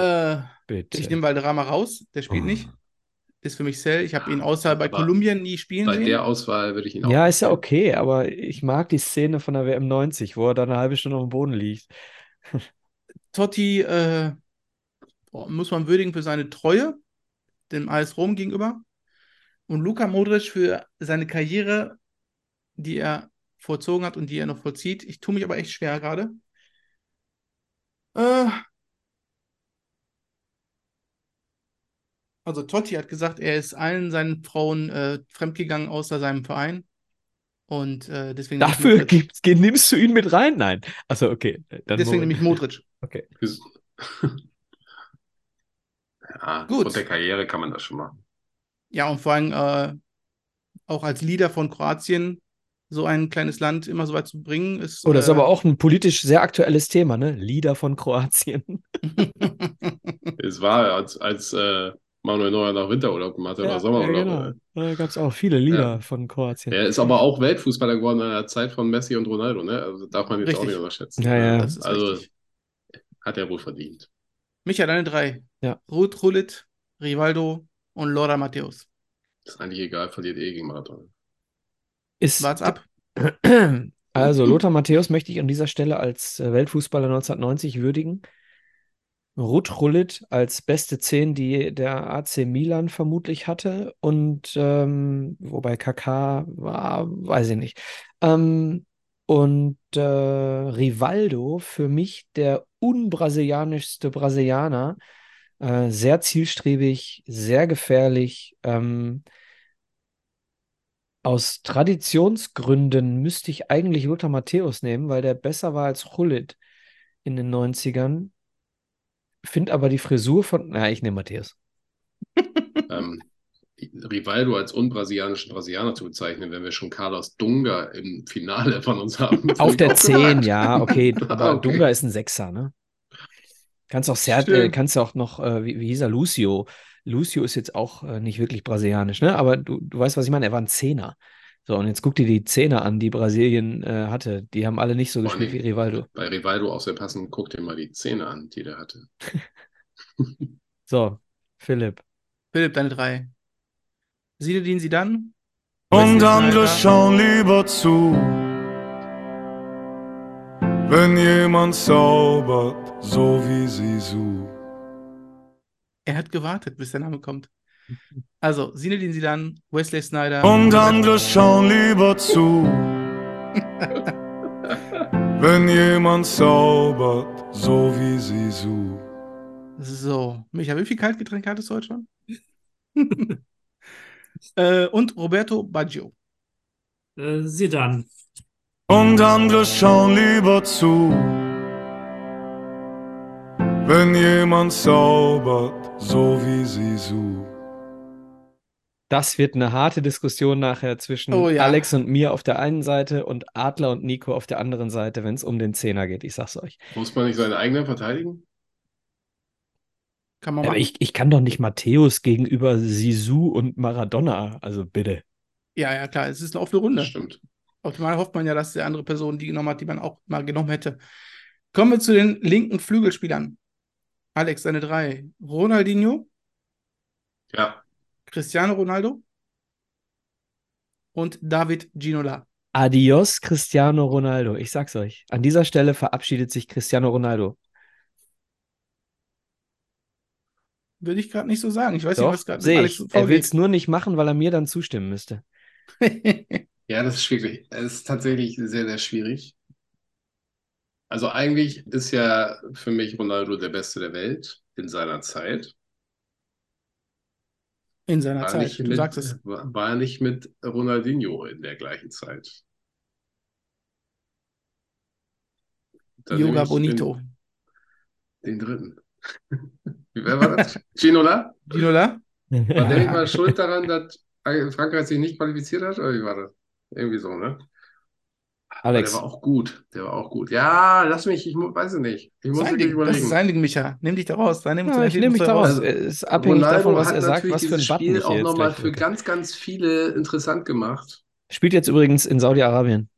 [SPEAKER 5] Äh,
[SPEAKER 3] bitte.
[SPEAKER 5] ich nehme Valderrama raus, der spielt
[SPEAKER 3] Oh.
[SPEAKER 5] nicht. Ist für mich Sell. Ich habe ihn außer bei
[SPEAKER 6] Aber
[SPEAKER 5] Kolumbien nie spielen
[SPEAKER 6] Bei
[SPEAKER 5] sehen.
[SPEAKER 6] der Auswahl würde ich ihn auch.
[SPEAKER 3] Ja, ist ja okay, aber ich mag die Szene von der WM 90, wo er dann eine halbe Stunde auf dem Boden liegt.
[SPEAKER 5] Totti äh, boah, muss man würdigen für seine Treue dem AS Rom gegenüber und Luka Modric für seine Karriere, die er vollzogen hat und die er noch vollzieht. Ich tue mich aber echt schwer gerade. Äh, also Totti hat gesagt, er ist allen seinen Frauen äh, fremdgegangen außer seinem Verein. Und äh, deswegen. nehme ich
[SPEAKER 3] Dafür
[SPEAKER 5] Modric.
[SPEAKER 3] gibt's, ge- nimmst du ihn mit rein? Nein. Also okay. Dann
[SPEAKER 5] Deswegen
[SPEAKER 3] Moment.
[SPEAKER 5] nehme ich Modric.
[SPEAKER 3] okay.
[SPEAKER 6] *laughs* Ja,
[SPEAKER 5] Gut.
[SPEAKER 6] Gut. der Karriere kann man das schon machen.
[SPEAKER 5] Ja, und vor allem äh, auch als Leader von Kroatien so ein kleines Land immer so weit zu bringen, ist.
[SPEAKER 3] Oh, das ist
[SPEAKER 5] äh, *laughs*
[SPEAKER 3] aber auch ein politisch sehr aktuelles Thema, ne? Lieder von Kroatien.
[SPEAKER 6] Es war, als, als äh, Manuel Neuer nach Winterurlaub gemacht hat,
[SPEAKER 3] Ja,
[SPEAKER 6] war Sommerurlaub.
[SPEAKER 3] ja, genau. Da gab es auch viele Lieder von Kroatien.
[SPEAKER 6] Er ist aber auch Weltfußballer geworden in der Zeit von Messi und Ronaldo, ne? Also darf man jetzt auch
[SPEAKER 5] Richtig.
[SPEAKER 6] nicht unterschätzen.
[SPEAKER 3] Ja, ja.
[SPEAKER 5] Das ist
[SPEAKER 6] also
[SPEAKER 5] richtig.
[SPEAKER 6] hat er wohl verdient.
[SPEAKER 5] Micha, deine drei.
[SPEAKER 3] Ja.
[SPEAKER 5] Ruth Rullit, Rivaldo und Laura Matthäus.
[SPEAKER 6] Ist eigentlich egal, verliert eh gegen Marathon.
[SPEAKER 3] Ist,
[SPEAKER 5] Wart's ab.
[SPEAKER 3] *clears throat* Also, Lothar Matthäus möchte ich an dieser Stelle als äh, Weltfußballer 1990 würdigen. Ruth Rullit als beste 10, die der AC Milan vermutlich hatte. Und ähm, wobei KK war, weiß ich nicht. Ähm, und äh, Rivaldo für mich der unbrasilianischste Brasilianer. Äh, sehr zielstrebig, sehr gefährlich. Ähm, aus Traditionsgründen müsste ich eigentlich Lothar Matthäus nehmen, weil der besser war als Hullit in den 90ern. Finde aber die Frisur von. Na, ich nehme Matthäus.
[SPEAKER 6] ähm, Rivaldo als unbrasilianischen Brasilianer zu bezeichnen, wenn wir schon Carlos Dunga im Finale von uns haben.
[SPEAKER 3] Auf
[SPEAKER 6] *laughs*
[SPEAKER 3] der 10,
[SPEAKER 6] Zehn,
[SPEAKER 3] ja, okay. Aber
[SPEAKER 6] Okay.
[SPEAKER 3] Dunga ist ein Sechser, ne? Kannst auch Ser
[SPEAKER 6] Stimmt.
[SPEAKER 3] äh, kannst auch noch, äh, wie, wie hieß er, Lucio. Lucio ist jetzt auch äh, nicht wirklich brasilianisch, ne? Aber du, du weißt, was ich meine. Er war ein Zehner. So, und jetzt guck dir die Zehner an, die Brasilien äh, hatte. Die haben alle nicht so
[SPEAKER 6] Vor
[SPEAKER 3] gespielt
[SPEAKER 6] allen
[SPEAKER 3] wie Rivaldo.
[SPEAKER 6] Bei Rivaldo auch sehr passend, guck dir mal die Zähne an, die der hatte.
[SPEAKER 3] So, Philipp.
[SPEAKER 5] Philipp, deine drei. Zinedine Zidane,
[SPEAKER 1] Und
[SPEAKER 5] Wesley
[SPEAKER 1] andere
[SPEAKER 5] Snyder.
[SPEAKER 1] schauen lieber zu, wenn jemand zaubert, so wie sie sucht.
[SPEAKER 5] er hat gewartet, bis der Name kommt. Also, Zinedine Zidane, Wesley Snyder.
[SPEAKER 1] Und andere schauen lieber zu, wenn jemand zaubert, so wie sie sucht.
[SPEAKER 5] So, Micha, wie viel Kaltgetränke hattest du heute schon? *laughs* äh, und Roberto Baggio.
[SPEAKER 4] Äh, sie dann.
[SPEAKER 1] Und andere schauen lieber zu, wenn jemand zaubert, so wie sie sucht.
[SPEAKER 3] Das wird eine harte Diskussion nachher zwischen
[SPEAKER 5] Oh ja.
[SPEAKER 3] Alex und mir auf der einen Seite und Adler und Nico auf der anderen Seite, wenn es um den Zehner geht. Ich sag's euch.
[SPEAKER 6] Muss man nicht seinen eigenen verteidigen?
[SPEAKER 5] Kann man
[SPEAKER 3] Aber
[SPEAKER 5] machen.
[SPEAKER 3] ich, ich kann doch nicht Matthäus gegenüber Sisu und Maradona. Also bitte.
[SPEAKER 5] Ja, ja, klar, es ist eine offene Runde.
[SPEAKER 6] Das stimmt.
[SPEAKER 5] Optimal hofft man ja, dass die andere Person die genommen hat, die man auch mal genommen hätte. Kommen wir zu den linken Flügelspielern. Alex, deine drei. Ronaldinho,
[SPEAKER 6] Ja,
[SPEAKER 5] Cristiano Ronaldo und David Ginola.
[SPEAKER 3] Adios, Cristiano Ronaldo. Ich sag's euch. An dieser Stelle verabschiedet sich Cristiano Ronaldo.
[SPEAKER 5] Würde ich gerade nicht so sagen. Ich weiß nicht,
[SPEAKER 3] Doch,
[SPEAKER 5] was gerade
[SPEAKER 3] sehe
[SPEAKER 5] mit
[SPEAKER 3] ich. Er will's
[SPEAKER 5] Alex
[SPEAKER 3] nur nicht machen, weil er mir dann zustimmen müsste.
[SPEAKER 5] vorgeht.
[SPEAKER 6] ja, das ist schwierig. Es ist tatsächlich sehr, sehr schwierig. Also eigentlich ist ja für mich Ronaldo der Beste der Welt in seiner Zeit.
[SPEAKER 5] *laughs* In seiner
[SPEAKER 6] War nicht
[SPEAKER 5] Zeit. Du
[SPEAKER 6] mit,
[SPEAKER 5] sagst es.
[SPEAKER 6] War war nicht mit Ronaldinho in der gleichen Zeit. Dann nehme
[SPEAKER 5] Yoga
[SPEAKER 6] ich
[SPEAKER 5] Bonito.
[SPEAKER 6] Den, den dritten. *laughs* Wer war das? Ginola?
[SPEAKER 5] Ginola?
[SPEAKER 6] War der
[SPEAKER 5] Ja.
[SPEAKER 6] nicht mal schuld daran, dass Frankreich sich nicht qualifiziert hat? Oder wie war das? Irgendwie so, ne? Aber
[SPEAKER 3] Alex.
[SPEAKER 6] Der war auch gut. Der war auch gut. Ja, lass mich, ich mu- weiß es nicht. Ich muss
[SPEAKER 5] Sein
[SPEAKER 6] wirklich
[SPEAKER 5] Ding. Das ist
[SPEAKER 6] überlegen.
[SPEAKER 5] sein Ding, Micha. Nimm dich da raus. Dann nimm
[SPEAKER 3] Ja, ich nehme mich
[SPEAKER 5] Ergebnis
[SPEAKER 3] daraus.
[SPEAKER 6] Also,
[SPEAKER 3] Es ist abhängig
[SPEAKER 6] Ronaldo
[SPEAKER 3] davon, was
[SPEAKER 6] hat
[SPEAKER 3] er sagt,
[SPEAKER 6] natürlich
[SPEAKER 3] was für ein
[SPEAKER 6] dieses
[SPEAKER 3] Button
[SPEAKER 6] Spiel
[SPEAKER 3] ich
[SPEAKER 6] auch
[SPEAKER 3] hier jetzt
[SPEAKER 6] nochmal
[SPEAKER 3] gleich
[SPEAKER 6] für
[SPEAKER 3] drücke.
[SPEAKER 6] ganz, ganz viele interessant gemacht.
[SPEAKER 3] Spielt jetzt übrigens in Saudi-Arabien.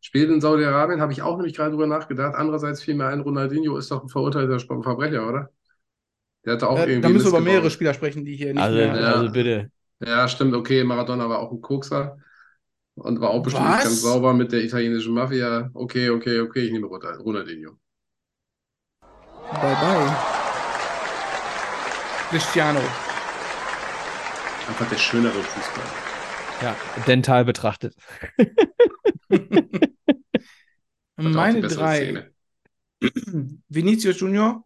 [SPEAKER 6] Spielt in Saudi-Arabien, habe ich auch nämlich gerade drüber nachgedacht. Andererseits fiel mir ein, Ronaldinho ist doch ein verurteilter Sp- Verbrecher, oder? Der hatte auch
[SPEAKER 5] Äh,
[SPEAKER 6] irgendwie
[SPEAKER 5] da müssen wir über
[SPEAKER 6] missgebaut.
[SPEAKER 5] mehrere Spieler sprechen, die hier nicht
[SPEAKER 3] Also,
[SPEAKER 5] mehr.
[SPEAKER 6] Ja.
[SPEAKER 3] also bitte.
[SPEAKER 6] Ja, stimmt, okay, Maradona war auch ein Kokser und war auch bestimmt nicht
[SPEAKER 5] Was?
[SPEAKER 6] ganz sauber mit der italienischen Mafia. Okay, okay, okay, ich nehme Ronald- Ronaldinho.
[SPEAKER 5] Bye bye. Cristiano.
[SPEAKER 6] Einfach der schönere Fußball.
[SPEAKER 3] Ja, dental betrachtet.
[SPEAKER 6] Hat auch die
[SPEAKER 5] Meine
[SPEAKER 6] bessere
[SPEAKER 5] drei.
[SPEAKER 6] Szene.
[SPEAKER 5] *clears throat* Vinicius Junior,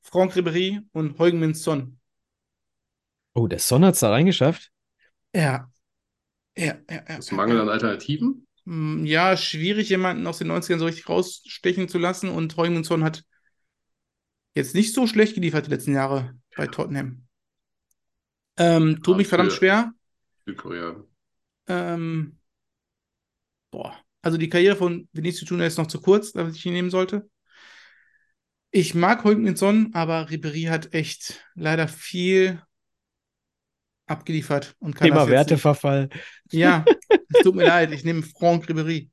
[SPEAKER 5] Franck Ribéry und Heung-Min Son.
[SPEAKER 3] Oh, der Son hat's da reingeschafft.
[SPEAKER 5] Ja. Ja, ja, ja.
[SPEAKER 6] Das Mangel an Alternativen?
[SPEAKER 5] mm, ja, schwierig, jemanden aus den 90ern so richtig rausstechen zu lassen. Und Heumunson hat jetzt nicht so schlecht geliefert die letzten Jahre bei Tottenham. Ähm, tut mich
[SPEAKER 6] Dafür-
[SPEAKER 5] verdammt schwer.
[SPEAKER 6] Südkorea.
[SPEAKER 5] Ähm, boah. Also die Karriere von Vinicius Junior ist noch zu kurz, damit ich ihn nehmen sollte. Ich mag Holgminson, aber Ribéry hat echt leider viel abgeliefert und kann
[SPEAKER 3] Thema
[SPEAKER 5] das jetzt nicht.
[SPEAKER 3] Werteverfall.
[SPEAKER 5] Ja, es tut mir leid, ich nehme Franck Ribéry.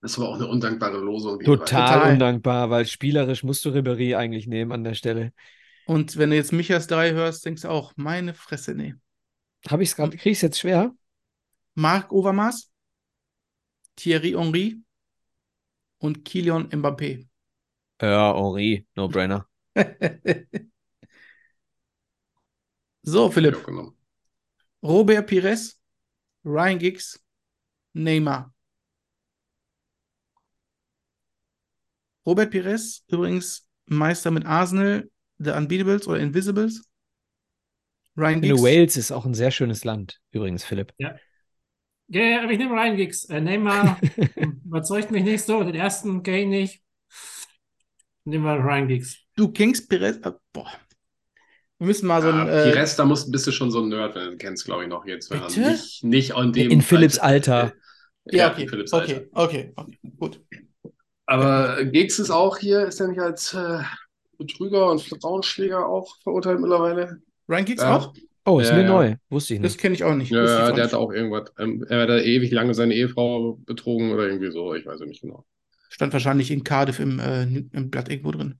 [SPEAKER 6] Das war auch eine undankbare Losung. die
[SPEAKER 3] Total,
[SPEAKER 5] Total.
[SPEAKER 3] undankbar, weil spielerisch musst du Ribéry eigentlich nehmen an der Stelle.
[SPEAKER 5] Und wenn du jetzt Michas 3 hörst, denkst du auch, meine Fresse, nee.
[SPEAKER 3] Habe ich es gerade, kriege ich es jetzt schwer?
[SPEAKER 5] Marc Overmars, Thierry Henry und Kylian Mbappé.
[SPEAKER 3] Ja, Henri, no-brainer.
[SPEAKER 5] So,
[SPEAKER 6] Ich
[SPEAKER 5] Philipp.
[SPEAKER 6] auch genommen.
[SPEAKER 5] Robert Pires, Ryan Giggs, Neymar. Robert Pires, übrigens Meister mit Arsenal, The Unbeatables oder Invisibles. Ryan
[SPEAKER 3] New
[SPEAKER 5] Giggs.
[SPEAKER 3] Wales ist auch ein sehr schönes Land, übrigens, Philipp.
[SPEAKER 4] Ja, ja, aber ich nehme Ryan Giggs. Äh,
[SPEAKER 6] *laughs*
[SPEAKER 4] Neymar überzeugt mich nicht so. Den ersten Kane nicht. Nehmen wir Ryan Giggs.
[SPEAKER 5] Du Kings Pires. Äh, boah. Wir müssen
[SPEAKER 3] Also,
[SPEAKER 5] mal so
[SPEAKER 6] Ja,
[SPEAKER 5] ein. Äh,
[SPEAKER 6] Pires, da musst, bist du schon so ein Nerd, wenn du kennst, glaube ich, noch jetzt. wenn man
[SPEAKER 5] Bitte?
[SPEAKER 6] Nicht, nicht an dem
[SPEAKER 3] In Philipps Alter.
[SPEAKER 6] Ja,
[SPEAKER 5] okay.
[SPEAKER 6] in Philipps Alter.
[SPEAKER 5] okay, okay, okay, gut.
[SPEAKER 6] Aber Giggs ist auch hier, ist er nicht als äh, Betrüger und Frauenschläger auch verurteilt mittlerweile?
[SPEAKER 5] Ryan Giggs
[SPEAKER 6] Ja.
[SPEAKER 5] auch?
[SPEAKER 3] Oh, ist
[SPEAKER 6] Ja,
[SPEAKER 3] mir
[SPEAKER 6] ja.
[SPEAKER 3] neu. Wusste ich
[SPEAKER 5] Das
[SPEAKER 3] nicht.
[SPEAKER 5] kenne ich auch nicht. Wusste ich
[SPEAKER 6] Ja,
[SPEAKER 5] auch nicht.
[SPEAKER 6] der hat auch irgendwas. Ähm, er hat da ewig lange seine Ehefrau betrogen oder irgendwie so, ich weiß es nicht genau.
[SPEAKER 5] Stand wahrscheinlich in Cardiff im, äh, im Blatt irgendwo drin.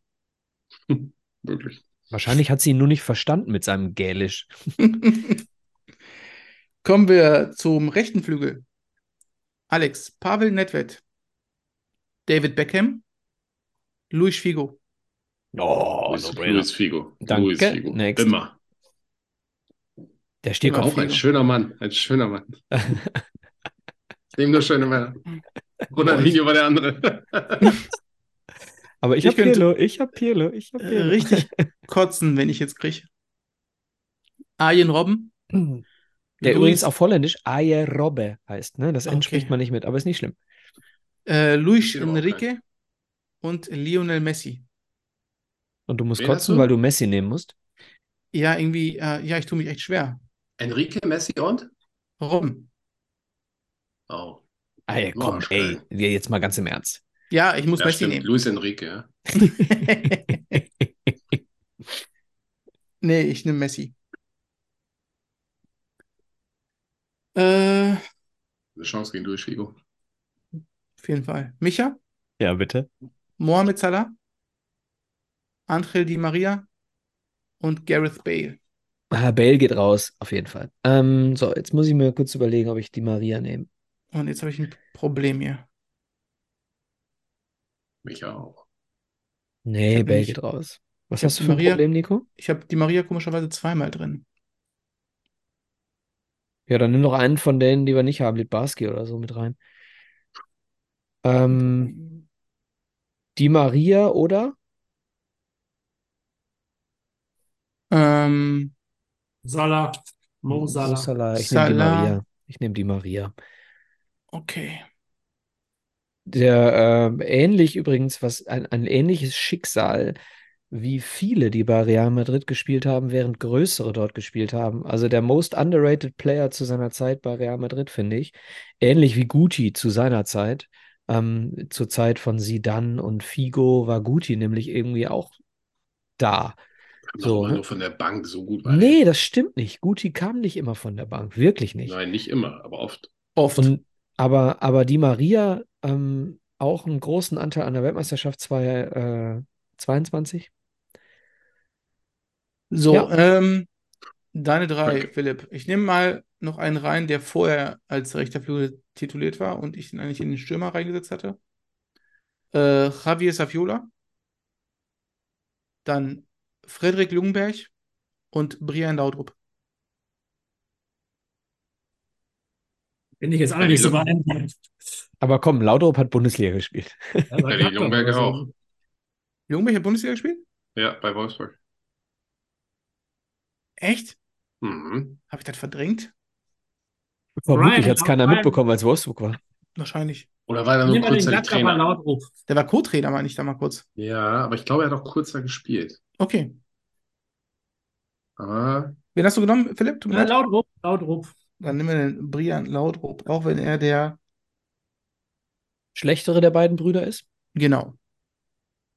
[SPEAKER 6] Wirklich.
[SPEAKER 3] Wahrscheinlich hat sie ihn nur nicht verstanden mit seinem Gälisch.
[SPEAKER 5] *laughs* Kommen wir zum rechten Flügel. Alex, Pavel Nedved, David Beckham, Luis Figo.
[SPEAKER 3] Oh,
[SPEAKER 6] Luis, Luis Figo.
[SPEAKER 3] Danke.
[SPEAKER 6] Luis Figo.
[SPEAKER 3] Next.
[SPEAKER 6] Immer.
[SPEAKER 3] Der Stierkopf.
[SPEAKER 6] Auch ein schöner Mann. Ein schöner Mann. Nehmen nur schöne Männer. Ronaldinho war der andere.
[SPEAKER 3] Aber ich
[SPEAKER 5] Ich
[SPEAKER 3] habe
[SPEAKER 5] könnte-
[SPEAKER 3] Pirlo, ich habe Pirlo, ich habe
[SPEAKER 5] Äh,
[SPEAKER 3] Pirlo.
[SPEAKER 5] richtig *laughs* kotzen, wenn ich jetzt kriege. Arjen Robben.
[SPEAKER 3] Der übrigens
[SPEAKER 5] Luis-
[SPEAKER 3] auf Holländisch Aye Robbe heißt, ne? Das N
[SPEAKER 5] Okay.
[SPEAKER 3] spricht man nicht mit, aber ist nicht schlimm.
[SPEAKER 5] Äh, Luis
[SPEAKER 6] Überhaupt
[SPEAKER 5] Enrique und Lionel Messi.
[SPEAKER 3] Und du musst
[SPEAKER 6] Wen hast
[SPEAKER 3] kotzen,
[SPEAKER 6] du?
[SPEAKER 3] weil du Messi nehmen musst.
[SPEAKER 5] Ja, irgendwie, äh, ja, ich tue mich echt schwer.
[SPEAKER 6] *laughs* Enrique, Messi und?
[SPEAKER 5] Robben.
[SPEAKER 6] Oh.
[SPEAKER 3] Ey,
[SPEAKER 6] Oh,
[SPEAKER 3] Ah komm, ey,
[SPEAKER 6] schön.
[SPEAKER 3] wir jetzt mal ganz im Ernst.
[SPEAKER 5] *laughs* Ja, ich muss
[SPEAKER 6] Ja,
[SPEAKER 5] Messi
[SPEAKER 6] stimmt.
[SPEAKER 5] nehmen.
[SPEAKER 6] Luis Enrique, ja.
[SPEAKER 5] Nee, ich nehme Messi. Äh, auf
[SPEAKER 6] Eine Chance gegen Luis Figo.
[SPEAKER 5] jeden Fall. Micha?
[SPEAKER 3] ja, bitte.
[SPEAKER 5] Mohamed Salah, Angel Di Maria und Gareth Bale.
[SPEAKER 3] Ah, Bale geht raus, auf jeden Fall. Ähm, so, jetzt muss ich mir kurz überlegen, ob ich die Maria nehme.
[SPEAKER 5] Und jetzt habe ich ein Problem hier.
[SPEAKER 6] Mich auch.
[SPEAKER 3] Nee,
[SPEAKER 5] hab
[SPEAKER 3] Bale
[SPEAKER 5] nicht-
[SPEAKER 3] geht raus. Was
[SPEAKER 5] ich hab
[SPEAKER 3] hast du
[SPEAKER 5] die
[SPEAKER 3] für ein
[SPEAKER 5] Maria-
[SPEAKER 3] Problem, Nico?
[SPEAKER 5] Ich habe Di Maria komischerweise zweimal drin.
[SPEAKER 3] Ja, dann nimm doch einen von denen, die wir nicht haben, Litbarski oder so mit rein. Ähm, die Maria oder?
[SPEAKER 5] Ähm,
[SPEAKER 4] Salah. Mo
[SPEAKER 3] Mo
[SPEAKER 4] Salah.
[SPEAKER 3] Salah. Ich nehme die
[SPEAKER 5] Salah.
[SPEAKER 3] Maria. Ich nehme die Maria.
[SPEAKER 5] okay.
[SPEAKER 3] Der ähm, ähnlich übrigens, was ein, ein ähnliches Schicksal wie viele, die bei Real Madrid gespielt haben, während größere dort gespielt haben. Also der most underrated Player zu seiner Zeit bei Real Madrid, finde ich. Ähnlich wie Guti zu seiner Zeit. Ähm, zur Zeit von Zidane und Figo war Guti nämlich irgendwie auch da.
[SPEAKER 6] Kam
[SPEAKER 3] So,
[SPEAKER 6] doch immer
[SPEAKER 3] ne?
[SPEAKER 6] nur von der Bank so gut war.
[SPEAKER 3] Nee, das stimmt nicht. Guti kam nicht immer von der Bank. Wirklich nicht.
[SPEAKER 6] Nein, nicht immer, aber oft.
[SPEAKER 5] Oft.
[SPEAKER 3] Und, aber, aber die Maria ähm, auch einen großen Anteil an der Weltmeisterschaft zwei, äh, 22.
[SPEAKER 5] so,
[SPEAKER 3] ja.
[SPEAKER 5] ähm, deine drei,
[SPEAKER 6] Danke.
[SPEAKER 5] Philipp. Ich nehme mal noch einen rein, der vorher als rechter Flügel tituliert war und ich ihn eigentlich in den Stürmer reingesetzt hatte. Äh, Javier Saviola. Dann Frederik Ljungberg und Brian Laudrup.
[SPEAKER 4] Bin ich jetzt alle
[SPEAKER 6] Ja,
[SPEAKER 4] nicht so
[SPEAKER 6] die Lücken.
[SPEAKER 4] beeindruckt.
[SPEAKER 3] Aber komm, Laudrup hat Bundesliga gespielt.
[SPEAKER 6] Ja, die Ljungberger auch.
[SPEAKER 5] Ljungberg hat Bundesliga gespielt?
[SPEAKER 6] Ja, bei Wolfsburg.
[SPEAKER 5] Echt?
[SPEAKER 6] Mhm.
[SPEAKER 5] Habe ich das verdrängt?
[SPEAKER 3] Vermutlich
[SPEAKER 4] Brian
[SPEAKER 3] hat es keiner
[SPEAKER 4] Laudrup.
[SPEAKER 3] mitbekommen, als Wolfsburg war.
[SPEAKER 5] Wahrscheinlich.
[SPEAKER 6] Oder war er nur
[SPEAKER 4] Nimm mal den
[SPEAKER 6] kurzer
[SPEAKER 4] Gladbacher
[SPEAKER 6] Trainer?
[SPEAKER 4] laut auf.
[SPEAKER 5] Der war Co-Trainer, meine ich da mal kurz.
[SPEAKER 6] Ja, aber ich glaube, er hat auch kurzer gespielt.
[SPEAKER 5] Okay.
[SPEAKER 6] Aber
[SPEAKER 5] Wen hast du genommen, Philipp? Tut mir
[SPEAKER 4] Ja,
[SPEAKER 5] leid.
[SPEAKER 4] laut rup, laut rup.
[SPEAKER 5] Dann nehmen wir den Brian Laudrup, auch wenn er der.
[SPEAKER 3] Schlechtere der beiden Brüder ist?
[SPEAKER 5] Genau.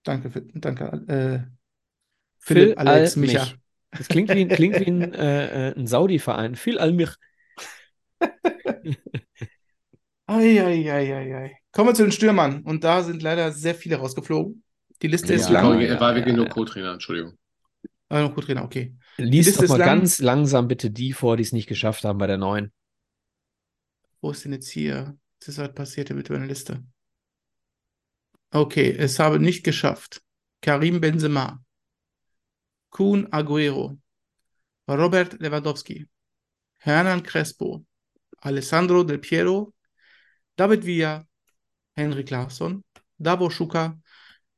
[SPEAKER 5] Danke, Phil- danke. Äh,
[SPEAKER 3] Phil,
[SPEAKER 5] Philipp, Alex,
[SPEAKER 3] Al-
[SPEAKER 5] Micha.
[SPEAKER 3] mich. Das klingt *laughs* wie, klingt wie ein, äh, äh, ein Saudi-Verein. Viel Almich.
[SPEAKER 5] Eieieiei. Kommen wir zu den Stürmern. Und da sind leider sehr viele rausgeflogen. Die Liste ist
[SPEAKER 3] Ja.
[SPEAKER 5] lang.
[SPEAKER 6] er war
[SPEAKER 3] ja,
[SPEAKER 6] wirklich
[SPEAKER 3] ja,
[SPEAKER 6] nur
[SPEAKER 3] ja.
[SPEAKER 6] Co-Trainer, Entschuldigung.
[SPEAKER 5] Ah, noch Co-Trainer, okay.
[SPEAKER 3] Lies
[SPEAKER 5] Liste
[SPEAKER 3] doch
[SPEAKER 5] ist
[SPEAKER 3] mal
[SPEAKER 5] lang.
[SPEAKER 3] ganz langsam bitte die vor, die es nicht geschafft haben bei der neuen.
[SPEAKER 5] Wo ist denn jetzt hier? Das ist was passiert hier mit meiner Liste. Okay, es habe nicht geschafft. Karim Benzema. Kuhn Agüero. Robert Lewandowski. Hernan Crespo. Alessandro Del Piero. David Villa. Henry Claesson. Davo Schuka.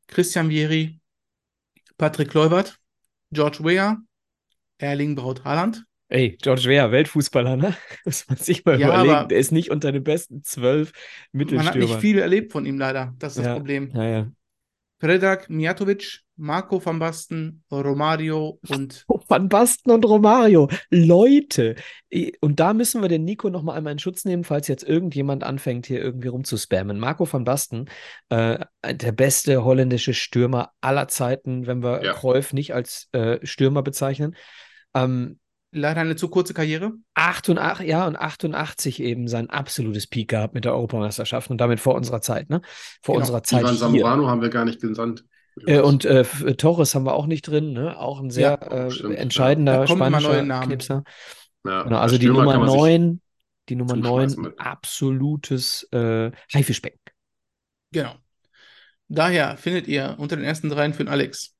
[SPEAKER 5] Christian Vieri. Patrick Kluivert. George Weah. Erling Braut Haaland.
[SPEAKER 3] Ey, George Weah, Weltfußballer, ne? *laughs* Muss man sich mal
[SPEAKER 5] Ja,
[SPEAKER 3] überlegen.
[SPEAKER 5] aber-
[SPEAKER 3] Der ist nicht unter den besten zwölf
[SPEAKER 5] Man hat nicht
[SPEAKER 3] Mittelstürmern.
[SPEAKER 5] viel erlebt von ihm leider. Das ist das
[SPEAKER 3] Ja.
[SPEAKER 5] Problem.
[SPEAKER 3] Ja, ja.
[SPEAKER 5] Predrag Mijatovic, Marco van Basten, Romario und
[SPEAKER 3] Oh, Van Basten und Romario. Leute. eh, Und da müssen wir den Nico noch mal einmal in Schutz nehmen, falls jetzt irgendjemand anfängt, hier irgendwie rumzuspammen. Marco van Basten, äh, der beste holländische Stürmer aller Zeiten, wenn wir
[SPEAKER 6] Ja.
[SPEAKER 3] Cruyff nicht als äh, Stürmer bezeichnen. Ähm,
[SPEAKER 5] leider eine zu kurze Karriere.
[SPEAKER 3] 88, ja, und 88 eben sein absolutes Peak gehabt mit der Europameisterschaft und damit vor unserer Zeit, ne? Vor
[SPEAKER 5] Genau.
[SPEAKER 3] unserer Zeit
[SPEAKER 6] Ivan
[SPEAKER 3] hier.
[SPEAKER 6] Zamorano haben wir gar nicht gesandt.
[SPEAKER 3] Äh, und äh, F- äh, Torres haben wir auch nicht drin, ne? Auch ein sehr
[SPEAKER 6] Ja,
[SPEAKER 3] äh,
[SPEAKER 6] stimmt, ja.
[SPEAKER 3] entscheidender
[SPEAKER 5] Da kommen immer
[SPEAKER 3] spanischer
[SPEAKER 5] neue Namen.
[SPEAKER 3] Knipser.
[SPEAKER 6] Ja,
[SPEAKER 3] Genau,
[SPEAKER 6] als
[SPEAKER 3] also die
[SPEAKER 6] Stürmer
[SPEAKER 3] Nummer
[SPEAKER 6] kann man sich-
[SPEAKER 3] 9, die Nummer
[SPEAKER 6] zuschmeißen
[SPEAKER 3] 9,
[SPEAKER 6] mit.
[SPEAKER 3] absolutes äh, Haifischbecken.
[SPEAKER 5] Genau. Daher findet ihr unter den ersten dreien für den Alex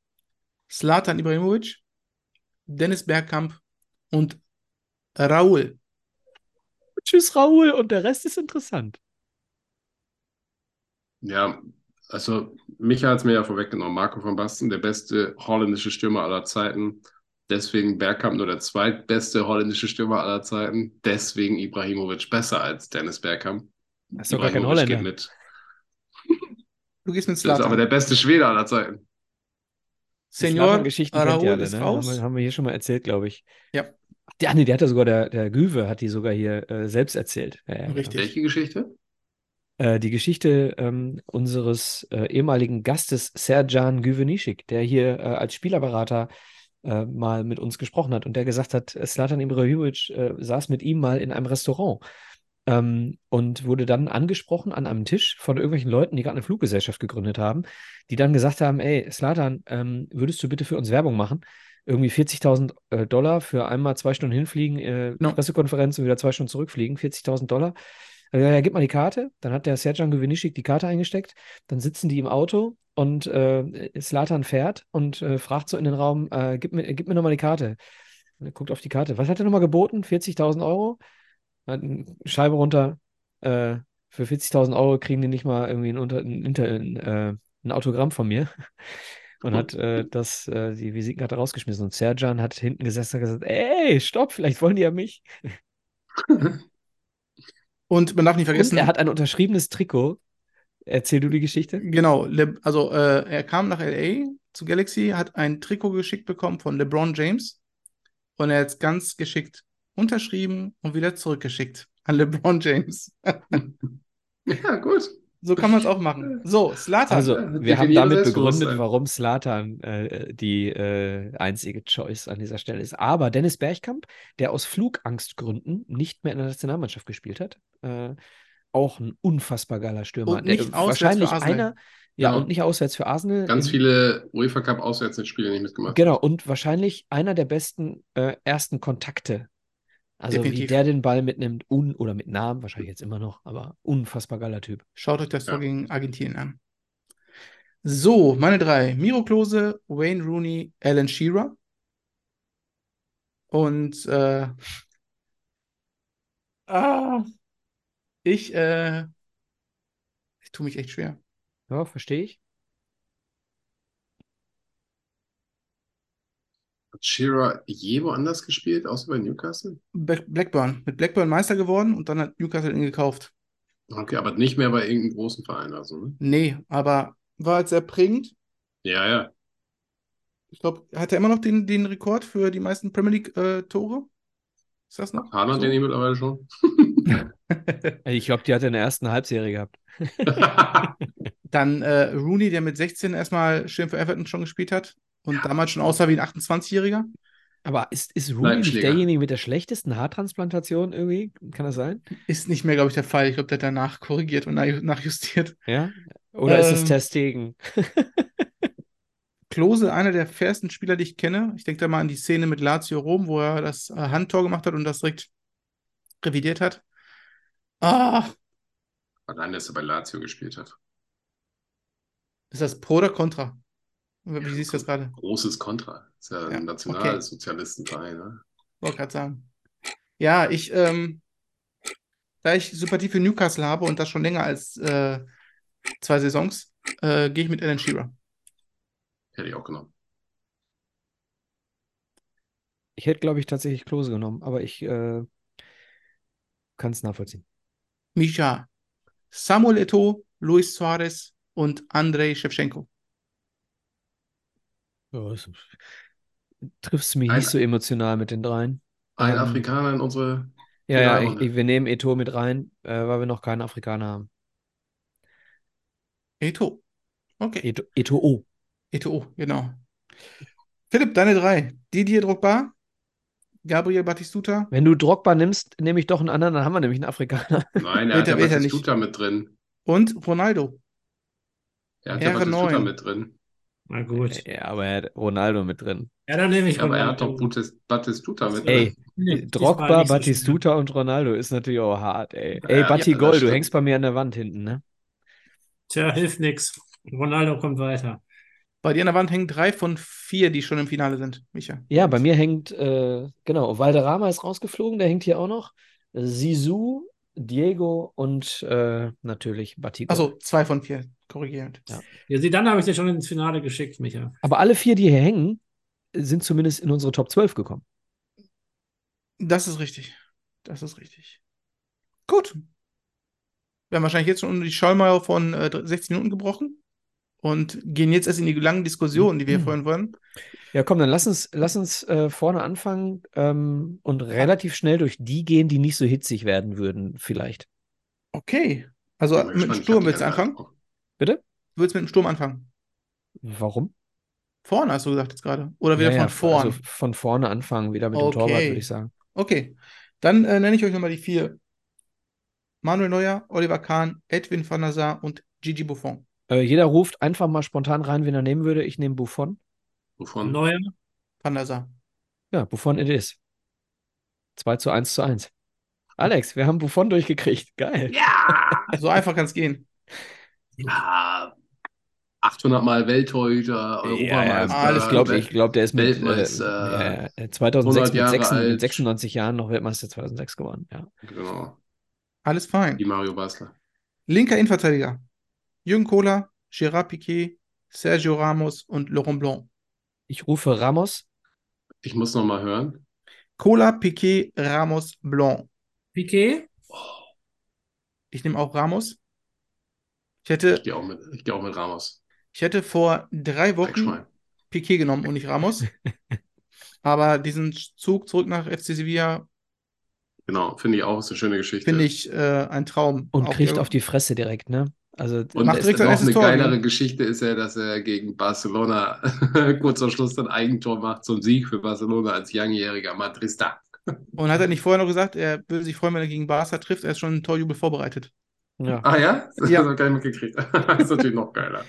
[SPEAKER 5] Slatan Ibrahimovic, Dennis Bergkamp und Raul.
[SPEAKER 3] Tschüss, Raoul, und der Rest ist interessant.
[SPEAKER 6] Ja, also Micha hat es mir ja vorweggenommen. Marco van Basten, der beste holländische Stürmer aller Zeiten. Deswegen Bergkamp nur der zweitbeste holländische Stürmer aller Zeiten. Deswegen Ibrahimovic besser als Dennis Bergkamp.
[SPEAKER 3] Das ist doch gar kein
[SPEAKER 6] Ibrahimovic
[SPEAKER 3] Holländer.
[SPEAKER 6] geht mit.
[SPEAKER 5] Du gehst mit
[SPEAKER 6] Das ist aber der
[SPEAKER 5] Slatan.
[SPEAKER 6] beste Schwede aller Zeiten.
[SPEAKER 5] Senior
[SPEAKER 3] Geschichten kennt ihr
[SPEAKER 5] Raul
[SPEAKER 3] alle,
[SPEAKER 5] ist
[SPEAKER 3] ne? Haben
[SPEAKER 5] raus.
[SPEAKER 3] wir, haben wir hier schon mal erzählt, glaube ich.
[SPEAKER 5] Ja.
[SPEAKER 3] Der, ah, nee, der hat ja sogar, der, der Güwe hat die sogar hier äh, selbst erzählt. Ja, ja, genau.
[SPEAKER 5] Richtig.
[SPEAKER 6] Welche Geschichte?
[SPEAKER 3] Äh, die Geschichte ähm, unseres äh, ehemaligen Gastes Serjan Güvenischik, der hier äh, als Spielerberater äh, mal mit uns gesprochen hat und der gesagt hat, äh, Zlatan Ibrahimovic äh, saß mit ihm mal in einem Restaurant ähm, und wurde dann angesprochen an einem Tisch von irgendwelchen Leuten, die gerade eine Fluggesellschaft gegründet haben, die dann gesagt haben, ey, Zlatan, ähm, würdest du bitte für uns Werbung machen? Irgendwie 40.000 äh, Dollar für einmal zwei Stunden hinfliegen, äh,
[SPEAKER 5] No.
[SPEAKER 3] Pressekonferenz und wieder zwei Stunden zurückfliegen, 40.000 Dollar. Er sagt, ja, gib mal die Karte. Dann hat der Serjan Gewinischik die Karte eingesteckt. Dann sitzen die im Auto und äh, Zlatan fährt und äh, fragt so in den Raum, äh, gib mir, gib mir nochmal die Karte. Und er guckt auf die Karte. Was hat er nochmal geboten? 40.000 Euro? Hat eine Scheibe runter. Äh, für 40.000 Euro kriegen die nicht mal irgendwie ein, Unter, ein, Inter, ein, äh, ein Autogramm von mir. Und hat äh, das, äh, die Visitenkarte rausgeschmissen. Und Serjan hat hinten gesessen und gesagt, ey, stopp, vielleicht wollen die ja mich.
[SPEAKER 5] Und man darf nicht
[SPEAKER 3] Und
[SPEAKER 5] vergessen,
[SPEAKER 3] er hat ein unterschriebenes Trikot. Erzähl du die Geschichte?
[SPEAKER 5] Genau, Le also äh, er kam nach LA zu Galaxy, hat ein Trikot geschickt bekommen von LeBron James und er hat es ganz geschickt unterschrieben und wieder zurückgeschickt an LeBron James.
[SPEAKER 6] Ja, gut.
[SPEAKER 5] So kann man es auch machen. So, Zlatan.
[SPEAKER 3] Also,
[SPEAKER 6] Ja,
[SPEAKER 3] wir
[SPEAKER 6] definiere
[SPEAKER 3] haben damit
[SPEAKER 6] Selbstbewusstsein.
[SPEAKER 3] begründet, warum Slatan äh, die äh, einzige Choice an dieser Stelle ist. Aber Dennis Bergkamp, der aus Flugangstgründen nicht mehr in der Nationalmannschaft gespielt hat, äh, auch ein unfassbar geiler Stürmer.
[SPEAKER 5] Und nicht
[SPEAKER 3] der,
[SPEAKER 5] auswärts
[SPEAKER 3] wahrscheinlich
[SPEAKER 5] für Arsenal.
[SPEAKER 3] einer, ja,
[SPEAKER 6] Genau.
[SPEAKER 3] und nicht auswärts für Arsenal.
[SPEAKER 6] Ganz
[SPEAKER 3] Im-
[SPEAKER 6] viele UEFA Cup Auswärtsspiele nicht mitgemacht.
[SPEAKER 3] Genau, und wahrscheinlich einer der besten äh, ersten Kontakte. Also, wie
[SPEAKER 5] Definitiv.
[SPEAKER 3] der den Ball mitnimmt, un oder mit Namen, wahrscheinlich jetzt immer noch, aber unfassbar geiler Typ.
[SPEAKER 5] Schaut euch das Tor
[SPEAKER 6] Ja.
[SPEAKER 5] gegen Argentinien an. So, meine drei. Miro Klose, Wayne Rooney, Alan Shearer. Und äh, ah, ich, äh, ich tue mich echt schwer.
[SPEAKER 3] Ja, verstehe ich.
[SPEAKER 6] Hat Shearer je woanders gespielt, außer bei Newcastle?
[SPEAKER 5] Black- Blackburn. Mit Blackburn Meister geworden und dann hat Newcastle ihn gekauft.
[SPEAKER 6] Okay, aber nicht mehr bei irgendeinem großen Verein, also, ne?
[SPEAKER 5] Nee, aber war halt sehr prägend.
[SPEAKER 6] Ja, ja.
[SPEAKER 5] Ich glaube, hat er immer noch den, den Rekord für die meisten Premier League-Tore? Ist das noch?
[SPEAKER 6] Hanna,
[SPEAKER 5] so?
[SPEAKER 6] den ich mittlerweile schon.
[SPEAKER 3] Ich glaube, die hat in der ersten Halbserie gehabt.
[SPEAKER 6] *laughs*
[SPEAKER 5] Dann äh, Rooney, der mit 16 erstmal schön für Everton schon gespielt hat und damals schon aussah wie ein 28-Jähriger.
[SPEAKER 3] Aber ist, ist Rooney nicht
[SPEAKER 6] Leibschläger.
[SPEAKER 3] derjenige mit der schlechtesten Haartransplantation irgendwie? Kann das sein?
[SPEAKER 5] Ist nicht mehr, glaube ich, der Fall. Ich glaube, der hat danach *laughs* korrigiert und na- nachjustiert.
[SPEAKER 3] Ja? Oder ist es
[SPEAKER 5] Ähm.
[SPEAKER 3] Testegen?
[SPEAKER 5] Klose, einer der fairsten Spieler, die ich kenne. Ich denke da mal an die Szene mit Lazio Rom, wo er das äh, Handtor gemacht hat und das direkt revidiert hat. Ah,
[SPEAKER 6] Allein, dass er bei Lazio gespielt hat.
[SPEAKER 5] ist das Pro oder Contra? Wie wie siehst du das gerade?
[SPEAKER 6] Großes Kontra. Ist ja
[SPEAKER 5] Ja,
[SPEAKER 6] ein Nationalsozialistenverein, ne?
[SPEAKER 5] Wollte gerade sagen. Ja, ich, ähm, da ich Sympathie für Newcastle habe und das schon länger als äh, zwei Saisons, äh, gehe ich mit Alan Shearer.
[SPEAKER 6] Hätte ich auch genommen.
[SPEAKER 3] Ich hätte, glaube ich, tatsächlich Klose genommen, aber ich äh, kann es nachvollziehen.
[SPEAKER 5] Misha, Samuel Eto'o, Luis Suarez und Andrei Shevchenko.
[SPEAKER 3] Triffst du mich
[SPEAKER 6] Ein-
[SPEAKER 3] nicht so emotional mit den dreien?
[SPEAKER 6] Ein
[SPEAKER 3] Ähm,
[SPEAKER 6] Afrikaner in unsere.
[SPEAKER 3] Ja, ja, ich,
[SPEAKER 6] Finalrunde.
[SPEAKER 3] ich, wir nehmen Eto mit rein, äh, weil wir noch keinen Afrikaner haben.
[SPEAKER 5] Eto'o. Okay.
[SPEAKER 3] Eto, Eto O.
[SPEAKER 5] Eto'o, genau. Philipp, deine drei. Didier Drogba, Gabriel Batistuta.
[SPEAKER 3] Wenn du Drogba nimmst, nehme ich doch einen anderen, dann haben wir nämlich einen
[SPEAKER 6] *laughs*
[SPEAKER 3] Afrikaner.
[SPEAKER 6] Nein, er hat
[SPEAKER 5] Peter,
[SPEAKER 6] ja
[SPEAKER 5] Peter nicht.
[SPEAKER 6] Batistuta mit drin.
[SPEAKER 5] und Ronaldo.
[SPEAKER 6] Er hat ja
[SPEAKER 5] Ehre
[SPEAKER 6] Batistuta
[SPEAKER 5] neun.
[SPEAKER 6] mit drin.
[SPEAKER 4] Na gut.
[SPEAKER 3] Ja, aber er hat Ronaldo mit drin.
[SPEAKER 4] Ja, dann nehme ich
[SPEAKER 6] Ja, aber er hat
[SPEAKER 4] Ronaldo.
[SPEAKER 6] doch Butes- Batistuta mit
[SPEAKER 3] Ey,
[SPEAKER 6] drin.
[SPEAKER 4] Nee, diesmal
[SPEAKER 3] Drogba,
[SPEAKER 4] nicht so schwer.
[SPEAKER 3] Batistuta und Ronaldo ist natürlich auch hart, ey. Ey,
[SPEAKER 6] Ja,
[SPEAKER 3] Batti
[SPEAKER 6] ja, das
[SPEAKER 3] Gold, du
[SPEAKER 6] stimmt.
[SPEAKER 3] hängst bei mir an der Wand hinten, ne?
[SPEAKER 4] Tja, hilft nix. Ronaldo kommt weiter.
[SPEAKER 5] Bei dir an der Wand hängen drei von vier, die schon im Finale sind, Micha.
[SPEAKER 3] Ja, bei mir hängt, äh, genau, Valderrama ist rausgeflogen, der hängt hier auch noch. Sisu, Diego und äh, natürlich Batti Gold.
[SPEAKER 5] Achso, zwei von vier, korrigierend.
[SPEAKER 3] Ja.
[SPEAKER 4] Ja, sie, dann habe ich dir schon ins Finale geschickt, Micha.
[SPEAKER 3] Aber alle vier, die hier hängen, sind zumindest in unsere Top 12 gekommen.
[SPEAKER 5] Das ist richtig. Das ist richtig. Gut. Wir haben wahrscheinlich jetzt schon die Schallmauer von äh, 16 Minuten gebrochen und gehen jetzt erst in die langen Diskussionen, die wir
[SPEAKER 3] Mhm.
[SPEAKER 5] vorhin wollen.
[SPEAKER 3] Ja, komm, dann lass uns, lass uns äh, vorne anfangen ähm, und relativ schnell durch die gehen, die nicht so hitzig werden würden, vielleicht.
[SPEAKER 5] Okay. Also
[SPEAKER 6] Ich bin
[SPEAKER 5] mit
[SPEAKER 6] gespannt.
[SPEAKER 5] dem
[SPEAKER 6] Ich hab
[SPEAKER 5] Sturm
[SPEAKER 6] die
[SPEAKER 5] willst du
[SPEAKER 6] ganze
[SPEAKER 5] anfangen?
[SPEAKER 6] Zeit-
[SPEAKER 5] Du willst mit dem Sturm anfangen.
[SPEAKER 3] Warum?
[SPEAKER 5] Vorne hast du gesagt jetzt gerade. Oder wieder
[SPEAKER 3] Ja, ja,
[SPEAKER 5] von vorn.
[SPEAKER 3] Also von vorne anfangen, wieder mit dem
[SPEAKER 5] Okay.
[SPEAKER 3] Torwart, würde ich sagen.
[SPEAKER 5] Okay, dann äh, nenne ich euch nochmal die vier. Manuel Neuer, Oliver Kahn, Edwin van der Sar und Gigi Buffon.
[SPEAKER 3] Äh, jeder ruft einfach mal spontan rein, wen er nehmen würde. Ich nehme Buffon.
[SPEAKER 6] Wovon?
[SPEAKER 4] Neuer,
[SPEAKER 5] Van der Sar.
[SPEAKER 3] Ja, Buffon it is. 2 zu 1 zu 1. Alex, wir haben Buffon durchgekriegt. Geil.
[SPEAKER 6] Ja!
[SPEAKER 5] So einfach kann es gehen.
[SPEAKER 6] ja! 800 Mal Welttorhüter, Europameister.
[SPEAKER 5] ja, alles
[SPEAKER 3] ich glaube, ich glaub, der ist mit äh,
[SPEAKER 6] Weltmeister.
[SPEAKER 3] äh, 2006
[SPEAKER 6] 100
[SPEAKER 3] mit,
[SPEAKER 6] Jahre
[SPEAKER 3] 6, mit
[SPEAKER 6] alt.
[SPEAKER 3] 96 Jahren noch Weltmeister 2006 geworden. Ja.
[SPEAKER 6] Genau.
[SPEAKER 5] Alles fein.
[SPEAKER 6] Die Mario Basler.
[SPEAKER 5] Linker Innenverteidiger. Jürgen Kohler, Gerard Piquet, Sergio Ramos und Laurent Blanc.
[SPEAKER 3] Ich rufe Ramos.
[SPEAKER 6] Ich muss noch mal hören.
[SPEAKER 5] Kohler, Piquet, Ramos, Blanc.
[SPEAKER 4] Piquet,
[SPEAKER 5] Ich nehme auch Ramos. Ich hätte,
[SPEAKER 6] Ich gehe auch, mit- ich geh auch mit Ramos.
[SPEAKER 5] ich hätte vor drei Wochen
[SPEAKER 6] Dreckschwein.
[SPEAKER 5] Piquet genommen und nicht
[SPEAKER 6] *laughs*
[SPEAKER 5] Ramos. Aber diesen Zug zurück nach FC Sevilla
[SPEAKER 6] Genau, finde ich auch. Ist eine schöne Geschichte.
[SPEAKER 5] finde ich äh, ein Traum.
[SPEAKER 3] Und
[SPEAKER 5] Auch
[SPEAKER 3] kriegt
[SPEAKER 5] der-
[SPEAKER 3] auf die Fresse direkt, ne? Also,
[SPEAKER 6] Und
[SPEAKER 5] Macht
[SPEAKER 6] es-
[SPEAKER 5] direkt sein
[SPEAKER 6] noch
[SPEAKER 5] erstes
[SPEAKER 6] eine
[SPEAKER 5] Tor,
[SPEAKER 6] geilere
[SPEAKER 5] ne?
[SPEAKER 6] Geschichte ist ja, dass er gegen Barcelona *laughs* kurz vor Schluss dann Eigentor macht zum Sieg für Barcelona als langjähriger Madrista.
[SPEAKER 5] Und hat er nicht vorher noch gesagt, er würde sich freuen, wenn er gegen Barca trifft, er ist schon ein Torjubel vorbereitet.
[SPEAKER 3] ja.
[SPEAKER 6] Ah ja? Das
[SPEAKER 5] Ja.
[SPEAKER 6] habe ich gar nicht mitgekriegt. *laughs* ist natürlich noch geiler.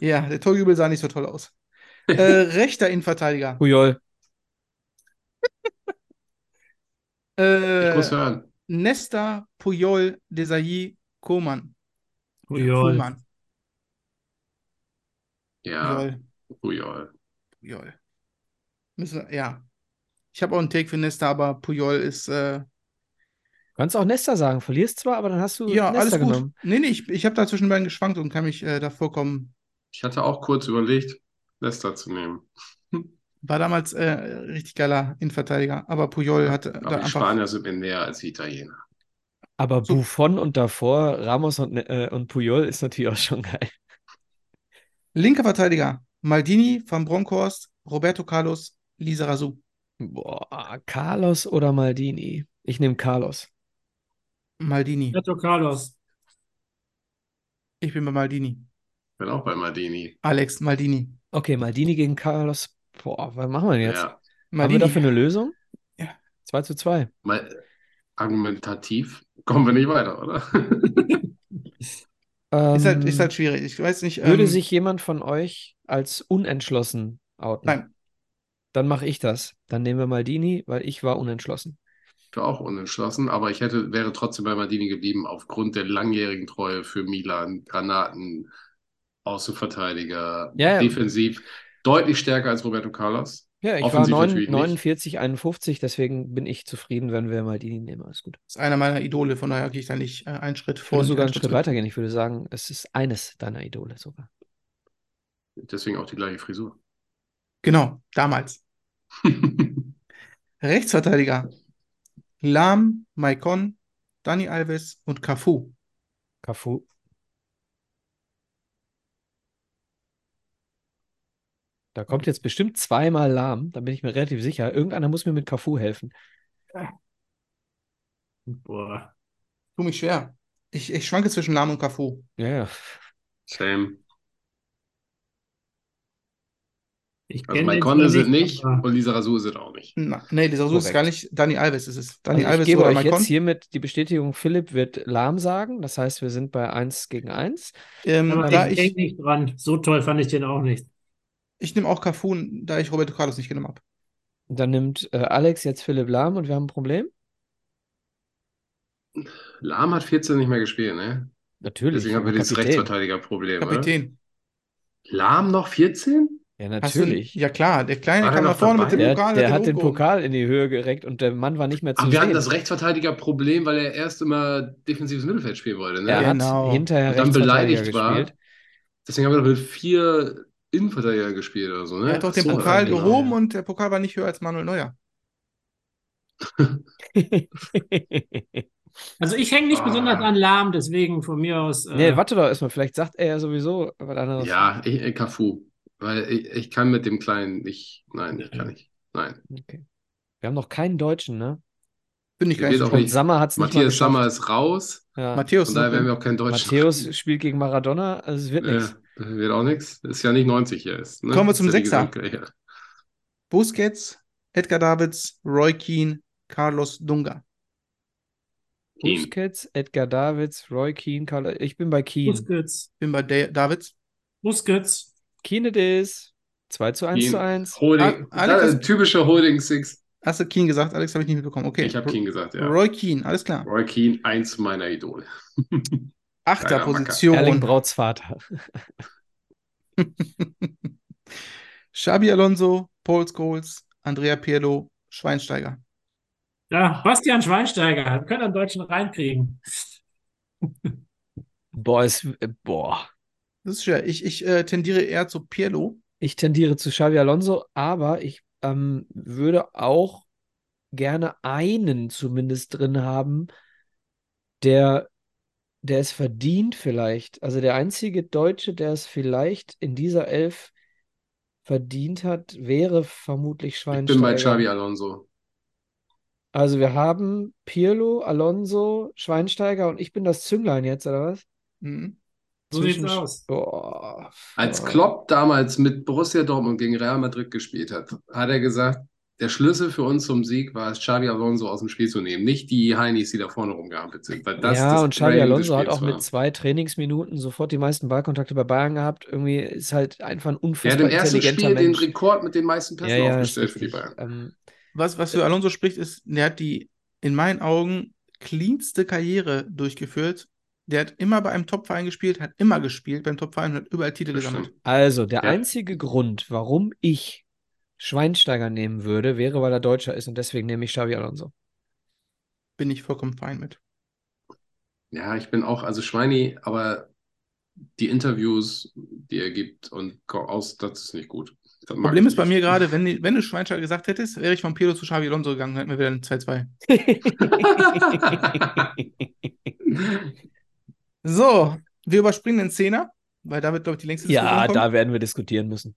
[SPEAKER 5] Ja, der Torjubel sah nicht so toll
[SPEAKER 6] *laughs*
[SPEAKER 5] aus. Äh, rechter Innenverteidiger.
[SPEAKER 3] Puyol.
[SPEAKER 6] Ich
[SPEAKER 5] Äh,
[SPEAKER 6] muss hören.
[SPEAKER 5] Nesta, Puyol, Desailly, Koman.
[SPEAKER 4] Puyol.
[SPEAKER 5] Koman.
[SPEAKER 6] Ja,
[SPEAKER 5] Puyol.
[SPEAKER 6] Puyol.
[SPEAKER 5] Puyol. Müssen, wir- ja. Ich habe auch einen Take für Nesta, aber Puyol ist. Äh,
[SPEAKER 3] Kannst auch Nesta sagen. Verlierst zwar, aber dann hast du
[SPEAKER 5] ja,
[SPEAKER 3] Nesta
[SPEAKER 5] alles gut.
[SPEAKER 3] genommen.
[SPEAKER 5] Nee, nee, ich, ich habe da zwischen beiden geschwankt und kann mich äh, da vorkommen.
[SPEAKER 6] Ich hatte auch kurz überlegt, Leicester zu nehmen.
[SPEAKER 5] War damals äh, richtig geiler Innenverteidiger, aber Puyol hatte da
[SPEAKER 6] Aber die
[SPEAKER 5] einfach.
[SPEAKER 6] Spanier sind mir näher als die Italiener.
[SPEAKER 3] Aber Buffon und davor Ramos und, äh, und Puyol ist natürlich auch schon geil.
[SPEAKER 5] Linker Verteidiger, Maldini, Van Bronckhorst, Roberto Carlos, Lisa Razou.
[SPEAKER 3] Boah, Carlos oder Maldini? Ich nehme Carlos.
[SPEAKER 5] Maldini.
[SPEAKER 4] Roberto Carlos.
[SPEAKER 5] Ich bin bei Maldini.
[SPEAKER 6] Ich bin auch bei Maldini.
[SPEAKER 5] Alex, Maldini.
[SPEAKER 3] Okay, Maldini gegen Carlos. Boah, was machen wir denn jetzt?
[SPEAKER 6] Ja.
[SPEAKER 3] Haben wir
[SPEAKER 5] Maldini.
[SPEAKER 3] dafür eine Lösung?
[SPEAKER 5] Ja.
[SPEAKER 3] 2 zu 2.
[SPEAKER 6] Mal, argumentativ kommen wir nicht weiter, oder? *laughs*
[SPEAKER 3] Ähm,
[SPEAKER 5] Ist halt, ist halt schwierig. Ich weiß nicht.
[SPEAKER 3] würde
[SPEAKER 5] ähm,
[SPEAKER 3] sich jemand von euch als unentschlossen outen?
[SPEAKER 5] Nein.
[SPEAKER 3] Dann mache ich das. Dann nehmen wir Maldini, weil ich war unentschlossen.
[SPEAKER 6] Ich war auch unentschlossen, aber ich hätte, wäre trotzdem bei Maldini geblieben, aufgrund der langjährigen Treue für Milan, Granaten, Außenverteidiger,
[SPEAKER 3] Ja, ja.
[SPEAKER 6] defensiv, deutlich stärker als Roberto Carlos.
[SPEAKER 3] Ja, ich
[SPEAKER 6] Offensiv
[SPEAKER 3] war
[SPEAKER 6] natürlich nicht.
[SPEAKER 3] 49, 51, deswegen bin ich zufrieden, wenn wir Maldini nehmen. Alles gut.
[SPEAKER 5] ist einer meiner Idole, von daher gehe ich da nicht äh, einen Schritt
[SPEAKER 3] Ich
[SPEAKER 5] vor.
[SPEAKER 3] würde
[SPEAKER 5] und
[SPEAKER 3] sogar einen
[SPEAKER 5] Schritt
[SPEAKER 3] Schritt weitergehen. Ich würde sagen, es ist eines deiner Idole sogar.
[SPEAKER 6] Deswegen auch die gleiche Frisur. *laughs*
[SPEAKER 5] zurück. Genau, damals. Rechtsverteidiger. Lahm, Maikon, Dani Alves und Cafu.
[SPEAKER 3] Cafu. Da kommt jetzt bestimmt zweimal lahm, da bin ich mir relativ sicher. Irgendeiner muss mir mit Cafu helfen.
[SPEAKER 4] Boah.
[SPEAKER 5] Tu mich schwer. Ich, ich schwanke zwischen Lahm und Cafu.
[SPEAKER 3] Ja, ja.
[SPEAKER 6] Same.
[SPEAKER 4] Ich
[SPEAKER 6] Also
[SPEAKER 4] kenne den
[SPEAKER 6] Maikon ist
[SPEAKER 4] zwar
[SPEAKER 6] es nicht
[SPEAKER 4] aber-
[SPEAKER 6] und Lisa Razou ist es auch nicht.
[SPEAKER 5] Na, nee, dieser Such ist
[SPEAKER 3] Korrekt.
[SPEAKER 5] gar nicht. Dani Alves ist es. Dani
[SPEAKER 3] Also ich
[SPEAKER 5] Alves
[SPEAKER 3] gebe
[SPEAKER 5] oder
[SPEAKER 3] euch
[SPEAKER 5] Maicon.
[SPEAKER 3] jetzt hiermit die Bestätigung, Philipp wird lahm sagen. Das heißt, wir sind bei 1 gegen 1.
[SPEAKER 5] Ähm,
[SPEAKER 4] Aber
[SPEAKER 5] da
[SPEAKER 4] ich
[SPEAKER 5] ich,
[SPEAKER 4] denk nicht dran. So toll fand ich den auch nicht.
[SPEAKER 5] ich nehme auch Cafu, da ich Roberto Carlos nicht genommen habe.
[SPEAKER 3] Dann nimmt äh, Alex jetzt Philipp lahm und wir haben ein Problem.
[SPEAKER 6] Lahm hat 14 nicht mehr gespielt, ne?
[SPEAKER 3] Natürlich.
[SPEAKER 6] Deswegen haben wir
[SPEAKER 3] aber
[SPEAKER 6] dieses
[SPEAKER 3] Kapitän.
[SPEAKER 6] Rechtsverteidigerproblem. oder?
[SPEAKER 5] Kapitän.
[SPEAKER 6] Lahm noch 14?
[SPEAKER 3] Ja,
[SPEAKER 5] Hast du-
[SPEAKER 3] natürlich.
[SPEAKER 5] Ja, klar. Der Kleine
[SPEAKER 6] War der
[SPEAKER 5] kam nach
[SPEAKER 6] noch
[SPEAKER 5] vorne mit
[SPEAKER 6] dabei?
[SPEAKER 5] dem
[SPEAKER 3] Der,
[SPEAKER 5] Pokal.
[SPEAKER 3] der hat den
[SPEAKER 5] hochgehoben.
[SPEAKER 3] Pokal in die Höhe gereckt und der Mann war nicht mehr zu
[SPEAKER 6] Aber wir hatten
[SPEAKER 3] sehen.
[SPEAKER 6] das Rechtsverteidigerproblem, weil er erst immer defensives Mittelfeld spielen wollte, ne?
[SPEAKER 3] er hat
[SPEAKER 5] Genau.
[SPEAKER 3] hinterher
[SPEAKER 6] Und dann
[SPEAKER 3] Rechtsverteidiger
[SPEAKER 6] beleidigt war.
[SPEAKER 3] gespielt.
[SPEAKER 6] Deswegen haben wir doch mit vier Innenverteidigern gespielt oder so, ne?
[SPEAKER 5] Er hat doch
[SPEAKER 6] Ach
[SPEAKER 5] den
[SPEAKER 6] so,
[SPEAKER 5] Pokal
[SPEAKER 6] ja, genau.
[SPEAKER 5] gehoben und der Pokal war nicht höher als Manuel Neuer.
[SPEAKER 6] *laughs*
[SPEAKER 4] Also ich hänge nicht
[SPEAKER 6] Ah.
[SPEAKER 4] besonders an Lahm, deswegen von mir aus. Äh,
[SPEAKER 3] nee, warte doch erstmal. Vielleicht sagt er ja sowieso was anderes.
[SPEAKER 6] Ja, ich, ich Cafu. Weil ich, ich kann mit dem Kleinen nicht. Nein, ich kann nicht. Nein.
[SPEAKER 3] Okay. Wir haben noch keinen Deutschen, ne?
[SPEAKER 5] Bin ich gar
[SPEAKER 6] Geht
[SPEAKER 5] nicht so
[SPEAKER 6] auch
[SPEAKER 5] schlimm.
[SPEAKER 3] Und
[SPEAKER 6] nicht.
[SPEAKER 3] Sammer hat es nicht mal
[SPEAKER 6] Matthias
[SPEAKER 3] geschafft.
[SPEAKER 6] Sammer ist raus.
[SPEAKER 3] Ja.
[SPEAKER 5] Matthäus,
[SPEAKER 6] Von daher werden
[SPEAKER 5] ne?
[SPEAKER 6] wir auch kein Deutscher.
[SPEAKER 3] Matthäus spielt gegen Maradona. Also es wird nichts.
[SPEAKER 6] Ja, äh, wird auch nichts. Ist ja nicht 90 hier. Ist, ne?
[SPEAKER 5] Kommen wir zum
[SPEAKER 6] Ist ja die
[SPEAKER 5] Sechser.
[SPEAKER 6] Gesamtkarriere.
[SPEAKER 5] Busquets, Edgar Davids, Roy Keane, Carlos Dunga.
[SPEAKER 6] Keane.
[SPEAKER 3] Busquets, Edgar Davids, Roy Keane, Karl. Ich bin bei Keane.
[SPEAKER 4] Busquets.
[SPEAKER 5] Bin bei Da- Davids.
[SPEAKER 4] Busquets.
[SPEAKER 3] Keane it is. 2 zu 1 zu
[SPEAKER 6] Keane.
[SPEAKER 3] 1.
[SPEAKER 6] Holding,
[SPEAKER 5] Ah, Alex,
[SPEAKER 6] da, äh,
[SPEAKER 5] hast-
[SPEAKER 6] typischer Holding Six.
[SPEAKER 5] Hast du Keane gesagt? Alex, habe ich nicht mitbekommen. Okay.
[SPEAKER 6] Ich habe Keane gesagt, ja.
[SPEAKER 5] Roy Keane, alles klar.
[SPEAKER 6] Roy Keane, eins meiner Idole.
[SPEAKER 5] Achter
[SPEAKER 6] Kleiner
[SPEAKER 3] Erling
[SPEAKER 5] Position.
[SPEAKER 3] Brauts Vater.
[SPEAKER 5] *laughs* Xabi Alonso, Paul Scholes, Andrea Pirlo, Schweinsteiger.
[SPEAKER 4] Ja, Bastian Schweinsteiger. Wir können einen Deutschen reinkriegen.
[SPEAKER 3] Boah, es, äh, boah.
[SPEAKER 5] Das ist schwer. Ich, ich äh, tendiere eher zu Pirlo.
[SPEAKER 3] Ich tendiere zu Xavi Alonso, aber ich ähm, würde auch gerne einen zumindest drin haben, der, der es verdient vielleicht. Also der einzige Deutsche, der es vielleicht in dieser Elf verdient hat, wäre vermutlich
[SPEAKER 6] Ich
[SPEAKER 3] Schweinsteiger.
[SPEAKER 6] bin bei Xavi Alonso.
[SPEAKER 3] Also wir haben Pirlo, Alonso, Schweinsteiger und ich bin das Zünglein jetzt, oder was?
[SPEAKER 5] Mhm.
[SPEAKER 4] So sieht's
[SPEAKER 3] Zwischen-
[SPEAKER 4] aus.
[SPEAKER 3] Boah.
[SPEAKER 6] Als Klopp damals mit Borussia Dortmund gegen Real Madrid gespielt hat, hat er gesagt, der Schlüssel für uns zum Sieg war es, Xavi Alonso aus dem Spiel zu nehmen, nicht die Heinis, die da vorne rumgehampelt sind. Weil das
[SPEAKER 3] ja,
[SPEAKER 6] das
[SPEAKER 3] und Xavi
[SPEAKER 6] Brain des
[SPEAKER 3] Alonso hat
[SPEAKER 6] Spiels
[SPEAKER 3] auch
[SPEAKER 6] war.
[SPEAKER 3] mit zwei Trainingsminuten sofort die meisten Ballkontakte bei Bayern gehabt. Irgendwie ist halt einfach ein
[SPEAKER 6] Er hat
[SPEAKER 3] unfassbar
[SPEAKER 6] im ersten
[SPEAKER 3] intelligenter
[SPEAKER 6] Spiel den
[SPEAKER 3] Mensch.
[SPEAKER 6] Rekord mit den meisten Pässen
[SPEAKER 3] ja, ja,
[SPEAKER 6] aufgestellt
[SPEAKER 3] ist
[SPEAKER 6] für die
[SPEAKER 3] richtig.
[SPEAKER 6] Bayern.
[SPEAKER 3] Ähm,
[SPEAKER 5] Was, was für Alonso spricht, ist, der hat die in meinen Augen cleanste Karriere durchgeführt. Der hat immer bei einem Topverein gespielt, hat immer gespielt beim Topverein und hat überall Titel
[SPEAKER 6] Das
[SPEAKER 5] gesammelt.
[SPEAKER 3] also, der
[SPEAKER 6] Ja.
[SPEAKER 3] einzige Grund, warum ich Schweinsteiger nehmen würde, wäre, weil er Deutscher ist und deswegen nehme ich Xavi Alonso.
[SPEAKER 5] Bin ich vollkommen fein mit.
[SPEAKER 6] Ja, ich bin auch, also Schweini, aber die Interviews, die er gibt und ko- aus, das ist nicht gut. Das mag
[SPEAKER 5] Problem
[SPEAKER 6] ich
[SPEAKER 5] ist bei
[SPEAKER 6] nicht.
[SPEAKER 5] mir *laughs*
[SPEAKER 3] *laughs*
[SPEAKER 5] gerade, wenn, die- wenn du Schweinsteiger gesagt hättest, wäre ich von Pirlo zu Xavi Alonso gegangen, hätten wir wieder ein 2-2. So, wir überspringen den Zehner, weil da wird, glaube ich, die längste
[SPEAKER 3] ja,
[SPEAKER 5] kommen.
[SPEAKER 3] da werden wir diskutieren müssen.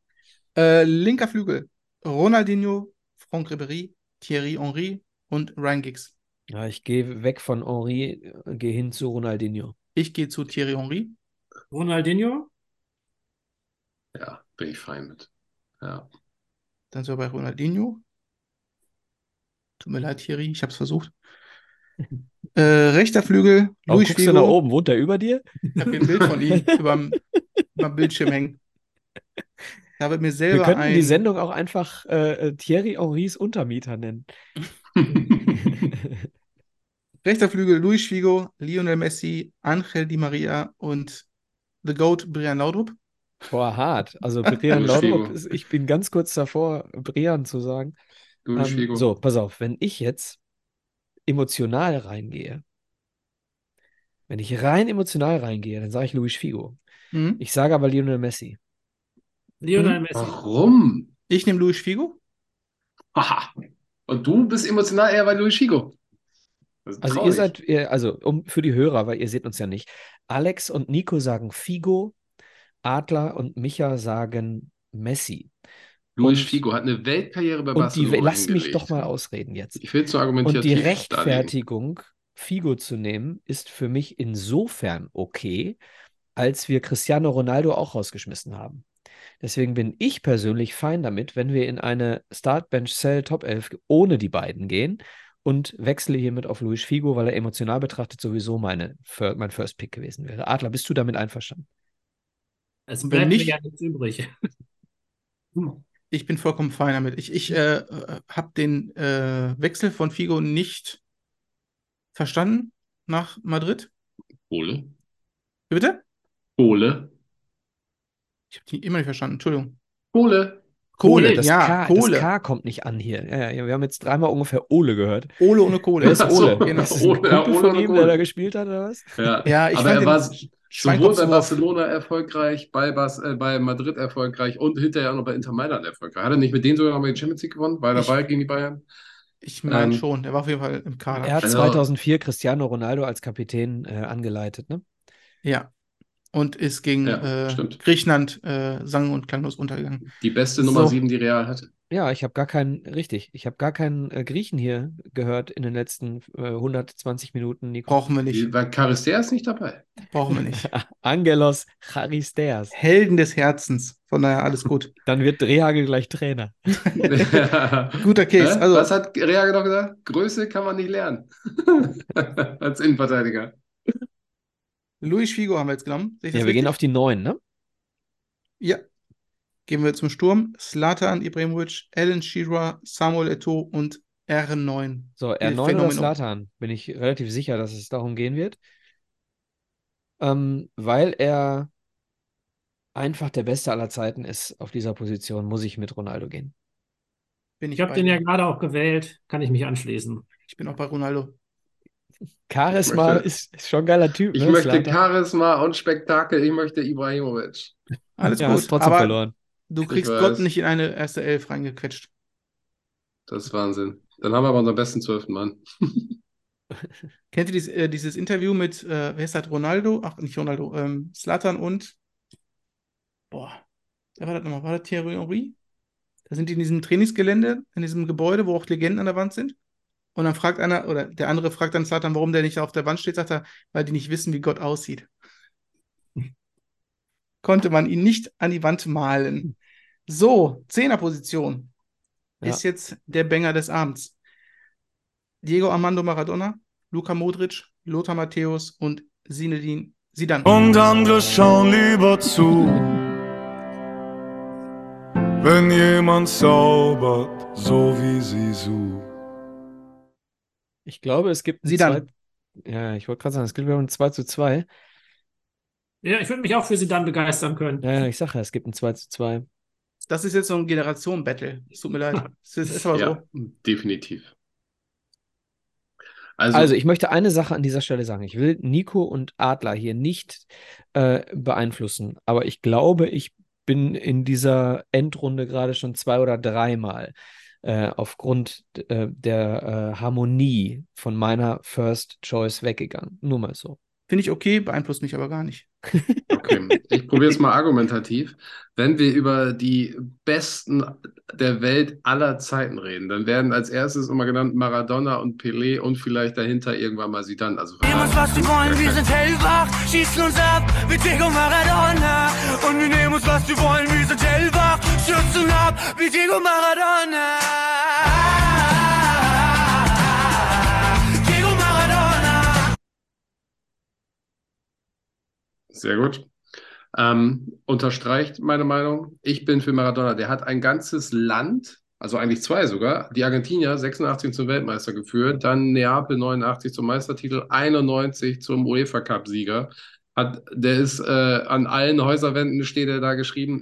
[SPEAKER 5] Äh, linker Flügel. Ronaldinho, Franck Ribéry, Thierry Henry und Ryan Giggs.
[SPEAKER 3] Ja, ich gehe weg von Henri, äh, gehe hin zu Ronaldinho.
[SPEAKER 5] Ich gehe zu Thierry Henry.
[SPEAKER 4] Ronaldinho?
[SPEAKER 6] *laughs* Ja, bin ich fein mit.
[SPEAKER 3] *laughs*
[SPEAKER 6] Ja.
[SPEAKER 5] Dann sind wir bei Ronaldinho. Tut mir leid, Thierry, ich habe es versucht.
[SPEAKER 3] *laughs*
[SPEAKER 5] Äh, rechter Flügel,
[SPEAKER 3] Warum
[SPEAKER 5] Luis
[SPEAKER 3] guckst du nach
[SPEAKER 5] Figo.
[SPEAKER 3] oben? Wohnt er über dir?
[SPEAKER 5] Ich habe hier ein Bild
[SPEAKER 3] *laughs*
[SPEAKER 5] von ihm überm, überm Bildschirm hängen. Da wird mir
[SPEAKER 3] Wir
[SPEAKER 5] selber
[SPEAKER 3] könnten
[SPEAKER 5] ein.
[SPEAKER 3] die Sendung auch einfach äh, äh, Thierry Henrys Untermieter
[SPEAKER 6] *laughs*
[SPEAKER 3] nennen.
[SPEAKER 5] Rechter Flügel Luis Figo, Lionel Messi, Angel Di Maria und The Goat Brian Laudrup.
[SPEAKER 3] Boah, hart. Also Brian
[SPEAKER 6] Luis Figo.
[SPEAKER 3] Laudrup, ist- ich bin ganz kurz davor, Brian zu sagen.
[SPEAKER 6] Du,
[SPEAKER 3] Ähm,
[SPEAKER 6] Schwiego.
[SPEAKER 3] so, pass auf, wenn ich jetzt emotional reingehe, wenn ich rein emotional reingehe, dann sage ich Luis Figo.
[SPEAKER 5] Hm?
[SPEAKER 3] Ich sage aber Lionel Messi.
[SPEAKER 4] Lionel Messi.
[SPEAKER 6] Warum?
[SPEAKER 5] Ich nehme Luis Figo.
[SPEAKER 6] Haha. Und du bist emotional eher bei Luis Figo. Das ist
[SPEAKER 3] Also ihr
[SPEAKER 6] traurig.
[SPEAKER 3] seid, ihr, also um, für die Hörer, weil ihr seht uns ja nicht. Alex und Nico sagen Figo, Adler und Micha sagen Messi.
[SPEAKER 6] Luis
[SPEAKER 3] und-
[SPEAKER 6] Figo hat eine Weltkarriere bei
[SPEAKER 3] Und die,
[SPEAKER 6] Barcelona
[SPEAKER 3] lass mich
[SPEAKER 6] hingelegt.
[SPEAKER 3] doch mal ausreden jetzt.
[SPEAKER 6] Ich will zu
[SPEAKER 3] Und
[SPEAKER 6] argumentativ
[SPEAKER 3] die
[SPEAKER 6] darlegen.
[SPEAKER 3] Rechtfertigung, Figo zu nehmen, ist für mich insofern okay, als wir Cristiano Ronaldo auch rausgeschmissen haben. Deswegen bin ich persönlich fein damit, wenn wir in eine Start-Bench-Cell Top 11 ohne die beiden gehen und wechsle hiermit auf Luis Figo, weil er emotional betrachtet sowieso meine, fir- mein First Pick gewesen wäre. Adler, bist du damit einverstanden?
[SPEAKER 4] Es
[SPEAKER 5] Wenn
[SPEAKER 4] bleibt mir
[SPEAKER 5] nicht- Hm.
[SPEAKER 4] ja nichts übrig.
[SPEAKER 5] Ich bin vollkommen fein damit. Ich, ich äh, äh, habe den äh, Wechsel von Figo nicht verstanden nach Madrid.
[SPEAKER 6] Ole.
[SPEAKER 5] Wie Bitte?
[SPEAKER 6] Ole.
[SPEAKER 5] Ich habe den immer nicht verstanden. Entschuldigung.
[SPEAKER 6] Ole.
[SPEAKER 5] Kohle,
[SPEAKER 3] das
[SPEAKER 5] ja,
[SPEAKER 3] K,
[SPEAKER 5] Kohle.
[SPEAKER 3] Das K kommt nicht an hier. Ja, ja, wir haben jetzt dreimal ungefähr Ole gehört.
[SPEAKER 5] Ole ohne Kohle.
[SPEAKER 3] Wer ist
[SPEAKER 6] Ach so,
[SPEAKER 3] Ole?
[SPEAKER 5] genau.
[SPEAKER 3] Ist das ein
[SPEAKER 6] Ole, ja,
[SPEAKER 3] Kumpel
[SPEAKER 6] Ole
[SPEAKER 3] von
[SPEAKER 6] oder
[SPEAKER 3] ihm, der da
[SPEAKER 6] Ole?
[SPEAKER 3] gespielt hat oder was? *laughs*
[SPEAKER 6] Ja.
[SPEAKER 5] Ja, ich
[SPEAKER 6] Aber
[SPEAKER 5] fand
[SPEAKER 6] er
[SPEAKER 5] den
[SPEAKER 6] war sowohl bei
[SPEAKER 5] Schweinkopfwurf.
[SPEAKER 6] Barcelona erfolgreich, bei, Bas äh, bei Madrid erfolgreich und hinterher auch noch bei Inter Mailand erfolgreich. Hat er nicht mit denen sogar noch mal die Champions League gewonnen? War er
[SPEAKER 5] Ich-
[SPEAKER 6] dabei gegen die Bayern?
[SPEAKER 5] Ich meine
[SPEAKER 6] Ähm,
[SPEAKER 5] schon, der war auf jeden Fall im Kader.
[SPEAKER 3] Er hat
[SPEAKER 6] Also-
[SPEAKER 3] 2004 Cristiano Ronaldo als Kapitän äh, angeleitet, ne?
[SPEAKER 5] Ja. Und ist gegen
[SPEAKER 6] Ja,
[SPEAKER 5] äh,
[SPEAKER 6] stimmt.
[SPEAKER 5] Griechenland äh, sang- und klanglos untergegangen.
[SPEAKER 6] Die beste Nummer
[SPEAKER 5] So.
[SPEAKER 6] 7, die Real hatte.
[SPEAKER 3] Ja, ich habe gar keinen, richtig, ich habe gar keinen äh, Griechen hier gehört in den letzten äh, 120 Minuten, Nico. Ah,
[SPEAKER 5] Brauchen wir nicht.
[SPEAKER 6] Die, weil Charisteas nicht
[SPEAKER 3] *laughs*
[SPEAKER 6] dabei. *laughs*
[SPEAKER 5] Brauchen wir nicht.
[SPEAKER 3] Angelos Charisteas.
[SPEAKER 5] *laughs* Helden des Herzens. Von daher alles gut.
[SPEAKER 3] Dann wird Drehagel gleich Trainer.
[SPEAKER 5] Guter Case.
[SPEAKER 6] Hä?
[SPEAKER 5] Also,
[SPEAKER 6] Was hat Real genau gesagt? Größe kann man nicht lernen. *laughs* Als Innenverteidiger.
[SPEAKER 5] Luis Figo haben wir jetzt genommen. Sehe ich das
[SPEAKER 3] Ja, wir gehen
[SPEAKER 5] richtig?
[SPEAKER 3] auf die neun, ne?
[SPEAKER 5] Ja. Gehen wir zum Sturm. Slatan Ibrahimovic, Alan Shearer, Samuel Eto'o und R9.
[SPEAKER 3] So,
[SPEAKER 5] Äh,
[SPEAKER 3] R9 oder
[SPEAKER 5] Phänomen.
[SPEAKER 3] Slatan, bin ich relativ sicher, dass es darum gehen wird. Ähm, weil er einfach der Beste aller Zeiten ist auf dieser Position, muss ich mit Ronaldo gehen.
[SPEAKER 5] Bin ich
[SPEAKER 4] Ich habe
[SPEAKER 5] bei
[SPEAKER 4] den ja
[SPEAKER 5] dir.
[SPEAKER 4] gerade auch gewählt. Kann ich mich anschließen.
[SPEAKER 5] Ich bin auch bei Ronaldo.
[SPEAKER 3] Charisma
[SPEAKER 6] möchte-
[SPEAKER 3] ist, ist schon ein geiler Typ,
[SPEAKER 6] Ich
[SPEAKER 3] ne?
[SPEAKER 6] möchte
[SPEAKER 3] Zlatan?
[SPEAKER 6] Charisma und Spektakel. Ich möchte Ibrahimovic.
[SPEAKER 5] Alles
[SPEAKER 3] ja,
[SPEAKER 5] gut.
[SPEAKER 3] hast trotzdem
[SPEAKER 5] Aber
[SPEAKER 3] verloren.
[SPEAKER 5] du
[SPEAKER 6] Ich
[SPEAKER 5] kriegst
[SPEAKER 6] weiß.
[SPEAKER 5] Gott nicht in eine erste Elf reingequetscht.
[SPEAKER 6] Das ist Wahnsinn. Dann haben wir aber unseren besten zwölften Mann.
[SPEAKER 5] Kennt ihr dies, äh, dieses Interview mit, äh, wer ist das, Ronaldo? Ach, nicht Ronaldo, ähm, Zlatan und, boah, wer war das nochmal? War das Thierry Henry? Da sind die in diesem Trainingsgelände, in diesem Gebäude, wo auch Legenden an der Wand sind. Und dann fragt einer, oder der andere fragt dann Zlatan, warum der nicht auf der Wand steht, sagt er, weil die nicht wissen, wie Gott aussieht. *laughs* Konnte man ihn nicht an die Wand malen. So, Zehnerposition
[SPEAKER 3] Ja.
[SPEAKER 5] ist jetzt der Banger des Abends. Diego Armando Maradona, Luka Modric, Lothar Matthäus und Zinedine Zidane.
[SPEAKER 1] Und andere schauen lieber zu. Wenn jemand zaubert, so wie Sisu.
[SPEAKER 3] Ich glaube, es gibt ein
[SPEAKER 5] Zidane.
[SPEAKER 3] zwei- Ja, ich wollte gerade sagen, es gibt ein 2 zu 2.
[SPEAKER 4] Ja, ich würde mich auch für sie dann begeistern können.
[SPEAKER 3] Ja, ja, ich sage ja, es gibt ein 2 zu 2.
[SPEAKER 5] Das ist jetzt so ein Generation-Battle. Es tut mir leid.
[SPEAKER 4] *laughs*
[SPEAKER 5] Es ist, ist aber
[SPEAKER 6] Ja,
[SPEAKER 5] so.
[SPEAKER 6] definitiv. Also,
[SPEAKER 3] Also, ich möchte eine Sache an dieser Stelle sagen. Ich will Nico und Adler hier nicht äh, beeinflussen, aber ich glaube, ich bin in dieser Endrunde gerade schon zwei oder dreimal äh, aufgrund äh, der äh, Harmonie von meiner First Choice weggegangen. Nur mal so.
[SPEAKER 5] Finde ich okay, beeinflusst mich aber gar nicht.
[SPEAKER 6] Okay, ich probiere es mal argumentativ. Wenn wir über die Besten der Welt aller Zeiten reden, dann werden als erstes immer genannt Maradona und Pelé und vielleicht dahinter irgendwann mal Zidane. Also
[SPEAKER 7] Nehmen uns, was sie wollen, wir sind hellwach, schießen uns ab mit Diego Maradona. Und wir nehmen uns, was sie wollen, wir sind hellwach, schützen ab mit Diego Maradona. Diego Maradona.
[SPEAKER 6] Sehr gut. Ähm, unterstreicht meine Meinung. Ich bin für Maradona. Der hat ein ganzes Land, also eigentlich zwei sogar, die Argentinier 86 zum Weltmeister geführt, dann Neapel 89 zum Meistertitel, 91 zum UEFA Cup Sieger. Hat, der ist äh, an allen Häuserwänden steht er da geschrieben.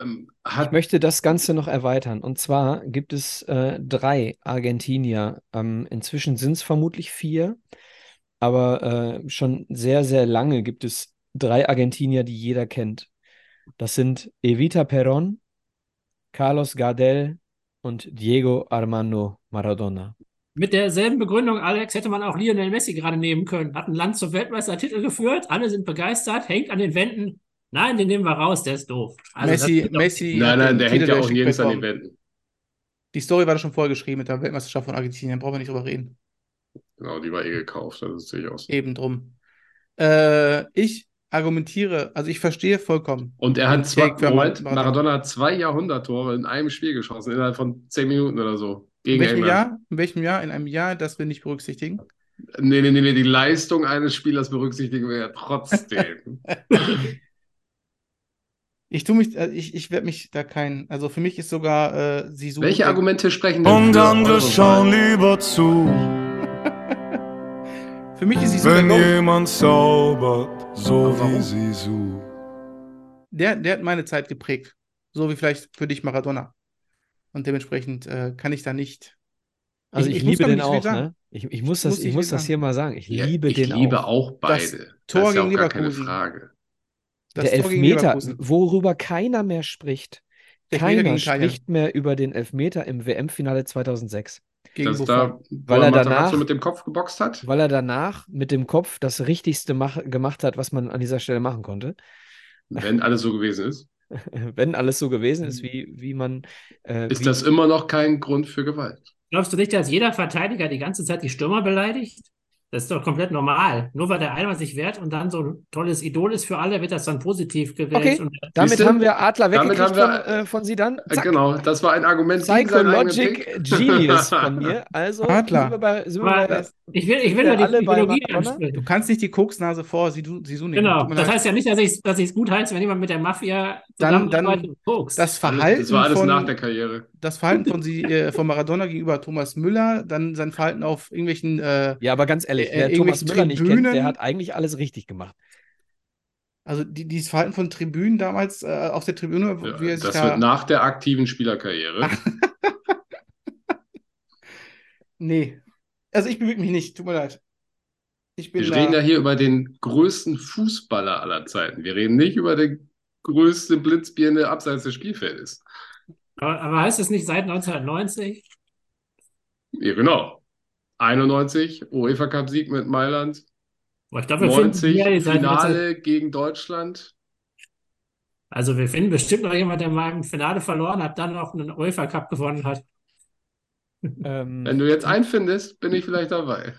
[SPEAKER 6] Ähm,
[SPEAKER 3] Ich
[SPEAKER 6] hat
[SPEAKER 3] möchte das Ganze noch erweitern. Und zwar gibt es äh, drei Argentinier. Ähm, inzwischen sind es vermutlich vier, aber äh, schon sehr, sehr lange gibt es drei Argentinier, die jeder kennt. Das sind Evita Perón, Carlos Gardel und Diego Armando Maradona.
[SPEAKER 4] Mit derselben Begründung, Alex, hätte man auch Lionel Messi gerade nehmen können. Hat ein Land zum Weltmeistertitel geführt, alle sind begeistert, hängt an den Wänden. Nein, den nehmen wir raus, der ist doof. Also das
[SPEAKER 5] Messi,
[SPEAKER 4] geht doch-
[SPEAKER 5] Messi. hat
[SPEAKER 6] nein,
[SPEAKER 5] den
[SPEAKER 6] nein, der hängt
[SPEAKER 5] Titel
[SPEAKER 6] ja auch
[SPEAKER 5] Schick
[SPEAKER 6] nirgends an den
[SPEAKER 5] bekommen.
[SPEAKER 6] Wänden.
[SPEAKER 5] Die Story war da schon vorgeschrieben mit der Weltmeisterschaft von Argentinien, brauchen wir nicht drüber reden.
[SPEAKER 6] Genau, die war eh gekauft. Das sehe ich aus.
[SPEAKER 5] Eben drum. Äh, ich argumentiere, also ich verstehe vollkommen.
[SPEAKER 6] Und er hat
[SPEAKER 5] Den
[SPEAKER 6] zwei,
[SPEAKER 5] Take für
[SPEAKER 6] Moment,
[SPEAKER 5] Maradona.
[SPEAKER 6] Maradona hat zwei Jahrhunderttore in einem Spiel geschossen, innerhalb von zehn Minuten oder so.
[SPEAKER 5] In
[SPEAKER 6] Gegen
[SPEAKER 5] welchem
[SPEAKER 6] England.
[SPEAKER 5] Jahr? In welchem Jahr? In einem Jahr, das wir nicht berücksichtigen.
[SPEAKER 6] Nee, nee, nee, nee, die Leistung eines Spielers berücksichtigen wir ja
[SPEAKER 5] *laughs*
[SPEAKER 6] trotzdem.
[SPEAKER 5] Ich tue mich, äh, ich, ich werde mich da kein, also für mich ist sogar äh, Sisu.
[SPEAKER 6] Welche
[SPEAKER 5] der-
[SPEAKER 6] Argumente sprechen denn
[SPEAKER 1] Und
[SPEAKER 6] für
[SPEAKER 1] andere
[SPEAKER 6] eure
[SPEAKER 1] schauen
[SPEAKER 6] Wahl?
[SPEAKER 1] lieber zu,
[SPEAKER 5] Für mich ist Sisu der
[SPEAKER 1] wenn
[SPEAKER 5] Goat.
[SPEAKER 1] jemand zaubert, so
[SPEAKER 6] Aber
[SPEAKER 1] wie
[SPEAKER 6] warum?
[SPEAKER 1] Sisu.
[SPEAKER 5] Der, der hat meine Zeit geprägt. So wie vielleicht für dich Maradona. Und dementsprechend äh, kann ich da nicht.
[SPEAKER 3] Also
[SPEAKER 5] Ich-
[SPEAKER 3] ich,
[SPEAKER 5] ich muss
[SPEAKER 3] liebe
[SPEAKER 5] gar
[SPEAKER 3] den
[SPEAKER 5] nicht viel
[SPEAKER 3] auch,
[SPEAKER 5] sagen.
[SPEAKER 3] ne? Ich, ich muss
[SPEAKER 5] Ich
[SPEAKER 3] das,
[SPEAKER 5] muss
[SPEAKER 3] ich
[SPEAKER 5] nicht
[SPEAKER 3] muss
[SPEAKER 5] viel
[SPEAKER 3] das
[SPEAKER 5] sagen.
[SPEAKER 3] hier mal sagen. Ich
[SPEAKER 6] Ja,
[SPEAKER 3] liebe
[SPEAKER 6] ich
[SPEAKER 3] den
[SPEAKER 6] liebe
[SPEAKER 3] auch.
[SPEAKER 6] auch
[SPEAKER 5] Das
[SPEAKER 6] beide. Das
[SPEAKER 5] Tor
[SPEAKER 6] ist ja auch
[SPEAKER 5] gegen
[SPEAKER 6] gar keine
[SPEAKER 5] Leverkusen.
[SPEAKER 6] Frage.
[SPEAKER 5] Das
[SPEAKER 3] der
[SPEAKER 5] Tor gegen
[SPEAKER 3] Elfmeter,
[SPEAKER 5] Leverkusen.
[SPEAKER 3] worüber keiner mehr spricht.
[SPEAKER 5] Der Elfmeter
[SPEAKER 3] Keiner
[SPEAKER 5] gegen Italien.
[SPEAKER 3] spricht mehr über den Elfmeter im WM-Finale 2006,
[SPEAKER 5] Gegen
[SPEAKER 6] Dass
[SPEAKER 5] Buffon.
[SPEAKER 6] da, weil
[SPEAKER 3] er
[SPEAKER 6] er
[SPEAKER 3] danach-
[SPEAKER 6] Matarazzo mit dem Kopf geboxt hat?
[SPEAKER 3] weil er danach mit dem Kopf das Richtigste mach, gemacht hat, was man an dieser Stelle machen konnte. *laughs*
[SPEAKER 6] Wenn alles so gewesen ist,
[SPEAKER 3] Wenn alles so gewesen
[SPEAKER 5] Mhm.
[SPEAKER 3] ist, wie, wie man. Äh, wie,
[SPEAKER 6] ist das immer noch kein Grund für Gewalt.
[SPEAKER 4] Glaubst du nicht, dass jeder Verteidiger die ganze Zeit die Stürmer beleidigt? Das ist doch komplett normal. Nur weil der einmal sich wehrt und dann so ein tolles Idol ist für alle, wird das dann positiv gewählt.
[SPEAKER 3] Okay.
[SPEAKER 4] Und
[SPEAKER 3] damit
[SPEAKER 6] Siehste?
[SPEAKER 3] haben wir Adler
[SPEAKER 6] Damit
[SPEAKER 3] weggekriegt
[SPEAKER 6] haben wir-
[SPEAKER 3] von, äh, von Sie dann.
[SPEAKER 6] Äh, Genau, das war ein Argument gegen seinen eigenen
[SPEAKER 3] Psychologic
[SPEAKER 6] Pick. *laughs*
[SPEAKER 3] Genius von mir. Also
[SPEAKER 5] Adler.
[SPEAKER 3] sind wir bei. Sind wir
[SPEAKER 4] Aber
[SPEAKER 3] bei
[SPEAKER 4] ich will, ich will
[SPEAKER 3] Sind wir
[SPEAKER 4] nur
[SPEAKER 3] alle
[SPEAKER 4] die
[SPEAKER 3] bei
[SPEAKER 4] Psychologie
[SPEAKER 3] Maradona?
[SPEAKER 5] Du
[SPEAKER 4] ansprechen.
[SPEAKER 5] kannst nicht die Koksnase vor Sisu, Sisu nehmen.
[SPEAKER 4] Genau.
[SPEAKER 5] Tut mir
[SPEAKER 4] Das
[SPEAKER 5] leid.
[SPEAKER 4] heißt ja nicht, dass ich es dass ich's gut heiße, wenn jemand mit der Mafia
[SPEAKER 5] Dann- dann-
[SPEAKER 4] zusammenarbeitet und kokst.
[SPEAKER 5] das Verhalten
[SPEAKER 6] Also, Das war alles
[SPEAKER 5] von,
[SPEAKER 6] nach der Karriere.
[SPEAKER 5] das Verhalten von, sie, äh, von Maradona gegenüber Thomas Müller, dann sein Verhalten auf irgendwelchen äh,
[SPEAKER 3] ja, aber ganz ehrlich,
[SPEAKER 5] Äh,
[SPEAKER 3] wer Thomas
[SPEAKER 5] irgendwelche
[SPEAKER 3] Müller nicht kennt,
[SPEAKER 5] Tribünen.
[SPEAKER 3] der hat eigentlich alles richtig gemacht.
[SPEAKER 5] Also die, dieses Verhalten von Tribünen damals äh, auf der Tribüne, wo-
[SPEAKER 6] Ja,
[SPEAKER 5] wie er sich
[SPEAKER 6] Das
[SPEAKER 5] da.
[SPEAKER 6] wird nach der aktiven Spielerkarriere.
[SPEAKER 5] nee. Also ich bewege mich nicht, tut mir leid. Ich bin
[SPEAKER 6] Wir
[SPEAKER 5] da.
[SPEAKER 6] reden ja hier über den größten Fußballer aller Zeiten. Wir reden nicht über den größten Blitzbirne abseits des Spielfeldes.
[SPEAKER 4] Aber, aber heißt das nicht seit 1990?
[SPEAKER 6] Ja, genau. 91 UEFA Cup Sieg mit Mailand,
[SPEAKER 4] Boah, ich glaube, wir finden
[SPEAKER 6] 90
[SPEAKER 4] hier seit 19
[SPEAKER 6] Finale gegen Deutschland.
[SPEAKER 4] Also wir finden bestimmt noch jemand, der mal im Finale verloren hat, dann noch einen UEFA Cup gewonnen hat.
[SPEAKER 3] Ähm,
[SPEAKER 6] Wenn du jetzt einfindest, bin ich vielleicht dabei.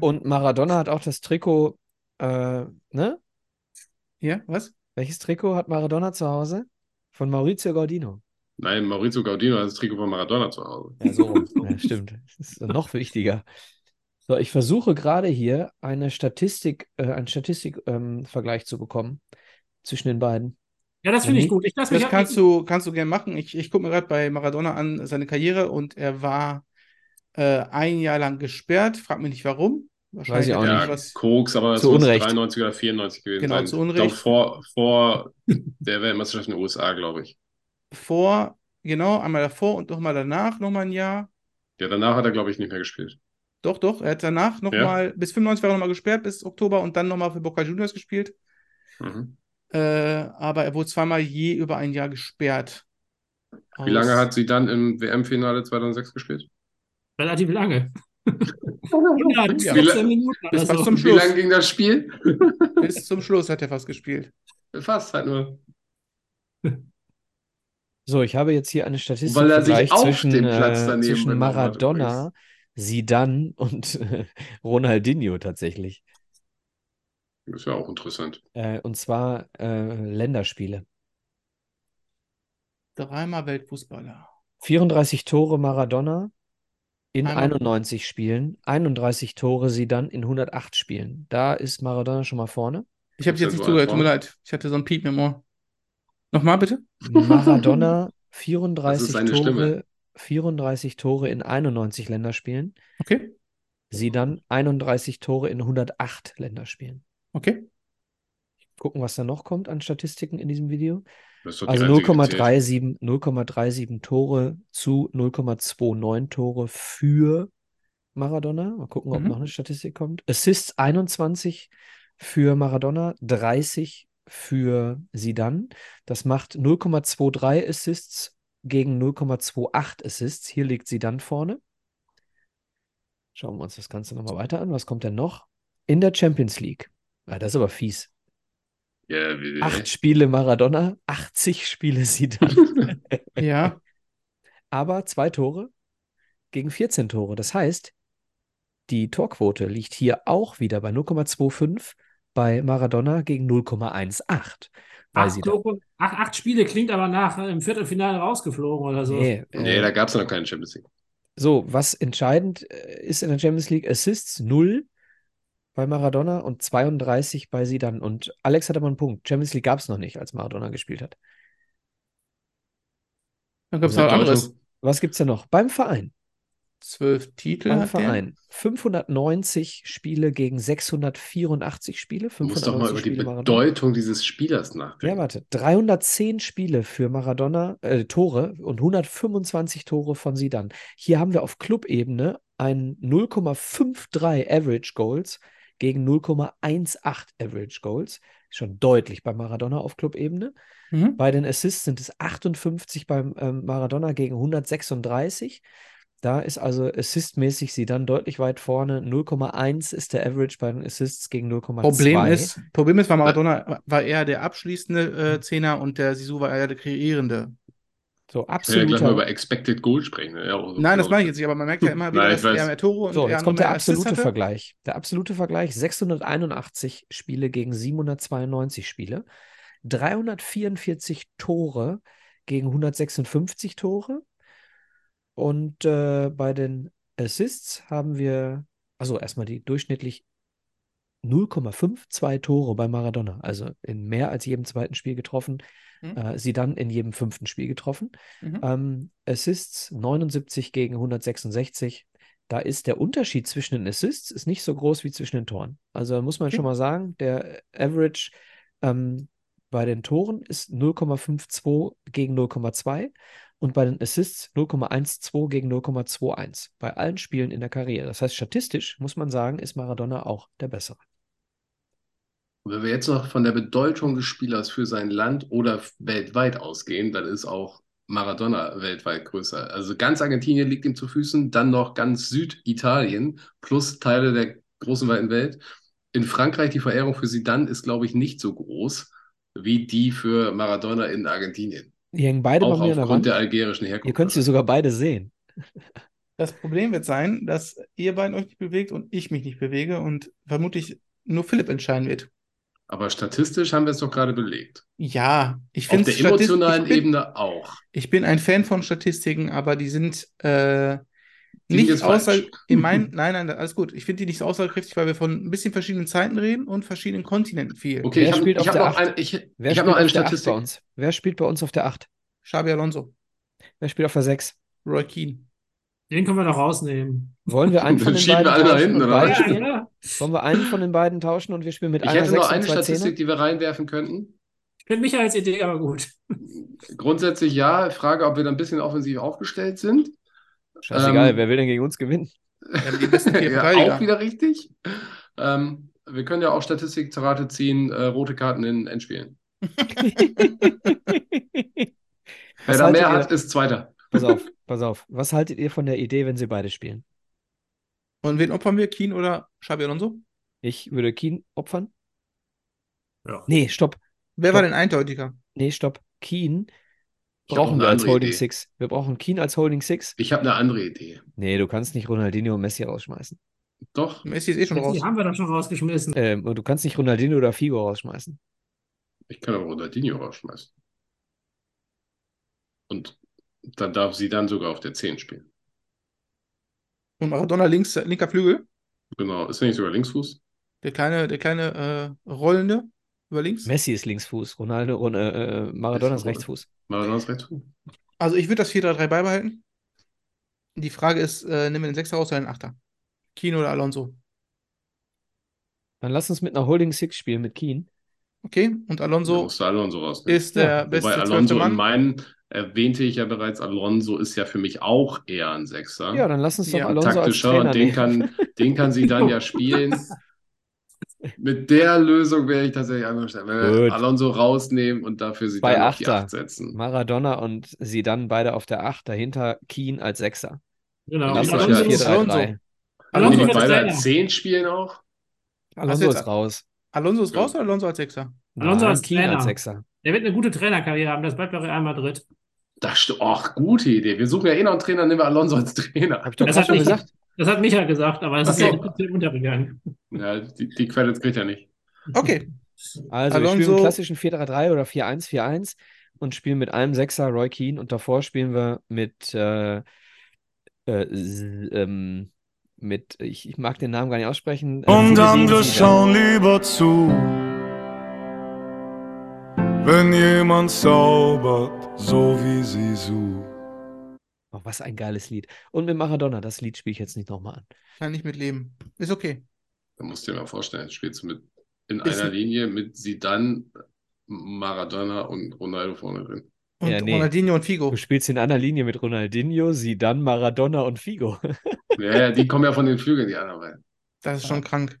[SPEAKER 3] Und Maradona hat auch das Trikot, äh, ne?
[SPEAKER 5] ja, was?
[SPEAKER 3] Welches Trikot hat Maradona zu Hause? Von Maurizio Gaudino.
[SPEAKER 6] Nein, Maurizio Gaudino hat das Trikot von Maradona zu Hause.
[SPEAKER 3] Ja, so rum. *laughs* ja, stimmt. Das ist noch wichtiger. So, ich versuche gerade hier eine Statistik, äh, einen Statistikvergleich ähm, Vergleich zu bekommen zwischen den beiden.
[SPEAKER 4] Ja, das finde ich
[SPEAKER 3] Mhm.
[SPEAKER 4] gut. Ich lasse mich
[SPEAKER 5] Das
[SPEAKER 4] auch
[SPEAKER 5] kannst
[SPEAKER 4] nicht-
[SPEAKER 5] du, kannst du gerne machen. Ich, ich gucke mir gerade bei Maradona an seine Karriere und er war äh, ein Jahr lang gesperrt. Frag mich nicht warum. Wahrscheinlich
[SPEAKER 3] ich auch
[SPEAKER 5] hat er
[SPEAKER 3] nicht.
[SPEAKER 5] was-
[SPEAKER 6] Koks, aber das
[SPEAKER 3] Zu
[SPEAKER 6] muss
[SPEAKER 3] Unrecht.
[SPEAKER 6] 93 oder 94 gewesen
[SPEAKER 5] Genau,
[SPEAKER 6] sein.
[SPEAKER 5] zu Unrecht.
[SPEAKER 6] Doch vor, vor der Weltmeisterschaft in den USA, glaube ich.
[SPEAKER 5] vor, genau, einmal davor und nochmal danach, nochmal ein Jahr.
[SPEAKER 6] Ja, danach hat er, glaube ich, nicht mehr gespielt.
[SPEAKER 5] Doch, doch, er hat danach
[SPEAKER 6] Ja.
[SPEAKER 5] nochmal, bis 95 war er nochmal gesperrt, bis Oktober und dann nochmal für Boca Juniors gespielt.
[SPEAKER 6] Mhm.
[SPEAKER 5] Äh, aber er wurde zweimal je über ein Jahr gesperrt.
[SPEAKER 6] Wie lange
[SPEAKER 5] Aus-
[SPEAKER 6] hat sie dann im WM-Finale 2006
[SPEAKER 5] *laughs*
[SPEAKER 6] gespielt?
[SPEAKER 4] Relativ lange. ja, bis 14 Minuten oder
[SPEAKER 5] Bis fast
[SPEAKER 4] so.
[SPEAKER 5] zum
[SPEAKER 6] Wie
[SPEAKER 5] Schluss.
[SPEAKER 6] lange ging das Spiel?
[SPEAKER 5] Bis zum Schluss hat er fast gespielt.
[SPEAKER 6] Fast halt nur.
[SPEAKER 3] So, ich habe jetzt hier eine Statistik
[SPEAKER 6] Weil er sich
[SPEAKER 3] Vergleich
[SPEAKER 6] auf
[SPEAKER 3] zwischen,
[SPEAKER 6] dem Platz
[SPEAKER 3] äh,
[SPEAKER 6] daneben
[SPEAKER 3] zwischen
[SPEAKER 6] benommen hat,
[SPEAKER 3] Maradona, Zidane und äh, Ronaldinho tatsächlich.
[SPEAKER 6] Das ist ja auch interessant.
[SPEAKER 3] Äh, und zwar äh, Länderspiele.
[SPEAKER 5] Dreimal Weltfußballer.
[SPEAKER 3] 34 Tore Maradona in
[SPEAKER 5] Einmal-
[SPEAKER 3] 91 Spielen, 31 Tore Zidane in 108 Spielen. Da ist Maradona schon mal vorne.
[SPEAKER 5] Ich habe
[SPEAKER 6] Ist
[SPEAKER 5] jetzt
[SPEAKER 6] das
[SPEAKER 5] nicht
[SPEAKER 6] so
[SPEAKER 5] zugehört,
[SPEAKER 6] einfach?
[SPEAKER 5] tut mir leid. Ich hatte so ein Piep im Ohr. Nochmal bitte?
[SPEAKER 3] Maradona 34
[SPEAKER 6] seine
[SPEAKER 3] Tore,
[SPEAKER 6] Stimme.
[SPEAKER 3] 34 Tore in 91 Länderspielen,
[SPEAKER 5] Okay,
[SPEAKER 3] Zidane 31 Tore in 108 Länderspielen.
[SPEAKER 5] okay.
[SPEAKER 3] Gucken, was da noch kommt an Statistiken in diesem Video.
[SPEAKER 6] Das ist doch die
[SPEAKER 3] Also
[SPEAKER 6] einzige, die
[SPEAKER 3] 0,37
[SPEAKER 6] zählt.
[SPEAKER 3] 0,37 Tore zu 0,29 Tore für Maradona. Mal gucken, ob
[SPEAKER 5] Mhm.
[SPEAKER 3] noch eine Statistik kommt. Assists 21 für Maradona, 30 für Zidane. Das macht 0,23 Assists gegen 0,28 Assists. Hier liegt Zidane vorne. Schauen wir uns das Ganze nochmal weiter an. Was kommt denn noch? In der Champions League. Ah, das ist aber fies.
[SPEAKER 6] Ja, wie,
[SPEAKER 3] Acht Spiele Maradona, 80 Spiele Zidane.
[SPEAKER 5] Ja,
[SPEAKER 3] Aber zwei Tore gegen 14 Tore. Das heißt, die Torquote liegt hier auch wieder bei 0,25 bei Maradona gegen 0,18. Weil
[SPEAKER 4] Acht,
[SPEAKER 3] sie da,
[SPEAKER 4] Tore, acht, acht Spiele klingt aber nach äh, im Viertelfinale rausgeflogen oder so.
[SPEAKER 3] nee, äh,
[SPEAKER 6] nee, da gab es noch keine Champions League.
[SPEAKER 3] so, was entscheidend äh, ist in der Champions League, Assists 0 bei Maradona und 32 bei Zidane. Und Alex hat aber einen Punkt. Champions League gab es noch nicht, als Maradona gespielt hat.
[SPEAKER 5] dann gab es
[SPEAKER 3] Ja,
[SPEAKER 5] noch anderes.
[SPEAKER 3] Was gibt es denn noch? Beim Verein.
[SPEAKER 5] Zwölf Titel
[SPEAKER 3] Beim
[SPEAKER 5] hat der.
[SPEAKER 3] Verein. 590 Spiele gegen 684 Spiele.
[SPEAKER 6] Du musst doch
[SPEAKER 3] 590
[SPEAKER 6] mal über die
[SPEAKER 3] Spiele Maradona.
[SPEAKER 6] Bedeutung dieses Spielers
[SPEAKER 3] Ja,
[SPEAKER 6] nachdenken.
[SPEAKER 3] warte. 310 Spiele für Maradona, äh, Tore und 125 Tore von Sidan. Hier haben wir auf Clubebene ein 0,53 Average Goals gegen 0,18 Average Goals. Schon deutlich bei Maradona auf Clubebene.
[SPEAKER 5] Mhm.
[SPEAKER 3] Bei den Assists sind es 58 beim ähm, Maradona gegen 136. Da ist also assistmäßig sie dann deutlich weit vorne. 0,1 ist der Average bei den Assists gegen 0,2.
[SPEAKER 5] Problem ist, Problem ist, war Maradona war er der abschließende äh, Zehner und der Sisu war eher der kreierende.
[SPEAKER 3] so
[SPEAKER 6] Ich will ja gleich mal
[SPEAKER 3] absoluter.
[SPEAKER 6] über Expected Goal sprechen. ne? Ja, also,
[SPEAKER 5] Nein, das meine ich jetzt nicht, aber man merkt ja immer wieder,
[SPEAKER 6] Nein, ich
[SPEAKER 5] dass er
[SPEAKER 6] weiß.
[SPEAKER 5] mehr Tore und
[SPEAKER 3] So,
[SPEAKER 5] er
[SPEAKER 3] jetzt kommt
[SPEAKER 5] noch
[SPEAKER 3] der
[SPEAKER 5] mehr Assists
[SPEAKER 3] absolute
[SPEAKER 5] hatte.
[SPEAKER 3] Vergleich. Der absolute Vergleich: 681 Spiele gegen 792 Spiele, 344 Tore gegen 156 Tore. Und äh, bei den Assists haben wir, also erstmal die durchschnittlich 0,52 Tore bei Maradona, also in mehr als jedem zweiten Spiel getroffen,
[SPEAKER 5] Mhm.
[SPEAKER 3] äh, sie dann in jedem fünften Spiel getroffen.
[SPEAKER 5] Mhm.
[SPEAKER 3] Ähm, Assists 79 gegen 166. Da ist der Unterschied zwischen den Assists ist nicht so groß wie zwischen den Toren. Also da muss man
[SPEAKER 5] Okay.
[SPEAKER 3] schon mal sagen, der Average ähm, bei den Toren ist 0,52 gegen 0,2 und bei den Assists 0,12 gegen 0,21 bei allen Spielen in der Karriere. Das heißt, statistisch muss man sagen, ist Maradona auch der Bessere.
[SPEAKER 6] Wenn wir jetzt noch von der Bedeutung des Spielers für sein Land oder weltweit ausgehen, dann ist auch Maradona weltweit größer. Also ganz Argentinien liegt ihm zu Füßen, dann noch ganz Süditalien plus Teile der großen weiten Welt. In Frankreich die Verehrung für Zidane ist, glaube ich, nicht so groß wie die für Maradona in Argentinien.
[SPEAKER 3] Die hängen beide
[SPEAKER 6] Auch
[SPEAKER 3] bei mir an der
[SPEAKER 6] aufgrund
[SPEAKER 3] Wand.
[SPEAKER 6] der algerischen Herkunft.
[SPEAKER 3] Ihr könnt sie sogar beide sehen.
[SPEAKER 5] Das Problem wird sein, dass ihr beiden euch nicht bewegt und ich mich nicht bewege und vermutlich nur Philipp entscheiden wird.
[SPEAKER 6] Aber statistisch haben wir es doch gerade belegt.
[SPEAKER 5] Ja, ich
[SPEAKER 6] Auf
[SPEAKER 5] finde
[SPEAKER 6] der emotionalen
[SPEAKER 5] ich bin,
[SPEAKER 6] Ebene auch.
[SPEAKER 5] Ich bin ein Fan von Statistiken, aber die sind äh,
[SPEAKER 6] Die
[SPEAKER 5] nicht
[SPEAKER 6] ist falsch.
[SPEAKER 5] außer
[SPEAKER 6] *laughs*
[SPEAKER 5] in meinen, nein, nein, alles gut. Ich finde die nicht so aussagekräftig, weil wir von ein bisschen verschiedenen Zeiten reden und verschiedenen Kontinenten viel.
[SPEAKER 6] Okay,
[SPEAKER 3] Wer
[SPEAKER 6] ich habe
[SPEAKER 3] spielt
[SPEAKER 6] ich
[SPEAKER 3] auf
[SPEAKER 6] hab
[SPEAKER 3] der
[SPEAKER 6] noch,
[SPEAKER 3] Acht?
[SPEAKER 6] ein, ich,
[SPEAKER 3] Wer
[SPEAKER 6] ich hab
[SPEAKER 3] spielt
[SPEAKER 6] noch eine
[SPEAKER 3] auf der 8 bei
[SPEAKER 6] Statistik.
[SPEAKER 3] uns? Wer spielt bei uns auf der 8?
[SPEAKER 5] Xabi Alonso,
[SPEAKER 3] Wer spielt auf der 6?
[SPEAKER 5] Roy Keane.
[SPEAKER 4] Den können wir noch rausnehmen.
[SPEAKER 3] Wollen
[SPEAKER 6] *laughs*
[SPEAKER 3] wir einen von
[SPEAKER 6] Dann
[SPEAKER 3] den
[SPEAKER 6] schieben
[SPEAKER 3] beiden
[SPEAKER 6] wir alle nach
[SPEAKER 3] tauschen?
[SPEAKER 6] hinten,
[SPEAKER 3] und
[SPEAKER 6] oder
[SPEAKER 3] beide
[SPEAKER 6] was?
[SPEAKER 4] Ja,
[SPEAKER 3] spielen?
[SPEAKER 4] ja.
[SPEAKER 3] Wollen wir einen von den beiden tauschen und wir spielen mit
[SPEAKER 6] Ich
[SPEAKER 3] einer
[SPEAKER 6] hätte noch
[SPEAKER 3] 6 und
[SPEAKER 6] eine
[SPEAKER 3] zwei
[SPEAKER 6] Statistik,
[SPEAKER 3] Zehner?
[SPEAKER 6] die wir reinwerfen könnten.
[SPEAKER 4] Ich finde Michaels Idee aber gut.
[SPEAKER 6] Grundsätzlich ja. Frage, ob wir da ein bisschen offensiv aufgestellt sind.
[SPEAKER 3] Scheißegal,
[SPEAKER 6] Ähm,
[SPEAKER 3] wer will denn gegen uns *laughs* gewinnen?
[SPEAKER 5] Wir
[SPEAKER 6] *laughs*
[SPEAKER 5] haben die besten vier
[SPEAKER 6] ja,
[SPEAKER 5] Verteidiger.
[SPEAKER 6] auch wieder richtig. Ähm, wir können ja auch Statistik zurate ziehen, äh, rote Karten in Endspielen. Wer
[SPEAKER 3] Was
[SPEAKER 6] da
[SPEAKER 3] haltet
[SPEAKER 6] mehr
[SPEAKER 3] ihr-
[SPEAKER 6] hat, ist Zweiter.
[SPEAKER 3] Pass auf, pass auf. Was haltet ihr von der Idee, wenn sie beide spielen?
[SPEAKER 5] Und wen opfern wir? Keen oder Xabi Alonso?
[SPEAKER 3] Ich würde Keen opfern.
[SPEAKER 4] Ja.
[SPEAKER 3] Nee, stopp.
[SPEAKER 5] Wer war
[SPEAKER 3] Ja.
[SPEAKER 5] denn eindeutiger?
[SPEAKER 3] Nee, stopp. Keen
[SPEAKER 6] Ich hab noch
[SPEAKER 3] brauchen
[SPEAKER 6] eine
[SPEAKER 3] wir als
[SPEAKER 6] andere
[SPEAKER 3] Holding
[SPEAKER 6] Idee.
[SPEAKER 3] Six. Wir brauchen Keen als Holding Six.
[SPEAKER 6] Ich habe eine andere Idee.
[SPEAKER 3] Nee, du kannst nicht Ronaldinho und Messi rausschmeißen.
[SPEAKER 6] Doch,
[SPEAKER 5] Messi ist eh schon raus.
[SPEAKER 4] Die haben wir doch schon rausgeschmissen.
[SPEAKER 3] Ähm, und du kannst nicht Ronaldinho oder Figo rausschmeißen.
[SPEAKER 6] ich kann aber Ronaldinho rausschmeißen. Und dann darf sie dann sogar auf der 10 spielen.
[SPEAKER 5] Und Maradona links, linker Flügel.
[SPEAKER 6] Genau, ist er nicht sogar Linksfuß?
[SPEAKER 5] Der kleine, der kleine äh, Rollende über links.
[SPEAKER 3] Messi ist Linksfuß, Ronaldo und äh, äh, Maradona ist
[SPEAKER 6] Ist-
[SPEAKER 3] Rechtsfuß.
[SPEAKER 6] Maradona ist Rechtsfuß.
[SPEAKER 5] Also ich würde das 4-3-3 beibehalten. Die Frage ist, äh, nehmen wir den Sechser raus oder den Achter? Keen oder Alonso?
[SPEAKER 3] Dann lass uns mit einer Holding Six spielen mit Keen.
[SPEAKER 5] Okay, und
[SPEAKER 6] Da
[SPEAKER 5] Alonso
[SPEAKER 6] musst du Alonso rausnehmen.
[SPEAKER 5] ist der
[SPEAKER 3] Ja,
[SPEAKER 5] beste
[SPEAKER 6] Wobei
[SPEAKER 5] zwölfte
[SPEAKER 6] Alonso in
[SPEAKER 5] Mann.
[SPEAKER 6] meinen erwähnte ich ja bereits, Alonso ist ja für mich auch eher ein Sechser.
[SPEAKER 3] Ja, dann lass uns doch
[SPEAKER 5] Ja,
[SPEAKER 3] Alonso als
[SPEAKER 6] taktischer
[SPEAKER 3] Trainer
[SPEAKER 6] und den
[SPEAKER 3] nehmen.
[SPEAKER 6] kann, den kann sie
[SPEAKER 3] *laughs*
[SPEAKER 6] dann ja spielen. Mit der Lösung wäre ich tatsächlich einverstanden. Wenn wir
[SPEAKER 3] Gut.
[SPEAKER 6] Alonso rausnehmen und dafür sie
[SPEAKER 3] Bei
[SPEAKER 6] dann auf die
[SPEAKER 3] Achter.
[SPEAKER 6] 8 setzen.
[SPEAKER 3] Maradona und sie dann beide auf der Acht, dahinter Keen als Sechser.
[SPEAKER 4] Genau.
[SPEAKER 3] Lass
[SPEAKER 6] ich
[SPEAKER 3] uns
[SPEAKER 6] glaub,
[SPEAKER 3] ein
[SPEAKER 6] das ist
[SPEAKER 3] 4-3-3.
[SPEAKER 6] Wenn
[SPEAKER 4] Alonso
[SPEAKER 6] die
[SPEAKER 4] wird
[SPEAKER 6] beide
[SPEAKER 4] Trainer.
[SPEAKER 6] als 10 spielen auch,
[SPEAKER 5] Hast du
[SPEAKER 3] Alonso
[SPEAKER 5] jetzt-
[SPEAKER 3] ist raus.
[SPEAKER 5] Alonso ist
[SPEAKER 6] Ja.
[SPEAKER 5] raus oder Alonso als Sechser?
[SPEAKER 4] Alonso
[SPEAKER 3] Nein,
[SPEAKER 4] als
[SPEAKER 3] Keane
[SPEAKER 4] Trainer.
[SPEAKER 3] als Sechser.
[SPEAKER 4] Der wird eine gute Trainerkarriere haben, das bleibt bei Real Madrid.
[SPEAKER 6] das stimmt. Ach, gute Idee. Wir suchen ja eh noch einen Trainer, nehmen wir Alonso als Trainer.
[SPEAKER 3] Hab ich doch
[SPEAKER 4] Das
[SPEAKER 3] gerade
[SPEAKER 4] hat
[SPEAKER 3] schon
[SPEAKER 4] nicht-
[SPEAKER 3] gesagt.
[SPEAKER 4] Das hat Micha gesagt, aber das
[SPEAKER 6] Ach
[SPEAKER 4] ist
[SPEAKER 6] so.
[SPEAKER 4] ja trotzdem untergegangen.
[SPEAKER 6] Ja, die, die Quelle kriegt er nicht.
[SPEAKER 5] Okay,
[SPEAKER 3] Also wir spielen
[SPEAKER 5] Alonso-
[SPEAKER 3] im klassischen 4-3-3 oder 4-1-4-1 und spielen mit einem Sechser Roy Keane und davor spielen wir mit äh, äh, s- ähm, mit, ich, ich mag den Namen gar nicht aussprechen.
[SPEAKER 1] Und
[SPEAKER 3] äh, Zinedine
[SPEAKER 1] andere
[SPEAKER 3] Zidane.
[SPEAKER 1] schauen lieber zu. Wenn jemand zaubert, so wie sie sucht.
[SPEAKER 3] Oh, was ein geiles Lied. Und mit Maradona, das Lied spiele ich jetzt nicht nochmal an.
[SPEAKER 5] kann ich mitleben. Ist okay.
[SPEAKER 6] Da musst du dir mal vorstellen, spielst du mit in
[SPEAKER 5] Ist-
[SPEAKER 6] einer Linie mit Zidane, Maradona und Ronaldo vorne drin.
[SPEAKER 5] Und
[SPEAKER 3] Ja, nee.
[SPEAKER 5] Ronaldinho und Figo.
[SPEAKER 3] Du spielst in einer Linie mit Ronaldinho, Zidane, Maradona und Figo.
[SPEAKER 6] Ja, ja, die kommen ja von den Flügeln, die anderen beiden.
[SPEAKER 5] Das ist schon krank.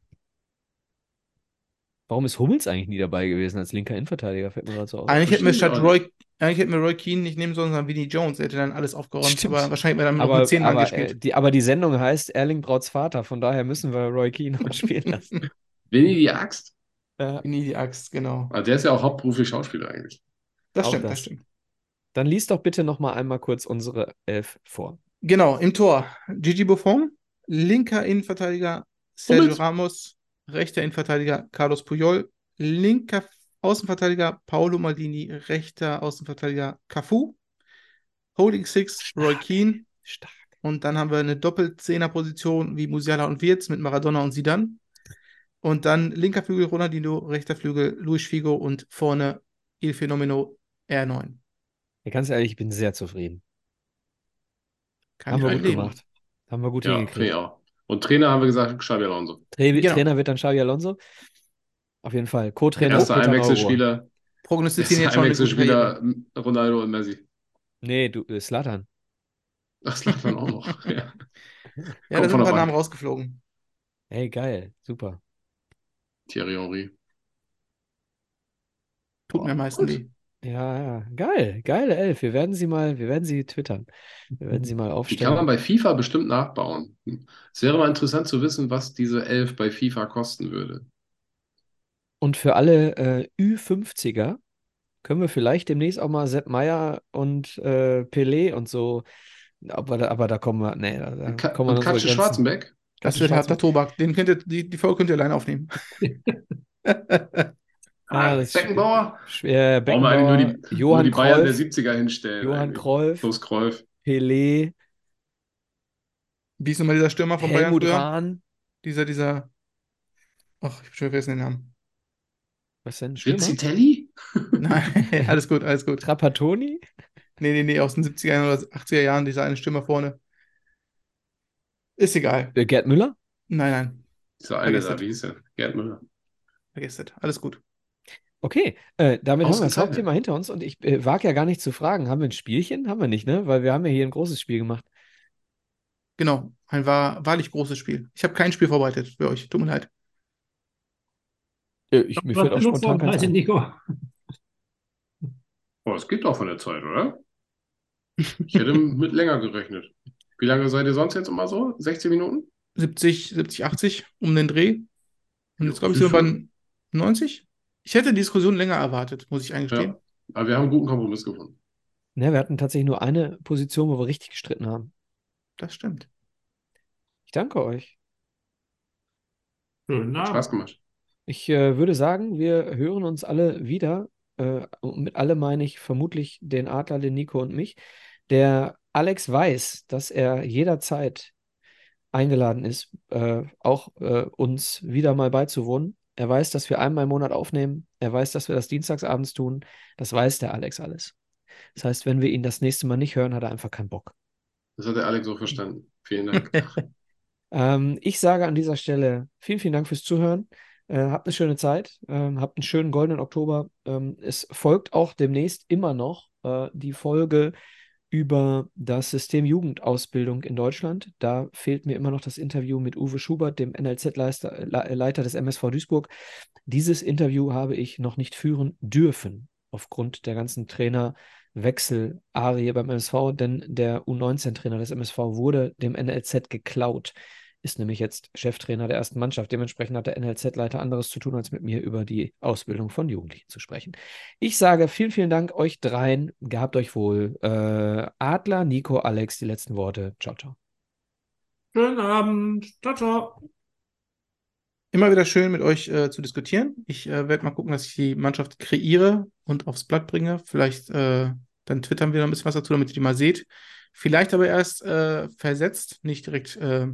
[SPEAKER 3] Warum ist Hummels eigentlich nie dabei gewesen als linker Innenverteidiger? Fällt mir gerade so auf.
[SPEAKER 5] Eigentlich hätten wir
[SPEAKER 6] verstehe ich
[SPEAKER 5] statt
[SPEAKER 6] auch
[SPEAKER 5] Roy, eigentlich hätten wir Roy Keane nicht nehmen sollen, sondern Vinny Jones. Der hätte dann alles aufgeräumt.
[SPEAKER 3] Stimmt.
[SPEAKER 5] Aber wahrscheinlich wäre dann noch
[SPEAKER 3] Aber,
[SPEAKER 5] mit 10 Mann
[SPEAKER 3] aber, äh,
[SPEAKER 5] gespielt.
[SPEAKER 3] die, aber die Sendung heißt Erling Brauts Vater, von daher müssen wir Roy Keane auch *laughs* spielen lassen.
[SPEAKER 6] Winnie die Axt?
[SPEAKER 3] Ja.
[SPEAKER 5] Vinny die Axt, genau.
[SPEAKER 6] Ah, der ist ja auch hauptberuflich Schauspieler eigentlich.
[SPEAKER 5] Das
[SPEAKER 3] Auch
[SPEAKER 5] stimmt, das
[SPEAKER 3] das.
[SPEAKER 5] stimmt.
[SPEAKER 3] Dann lies doch bitte noch mal einmal kurz unsere Elf vor.
[SPEAKER 5] Genau, im Tor Gigi Buffon, linker Innenverteidiger Sergio
[SPEAKER 6] Hummels.
[SPEAKER 5] Ramos, rechter Innenverteidiger Carlos Puyol, linker Außenverteidiger Paolo Maldini, rechter Außenverteidiger Cafu, Holding Six Roy Keane
[SPEAKER 3] Stark.
[SPEAKER 5] und dann haben wir eine Doppelzehner-Position wie Musiala und Wirtz mit Maradona und Zidane und dann linker Flügel Ronaldinho, rechter Flügel Luis Figo und vorne Il Fenomeno R9.
[SPEAKER 3] Ja, ganz ehrlich, ich bin sehr zufrieden.
[SPEAKER 5] Kann
[SPEAKER 3] Haben
[SPEAKER 5] ich
[SPEAKER 3] wir
[SPEAKER 5] mitleben.
[SPEAKER 3] gut gemacht. Haben wir gut
[SPEAKER 6] Ja, finde ich
[SPEAKER 3] hingekriegt.
[SPEAKER 6] auch. Und Trainer haben wir gesagt, Xabi Alonso.
[SPEAKER 3] Tra
[SPEAKER 5] Genau.
[SPEAKER 3] Trainer wird dann Xavi Alonso. Auf jeden Fall. Co-Trainer
[SPEAKER 6] Erster
[SPEAKER 3] Peter Neuruhr.
[SPEAKER 6] Einwechselspieler,
[SPEAKER 5] Prognostizieren
[SPEAKER 6] erster
[SPEAKER 5] jetzt schon eine gute Karriere.
[SPEAKER 6] Einwechselspieler m, Ronaldo und Messi.
[SPEAKER 3] Nee, du, äh, Zlatan.
[SPEAKER 6] Das lag dann auch noch. *laughs* Ja.
[SPEAKER 5] Ja,
[SPEAKER 6] Kommt
[SPEAKER 5] da
[SPEAKER 6] von
[SPEAKER 5] sind ein
[SPEAKER 6] der
[SPEAKER 5] paar
[SPEAKER 6] Bank.
[SPEAKER 5] Namen rausgeflogen.
[SPEAKER 3] Ey, geil. Super.
[SPEAKER 6] Thierry Henry.
[SPEAKER 5] Tut mir am meisten
[SPEAKER 6] gut.
[SPEAKER 5] weh.
[SPEAKER 3] Ja, ja. Geil. Geile Elf. Wir werden sie mal, wir werden sie twittern. Wir werden sie mal
[SPEAKER 6] Die kann
[SPEAKER 3] aufstellen.
[SPEAKER 6] man bei FIFA bestimmt nachbauen. Hm. Es wäre mal interessant zu wissen, was diese Elf bei FIFA kosten würde.
[SPEAKER 3] Und für alle äh, Ü50er können wir vielleicht demnächst auch mal Sepp Meier und äh, Pelé und so. Aber, da- aber da kommen wir, nee, da, da
[SPEAKER 6] Und, Ka
[SPEAKER 3] kommen wir an
[SPEAKER 6] und
[SPEAKER 3] unsere
[SPEAKER 6] Katze
[SPEAKER 3] Grenzen.
[SPEAKER 6] Schwarzenbeck?
[SPEAKER 5] Das
[SPEAKER 3] Katze
[SPEAKER 5] wird harter
[SPEAKER 3] Schwarzenbeck.
[SPEAKER 5] Tobak. Den könnt ihr, die, die Folge könnt ihr alleine aufnehmen.
[SPEAKER 3] Ah,
[SPEAKER 6] Ah,
[SPEAKER 3] das ist
[SPEAKER 6] Beckenbauer?
[SPEAKER 3] Schwer,
[SPEAKER 6] Brauchen wir
[SPEAKER 3] Beckenbauer,
[SPEAKER 6] eigentlich nur die, nur
[SPEAKER 3] Johann
[SPEAKER 6] die Bayern der
[SPEAKER 3] Cruyff,
[SPEAKER 6] 70er hinstellen.
[SPEAKER 3] Johann
[SPEAKER 6] eigentlich.
[SPEAKER 3] Cruyff,
[SPEAKER 6] Plus Cruyff.
[SPEAKER 3] Pelé,
[SPEAKER 5] Wie ist nochmal dieser Stürmer von Bayern
[SPEAKER 3] Helmut
[SPEAKER 5] früher?
[SPEAKER 3] Rahn.
[SPEAKER 5] Dieser, dieser. Ach, ich hab schon vergessen den Namen.
[SPEAKER 3] Was denn? Stürmer?
[SPEAKER 6] Rizzitelli?
[SPEAKER 5] Nein, *laughs* alles gut, alles gut.
[SPEAKER 3] Trapattoni?
[SPEAKER 5] Nee, nee, nee, aus den 70er Jahren oder 80er Jahren, dieser eine Stürmer vorne. Ist egal.
[SPEAKER 3] Äh, Gerd Müller?
[SPEAKER 5] Nein, nein,
[SPEAKER 6] Dieser eine da,
[SPEAKER 5] Vergessen.
[SPEAKER 6] wie hieß er? Gerd Müller.
[SPEAKER 5] vergesst es. Alles gut.
[SPEAKER 3] Okay, äh, damit haben wir
[SPEAKER 5] Oh,
[SPEAKER 3] das
[SPEAKER 6] Ausgezeichnet.
[SPEAKER 3] Hauptthema hinter uns und ich äh, wage ja gar nicht zu fragen, haben wir ein Spielchen? Haben wir nicht, ne? Weil wir haben ja hier ein großes Spiel gemacht.
[SPEAKER 5] Genau, ein wahr, wahrlich großes Spiel. Ich habe kein Spiel vorbereitet für euch. Tut mir leid.
[SPEAKER 3] Äh, ich, mir
[SPEAKER 4] Du hast
[SPEAKER 3] fällt auch
[SPEAKER 4] genug
[SPEAKER 3] spontan keins
[SPEAKER 4] vorbereitet,
[SPEAKER 3] ein.
[SPEAKER 4] Nico.
[SPEAKER 6] Oh, es geht doch von der Zeit, oder? Ich hätte mit länger gerechnet. Wie lange seid ihr sonst jetzt immer so? 16 Minuten?
[SPEAKER 5] 70, 70, 80 um den Dreh. Und jetzt glaube ich sind wir bei 90. Ich hätte die Diskussion länger erwartet, muss ich eingestehen.
[SPEAKER 6] Ja. Aber wir haben einen guten Kompromiss gefunden.
[SPEAKER 3] Ne, wir hatten tatsächlich nur eine Position, wo wir richtig gestritten haben.
[SPEAKER 5] Das stimmt.
[SPEAKER 3] Ich danke euch.
[SPEAKER 4] Schönen Abend.
[SPEAKER 6] Hat Spaß gemacht.
[SPEAKER 3] Ich äh, würde sagen, wir hören uns alle wieder. Äh, und mit alle meine ich vermutlich den Adler, den Nico und mich. Der Alex weiß, dass er jederzeit eingeladen ist, äh, auch äh, uns wieder mal beizuwohnen. Er weiß, dass wir einmal im Monat aufnehmen. Er weiß, dass wir das dienstagsabends tun. Das weiß der Alex alles. Das heißt, wenn wir ihn das nächste Mal nicht hören, hat er einfach keinen Bock.
[SPEAKER 6] Das hat der Alex so verstanden. Vielen Dank.
[SPEAKER 3] Ähm, ich sage an dieser Stelle vielen, vielen Dank fürs Zuhören. Äh, habt eine schöne Zeit, ähm, habt einen schönen goldenen Oktober. Ähm, es folgt auch demnächst immer noch äh, die Folge über das System Jugendausbildung in Deutschland. Da fehlt mir immer noch das Interview mit Uwe Schubert, dem NLZ-Leiter Le- äh, Leiter des MSV Duisburg. Dieses Interview habe ich noch nicht führen dürfen, aufgrund der ganzen Trainerwechsel-Arie beim MSV, denn der U19-Trainer des MSV wurde dem NLZ geklaut ist nämlich jetzt Cheftrainer der ersten Mannschaft. Dementsprechend hat der NLZ-Leiter anderes zu tun, als mit mir über die Ausbildung von Jugendlichen zu sprechen. Ich sage vielen, vielen Dank euch dreien. Gehabt euch wohl. Äh, Adler, Nico, Alex, die letzten Worte. Ciao, ciao.
[SPEAKER 4] Schönen Abend. Ciao, ciao.
[SPEAKER 5] Immer wieder schön mit euch äh, zu diskutieren. Ich äh, werde mal gucken, dass ich die Mannschaft kreiere und aufs Blatt bringe. Vielleicht äh, dann twittern wir noch ein bisschen was dazu, damit ihr die mal seht. Vielleicht aber erst äh, versetzt, nicht direkt äh,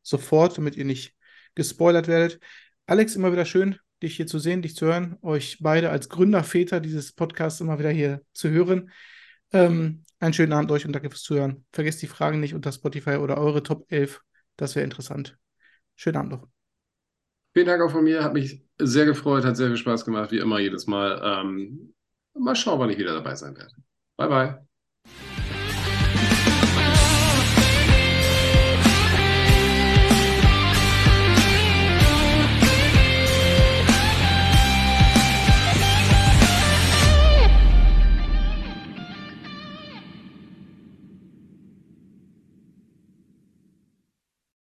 [SPEAKER 5] sofort, damit ihr nicht gespoilert werdet. Alex, immer wieder schön, dich hier zu sehen, dich zu hören, euch beide als Gründerväter dieses Podcasts immer wieder hier zu hören. Ähm, einen schönen Abend euch und danke fürs Zuhören. Vergesst die Fragen nicht unter Spotify oder eure Top 11. Das wäre interessant. Schönen Abend noch.
[SPEAKER 6] Vielen Dank auch von mir. Hat mich sehr gefreut, hat sehr viel Spaß gemacht, wie immer jedes Mal. Ähm, mal schauen, wann ich wieder dabei sein werde. Bye, bye.